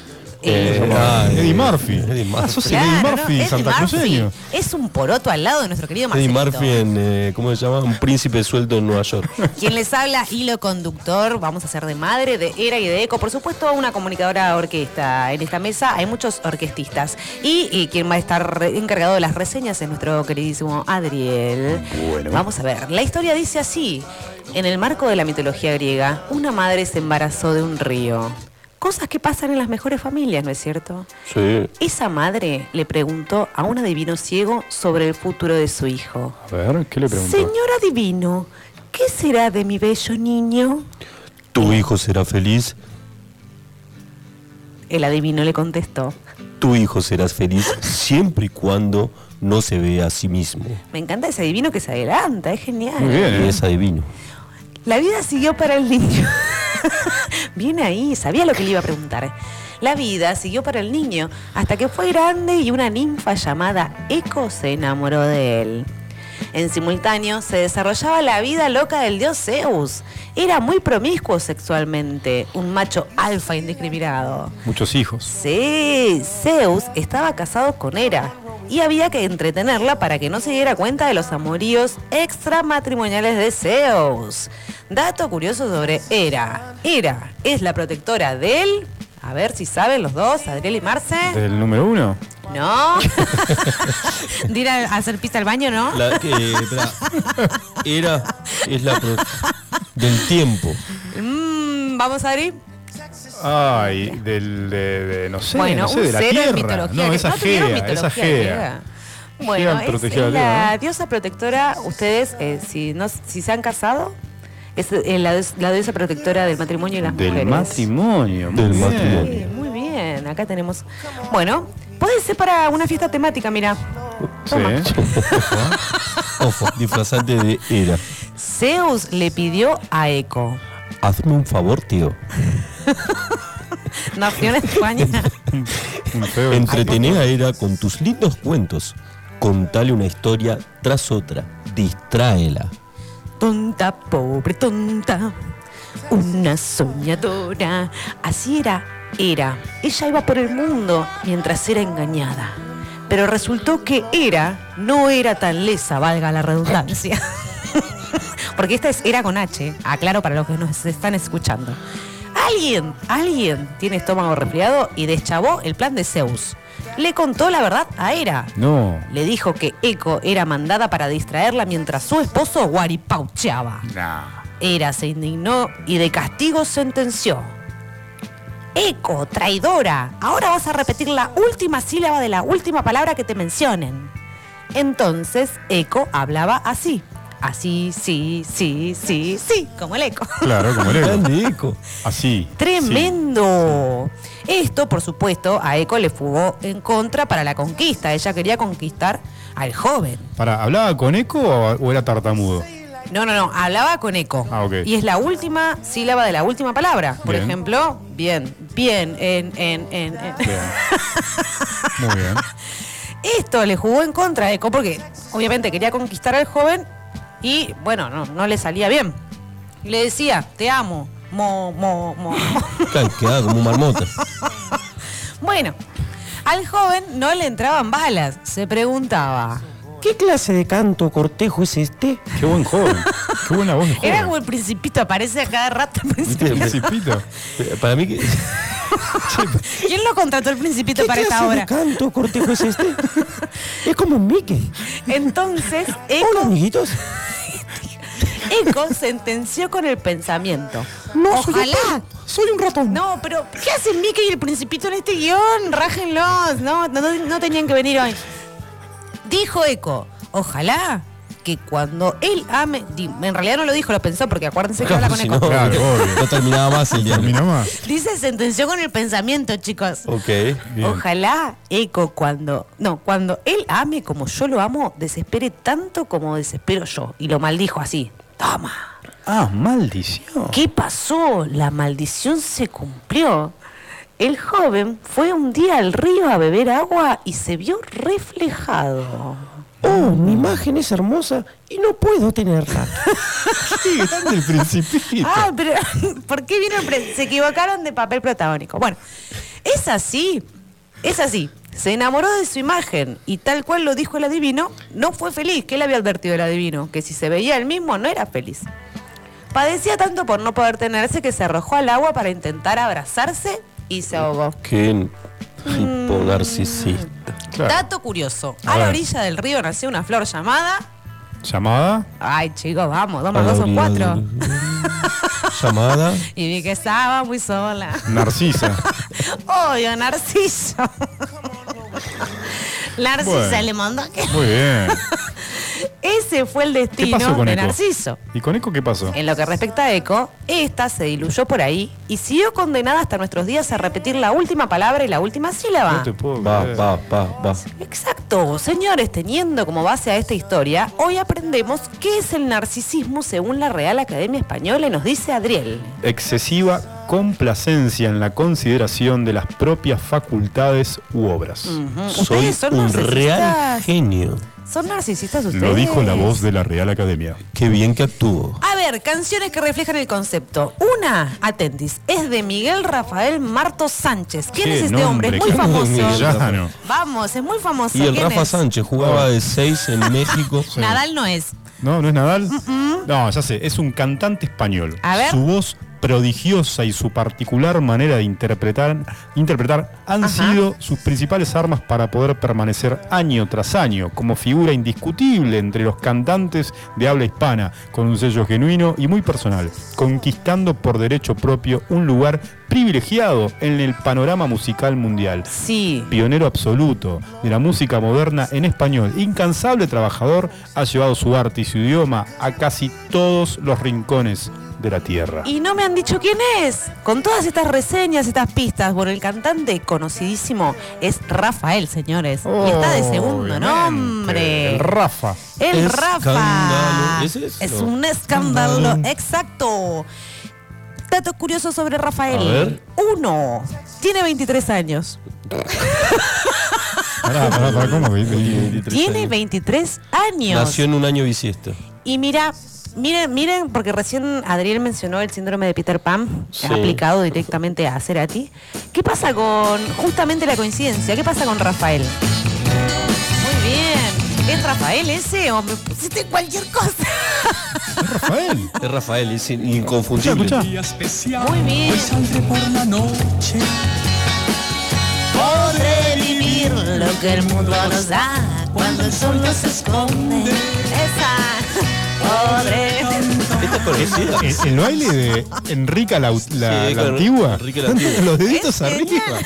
A: ¿Cómo
B: Eh,
A: se llamaba?
C: ah,
A: Eddie
C: eh,
A: Murphy.
C: Eddie Murphy.
A: Ah, sos el
B: Claro,
A: Eddie
B: ¿no?
A: Murphy,
B: Eddie
A: santacruceño.
B: Murphy. Es un poroto al lado de nuestro querido
C: Eddie
B: Marcelito.
C: Murphy en, eh, ¿cómo se llama? Un príncipe suelto en Nueva York.
B: Quien les habla, hilo conductor, vamos a ser de madre, de era y de eco. Por supuesto, una comunicadora de orquesta. En esta mesa hay muchos orquestistas. Y, eh, quien va a estar re- encargado de las reseñas es nuestro queridísimo Adriel. Vamos a ver, la historia dice así. En el marco de la mitología griega, una madre se embarazó de un río. Cosas que pasan en las mejores familias, ¿no es cierto?
C: Sí.
B: Esa madre le preguntó a un adivino ciego sobre el futuro de su hijo.
A: A ver, ¿qué le preguntó?
B: Señor adivino, ¿qué será de mi bello niño?
C: Tu hijo será feliz,
B: El adivino le contestó.
C: tu hijo serás feliz siempre y cuando no se vea a sí mismo.
B: Me encanta ese adivino que se adelanta, es
A: Muy
B: genial.
A: bien,
C: Y
A: ¿eh?
C: es adivino.
B: La vida siguió para el niño. bien ahí, sabía lo que le iba a preguntar. La vida siguió para el niño hasta que fue grande y una ninfa llamada Eco se enamoró de él. En simultáneo se desarrollaba la vida loca del dios Zeus. Era muy promiscuo sexualmente, un macho alfa indiscriminado.
A: Muchos hijos.
B: Sí, Zeus estaba casado con Hera y había que entretenerla para que no se diera cuenta de los amoríos extramatrimoniales de Zeus. Dato curioso sobre Hera. Hera es la protectora de él. A ver si saben los dos, Adriel y Marce.
A: ¿Del número uno?
B: No. De ir a a hacer pista al baño, ¿no?
C: La, eh, espera. era, es la pro- del tiempo.
B: Mm, Vamos, Adri.
A: Ay, del, de, de- no sé,
B: bueno,
A: no sé,
B: un
A: de la
B: cero en
A: tierra.
B: mitología.
A: No,
B: que
A: esa
B: no tuvieron
A: Gea,
B: mitología
A: esa Gea.
B: griega. Bueno, es
A: protegida de
B: la
A: Dios,
B: diosa protectora, ustedes, eh, si, no, si se han casado, es eh, la, dios- la diosa protectora del matrimonio y las
A: Del
B: mujeres.
A: matrimonio. muy
C: Del
A: bien.
C: matrimonio.
B: Muy bien, acá tenemos. Bueno, puede ser para una fiesta temática, mira. Toma.
A: Sí.
C: Ojo, disfrazante de era.
B: Zeus le pidió a Eco,
C: Hazme un favor, tío.
B: nació en España,
A: Un feo.
C: Entretené a Era con tus lindos cuentos. Contale una historia tras otra. Distráela.
B: tonta, pobre tonta, una soñadora. Así era, era. Ella iba por el mundo mientras era engañada. Pero resultó que era, no era tan lesa, valga la redundancia. Porque esta es era con H, aclaro para los que nos están escuchando. Alguien, alguien tiene estómago resfriado y deschavó el plan de Zeus. Le contó la verdad a Hera,
A: No.
B: le dijo que Eco era mandada para distraerla mientras su esposo guaripaucheaba.
A: Nah.
B: Hera se indignó y de castigo sentenció. Eco, traidora, ahora vas a repetir la última sílaba de la última palabra que te mencionen. Entonces Eco hablaba así. Así, sí, sí, sí, sí, como el eco.
A: Claro, como el ego.
C: Grande eco.
A: Así.
B: Tremendo. Esto, por supuesto, a Eco le fugó en contra para la conquista. Ella quería conquistar al joven.
A: Para, ¿hablaba con eco o, o era tartamudo?
B: No, no, no, hablaba con eco.
A: Ah, ok.
B: Y es la última sílaba de la última palabra. Por
A: Bien.
B: ejemplo, bien, bien, en, en, en, en.
A: Bien. Muy bien.
B: Esto le jugó en contra a Eco porque obviamente quería conquistar al joven y bueno, no, no le salía bien. Y le decía, te amo, mo, mo, mo.
C: Claro, quedaba como un marmota.
B: bueno, al joven no le entraban balas, se preguntaba.
I: ¿Qué clase de canto cortejo es este?
A: Qué buen joven. Qué buena voz de joven.
B: Era como el principito, aparece a cada rato el
A: ¿Viste el
B: principito.
A: principito?
C: Eh, Para mí que.
B: ¿Quién lo contrató el principito
I: ¿Qué
B: para esta
I: clase de
B: hora?
I: canto cortejo es este? Es como un Mickey.
B: Entonces,
I: Hola,
B: Eco
I: amiguitos.
B: Eco sentenció con el pensamiento.
I: No soy un
B: Ojalá.
I: perro, soy un ratón.
B: No, pero ¿qué hacen Mickey y el principito en este guión? Rájenlos. No, no, no tenían que venir hoy. Dijo Eco, ojalá que cuando él ame, di- en realidad no lo dijo, lo pensó, porque acuérdense que habla con
C: si
B: el
C: no,
B: corazón.
A: Claro, obvio.
C: no terminaba más el día.
A: Termina más.
B: Dice sentenció con el pensamiento, chicos.
C: Ok.
A: Bien.
B: Ojalá Eco cuando no cuando él ame como yo lo amo desespere tanto como desespero yo y lo maldijo así. Toma.
A: Ah, maldición.
B: ¿Qué pasó? La maldición se cumplió. El joven fue un día al río a beber agua y se vio reflejado.
I: Oh, mi imagen es hermosa y no puedo tenerla.
A: Sí, grande el principito.
B: Ah, pero ¿por qué vino el pre- Se equivocaron de papel protagónico. Bueno, es así, es así. Se enamoró de su imagen y tal cual lo dijo el adivino, no fue feliz. ¿Qué le había advertido el adivino? Que si se veía él mismo no era feliz. Padecía tanto por no poder tenerse que se arrojó al agua para intentar abrazarse y se ahogó.
C: Qué tipo
B: Mm.
C: narcisista.
A: Claro.
B: Dato curioso.
A: A
B: A la
A: ver.
B: orilla del río nació una flor llamada...
A: ¿Llamada?
B: Ay, chicos, vamos, dos
C: A
B: más
C: la
B: dos son
C: orilla
B: cuatro.
C: del- Llamada.
B: Y vi que estaba muy sola.
A: Narcisa.
B: Odio Narciso. Narcisa
A: Bueno.
B: le mandó que.
A: Muy bien.
B: Ese fue el
A: ¿Qué
B: destino
A: pasó con
B: de
A: Eco?
B: Narciso. Eh,
A: ¿Y con Eco qué pasó?
B: En lo que respecta a Eco, esta se diluyó por ahí y siguió condenada hasta nuestros días a repetir la última palabra y la última sílaba.
A: No te puedo
C: Va,
A: creer.
C: va, va, va.
B: Mm. Exacto, señores, teniendo como base a esta historia, hoy aprendemos qué es el narcisismo según la Real Academia Española y nos dice Adriel.
A: Excesiva complacencia en la consideración de las propias facultades u obras.
B: Mm.
C: Soy
B: Ustedes son
C: un
B: narcisistas.
C: real genio.
B: ¿Son narcisistas ustedes?
A: Lo dijo la voz de la Real Academia.
C: Qué bien que actuó.
B: A ver, canciones que reflejan el concepto. Una, atentis, es de Miguel Rafael Marto Sánchez. ¿Quién
A: Qué
B: es este
A: nombre,
B: hombre? Es muy
A: qué
B: famoso.
C: nombre,
A: Ya no.
B: Vamos, es muy famoso.
C: Y el
B: ¿Quién
C: Rafa
B: es?
C: Sánchez
A: Oh.
C: jugaba de 6 en México.
B: Nadal no es.
A: No, no es Nadal. No, ya sé, es un cantante español.
B: A ver.
A: Su voz prodigiosa y su particular manera de interpretar, interpretar han
B: Ajá.
A: sido sus principales armas para poder permanecer año tras año como figura indiscutible entre los cantantes de habla hispana, con un sello genuino y muy personal, conquistando por derecho propio un lugar privilegiado en el panorama musical mundial
B: Sí.
A: pionero absoluto de la música moderna en español, incansable trabajador, ha llevado su arte y su idioma a casi todos los rincones de la tierra.
B: Y no me han dicho quién es. Con todas estas reseñas, estas pistas, bueno, el cantante conocidísimo es Rafael, señores. y está de segundo
A: Oh, Obviamente,
B: nombre.
A: el Rafa.
B: El Rafa.
C: Escándalo. ¿Ese es?
B: es
C: No.
B: un escándalo,
C: Escándalo.
B: exacto. Dato curioso sobre Rafael.
C: A ver.
B: Uno, tiene 23 años. Tiene 23 años.
C: Nació en un año bisiesto.
B: Y mira, miren, miren, porque recién Adriel mencionó el síndrome de Peter Pan,
C: Sí.
B: aplicado directamente a Cerati. ¿Qué pasa con justamente la coincidencia? ¿Qué pasa con Rafael? Muy bien. ¿Es Rafael ese o me pusiste cualquier cosa?
A: Rafael.
C: Es Rafael, es in- inconfundible.
A: Escuchá, escuchá.
D: Día especial,
B: Muy bien.
D: hoy saldré Pues por la noche.
B: Podré vivir lo que el mundo nos da cuando el sol nos esconde. Esa. Podré.
C: Esta es conocida.
A: El, el baile de Enrica la, la-
C: Sí,
A: la
C: con
A: antigua.
C: Enrique la Antigua.
A: Los deditos
B: Es genial.
A: arriba.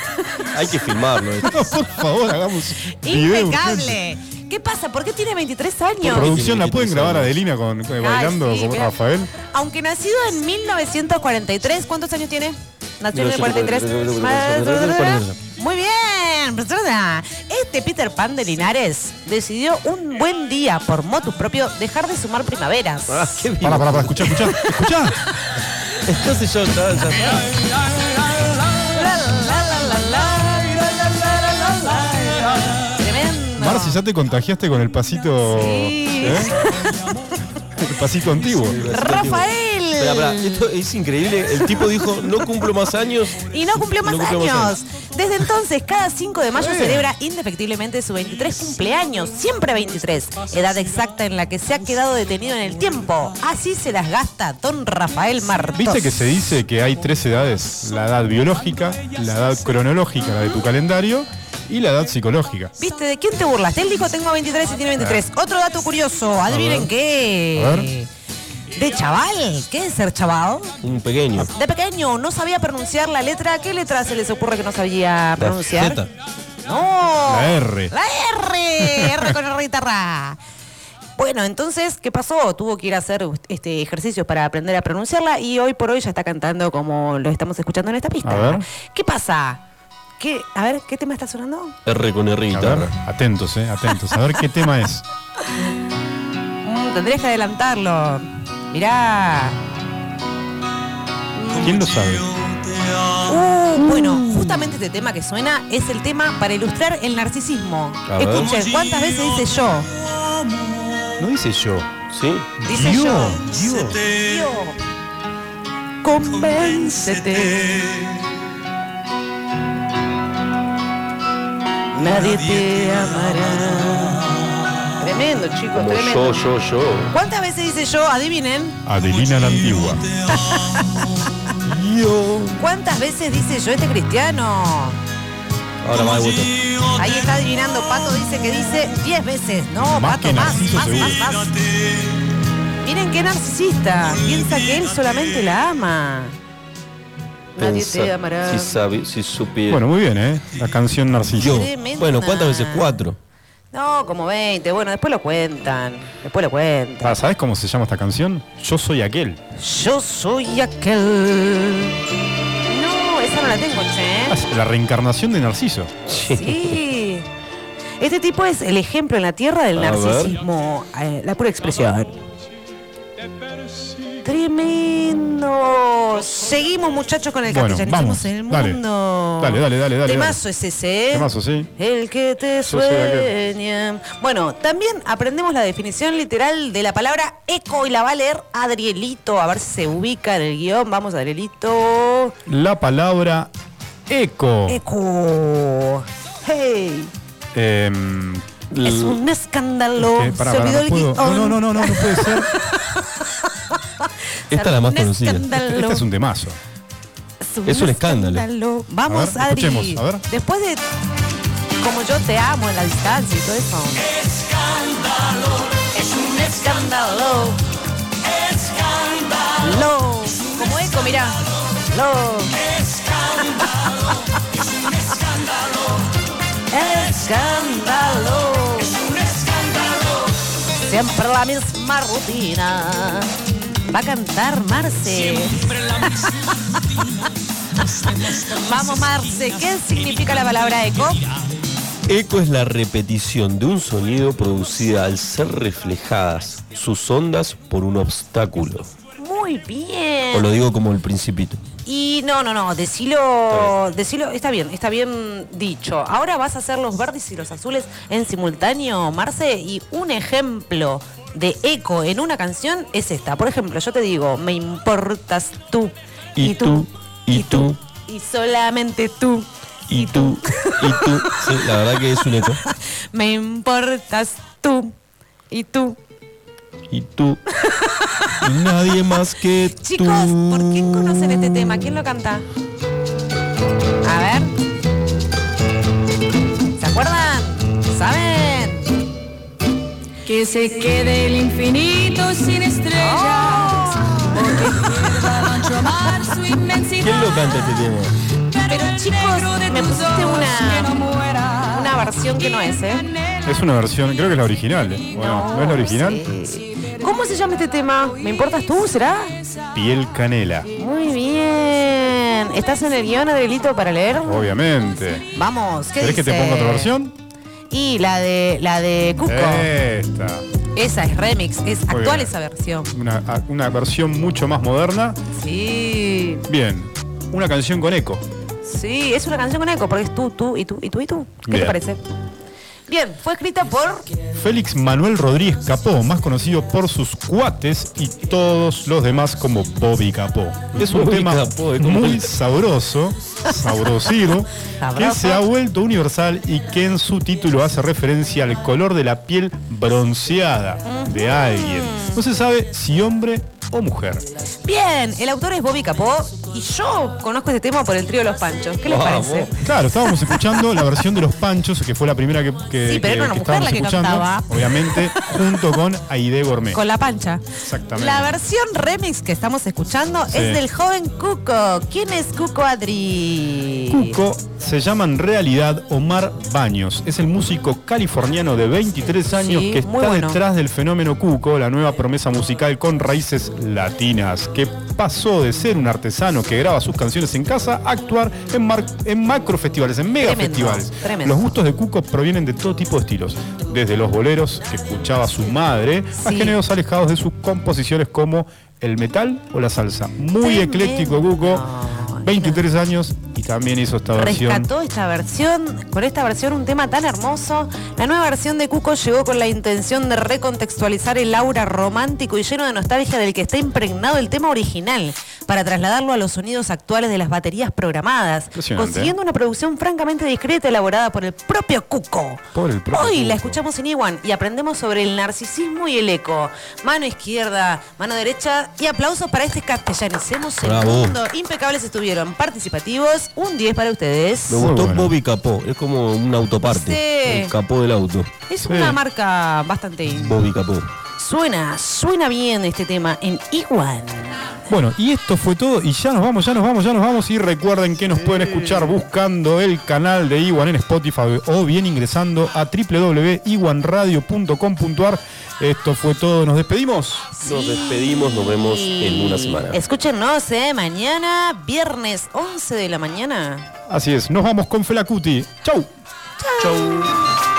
C: Hay que filmarlo. esto.
A: No, por favor, hagamos. video urgente.
B: Impecable. ¿Qué pasa? ¿Por qué tiene 23 años?
A: Producción, ¿la pueden grabar a Adelina con, con-
B: Ay,
A: bailando
B: sí,
A: con
B: mira.
A: Rafael?
B: Aunque nacido en 1943, ¿cuántos años tiene? Nació en el 43.
C: 1943.
B: Muy bien, persona. Este Peter Pan de Linares decidió un buen día, por motus propio, dejar de sumar primaveras.
C: Ah, qué bien.
A: Para, para, para, escuchá, escuchá, escuchá.
C: Entonces yo ya, ya está.
B: Tremendo.
A: Marci, ya te contagiaste con el pasito.
B: Sí.
A: ¿eh? El pasito antiguo.
B: Rafael.
C: Espera, espera, esto es increíble. El tipo dijo, no cumplo más años.
B: Y no cumplió más
C: cumplo
B: años. Desde entonces, cada 5 de mayo celebra indefectiblemente su 23 cumpleaños, siempre 23, edad exacta en la que se ha quedado detenido en el tiempo. Así se las gasta don Rafael Martos.
A: Viste que se dice que hay tres edades: la edad biológica, la edad cronológica, la de tu calendario, y la edad psicológica.
B: ¿Viste? ¿De quién te burlaste? Él dijo tengo 23 y tiene 23. Otro dato curioso, adivinen
A: A
B: qué.
A: ver.
B: De chaval, ¿qué es ser chaval?
C: Un pequeño.
B: De pequeño no sabía pronunciar la letra. ¿Qué letra se les ocurre que no sabía
C: La
B: pronunciar?
C: Z.
B: No.
A: La R.
B: La R. R con R guitarra. Bueno, entonces, ¿qué pasó? Tuvo que ir a hacer este, ejercicios para aprender a pronunciarla y hoy por hoy ya está cantando como lo estamos escuchando en esta pista.
A: A ver.
B: ¿Qué pasa? ¿Qué, a ver, ¿qué tema está sonando?
C: R con R
A: A ver,
C: guitarra.
A: atentos, eh, atentos. A ver qué tema es.
B: Mm, tendrías que adelantarlo. Mirá.
A: ¿Quién lo sabe?
B: Uh, bueno, justamente este tema que suena es el tema para ilustrar el narcisismo.
C: A ver.
B: Escuchen, ¿cuántas veces dice yo?
A: No dice yo.
C: ¿Sí?
B: Dice
A: Yo,
B: yo.
A: yo.
B: Yo. Convéncete. Nadie te amará. Tremendo, chicos,
C: Como
B: tremendo.
C: yo, yo, yo.
B: ¿Cuántas veces dice yo? Adivinen.
A: Adelina la antigua. Yo.
B: ¿Cuántas veces dice yo este cristiano?
C: Ahora más de vuelta.
B: Ahí está adivinando, Pato dice que dice 10 veces. No,
A: Más
B: Pato,
A: que
B: más,
A: Narciso,
B: más, más,
A: seguro.
B: más. Miren qué narcisista. Piensa que él solamente la ama. Nadie te
C: Pensa-
B: amará.
C: Si sabe, si supiera.
A: Bueno, muy bien, ¿eh? La canción Narciso.
C: yo.
B: tremenda.
C: Bueno, ¿cuántas veces? Cuatro.
B: No, como 20. Bueno, después lo cuentan. Después lo cuentan.
A: Ah, ¿Sabes cómo se llama esta canción? Yo soy aquel.
B: Yo soy aquel. No, esa no la tengo, che.
A: Ah, La reencarnación de Narciso.
B: Sí. Este tipo es el ejemplo en la tierra del
C: A ver.
B: narcisismo, eh, la pura expresión. Tremendo. Seguimos muchachos con el
A: Bueno,
B: castellanismo
A: vamos,
B: en el
A: dale.
B: mundo.
A: Dale, dale, dale, dale,
B: Temazo es ese. ¿eh?
A: Temazo, sí.
B: El que te
A: soy aquel.
B: sueña. Bueno, también aprendemos la definición literal de la palabra eco y la va a leer Adrielito. A ver si se ubica en el guión. Vamos,
A: Oh.
B: Adrielito.
A: La palabra eco.
B: Eco. Hey.
A: Em,
B: Es
A: l-
B: un escándalo.
A: que- pará,
B: se
A: pará,
B: olvidó
A: no
B: el
A: puedo.
B: guión.
A: No, no, no, no, no puede ser.
C: Esta es la más
B: un
C: conocida.
B: Escándalo.
A: Este es un temazo.
C: es un escándalo.
B: Vamos,
A: A ver,
B: Adri.
A: escuchemos, a ver.
B: Después de como yo te amo en la distancia y todo eso. Escándalo. Es un escándalo. Escándalo. Como eco, mirá. Lo. Escándalo. Es un escándalo. Siempre la misma rutina. Va a cantar Marce. Vamos, Marce. ¿Qué significa la palabra eco?
C: Eco es la repetición de un sonido producida al ser reflejadas sus ondas por un obstáculo.
B: Muy bien.
C: O lo digo como el principito.
B: Y no, no, no, decilo, decilo, está bien, está bien dicho. Ahora vas a hacer los verdes y los azules en simultáneo, Marce, y un ejemplo de eco en una canción es esta. Por ejemplo, yo te digo, me importas tú.
C: Y tú, y tú.
B: Y solamente tú.
C: Y tú, y tú. Sí, la verdad que es un eco.
B: Me importas tú. Y tú.
C: Y tú. Y nadie más que tú.
B: Chicos, ¿por qué conocen este tema? ¿Quién lo canta? A ver. ¿Se acuerdan? ¿Saben?
G: Que se quede el infinito sin
B: ¡Oh!
G: estrellas. Ancho mar, su inmensidad.
C: ¿Quién lo canta este tema?
G: Pero chicos,
B: me pusiste una-
G: una,
B: Una versión que no es, ¿eh?
A: Es una versión, creo que es la original. Bueno, ¿no es la original?
B: sí. ¿Cómo se llama este tema? ¿Me importas tú? ¿Será?
A: Piel canela,
B: Muy bien. ¿Estás en el guión, Adelito, para leer?
A: obviamente.
B: Vamos, ¿qué
A: ¿Querés que te
B: dice?
A: ponga otra versión?
B: Y la de la de Cusco.
A: Esta.
B: Esa es remix, es
A: Muy
B: actual
A: bien.
B: esa versión.
A: Una, a- una versión mucho más moderna.
B: Sí.
A: Bien. Una canción con eco.
B: Sí, es una canción con eco, porque es tú, tú y tú y tú y tú. ¿Qué te
A: Bien.
B: parece? Bien, fue escrita por
A: Félix Manuel Rodríguez Capó, más conocido por sus cuates y todos los demás como Bobby Capó. Es un
C: Bobby
A: tema
C: Capó, es como
A: muy
C: el-
A: sabroso, sabrosido, que
B: Sabroso.
A: se ha vuelto universal y que en su título hace referencia al color de la piel bronceada de alguien. No se sabe si hombre o mujer.
B: Bien, el autor es Bobby Capó y yo conozco este tema por el trío Los Panchos. ¿Qué les
C: Vamos.
B: parece?
A: Claro, estábamos escuchando la versión de Los Panchos, que fue la primera que, que-
B: Sí, pero
A: que-
B: era una
A: que
B: mujer la
A: estábamos
B: que
A: escuchando,
B: cantaba.
A: obviamente, junto con Aide Gourmet.
B: Con la pancha.
A: Exactamente.
B: La versión remix que estamos escuchando
A: Sí.
B: es del joven Cuco. ¿Quién es Cuco Adri?
A: Cuco se llaman Realidad Omar Baños. Es el músico californiano de 23 años
B: Sí,
A: que
B: muy
A: está
B: bueno.
A: detrás del fenómeno Cuco, la nueva promesa musical con raíces latinas, que pasó de ser un artesano que graba sus canciones en casa a actuar en, mar- en macro festivales, en mega
B: Tremendo,
A: festivales.
B: tremendo.
A: Los gustos de Cuco provienen de todo tipo de estilos, desde los boleros que escuchaba su madre, a
B: Sí.
A: géneros alejados de sus composiciones como el metal o la salsa. Muy
B: Tremendo.
A: ecléctico Cuco. 23 años y también hizo esta versión.
B: Rescató esta versión, con esta versión un tema tan hermoso. La nueva versión de Cuco llegó con la intención de recontextualizar el aura romántico y lleno de nostalgia del que está impregnado el tema original, para trasladarlo a los sonidos actuales de las baterías programadas,
A: Impresionante. ¿eh?
B: consiguiendo una producción francamente discreta elaborada por el propio Cuco.
A: Por el propio
B: Hoy la
A: Cuco.
B: escuchamos en Iguan y aprendemos sobre el narcisismo y el eco. Mano izquierda, mano derecha y aplausos para este castellanicemos el
C: Bravo.
B: mundo. Impecables estuvieron, participativos, un 10 para ustedes.
C: Me
A: Muy
C: gustó
A: bueno.
C: Bobby Capó, es como un autoparte.
B: Sí.
C: El capó del auto.
B: Es una marca bastante... in-
C: Bobby Capó.
B: Suena, suena bien este tema en Iguan.
A: Bueno, y esto fue todo. Y ya nos vamos, ya nos vamos, ya nos vamos. Y recuerden que nos pueden escuchar buscando el canal de Iwan en Spotify o bien ingresando a www.iwanradio.com.ar. Esto fue todo. Nos despedimos.
C: Nos despedimos, nos vemos en una semana.
B: Escúchenos, ¿eh? Mañana, viernes 11 de la mañana.
A: Así es, nos vamos con Felacuti. Chau.
B: Chau.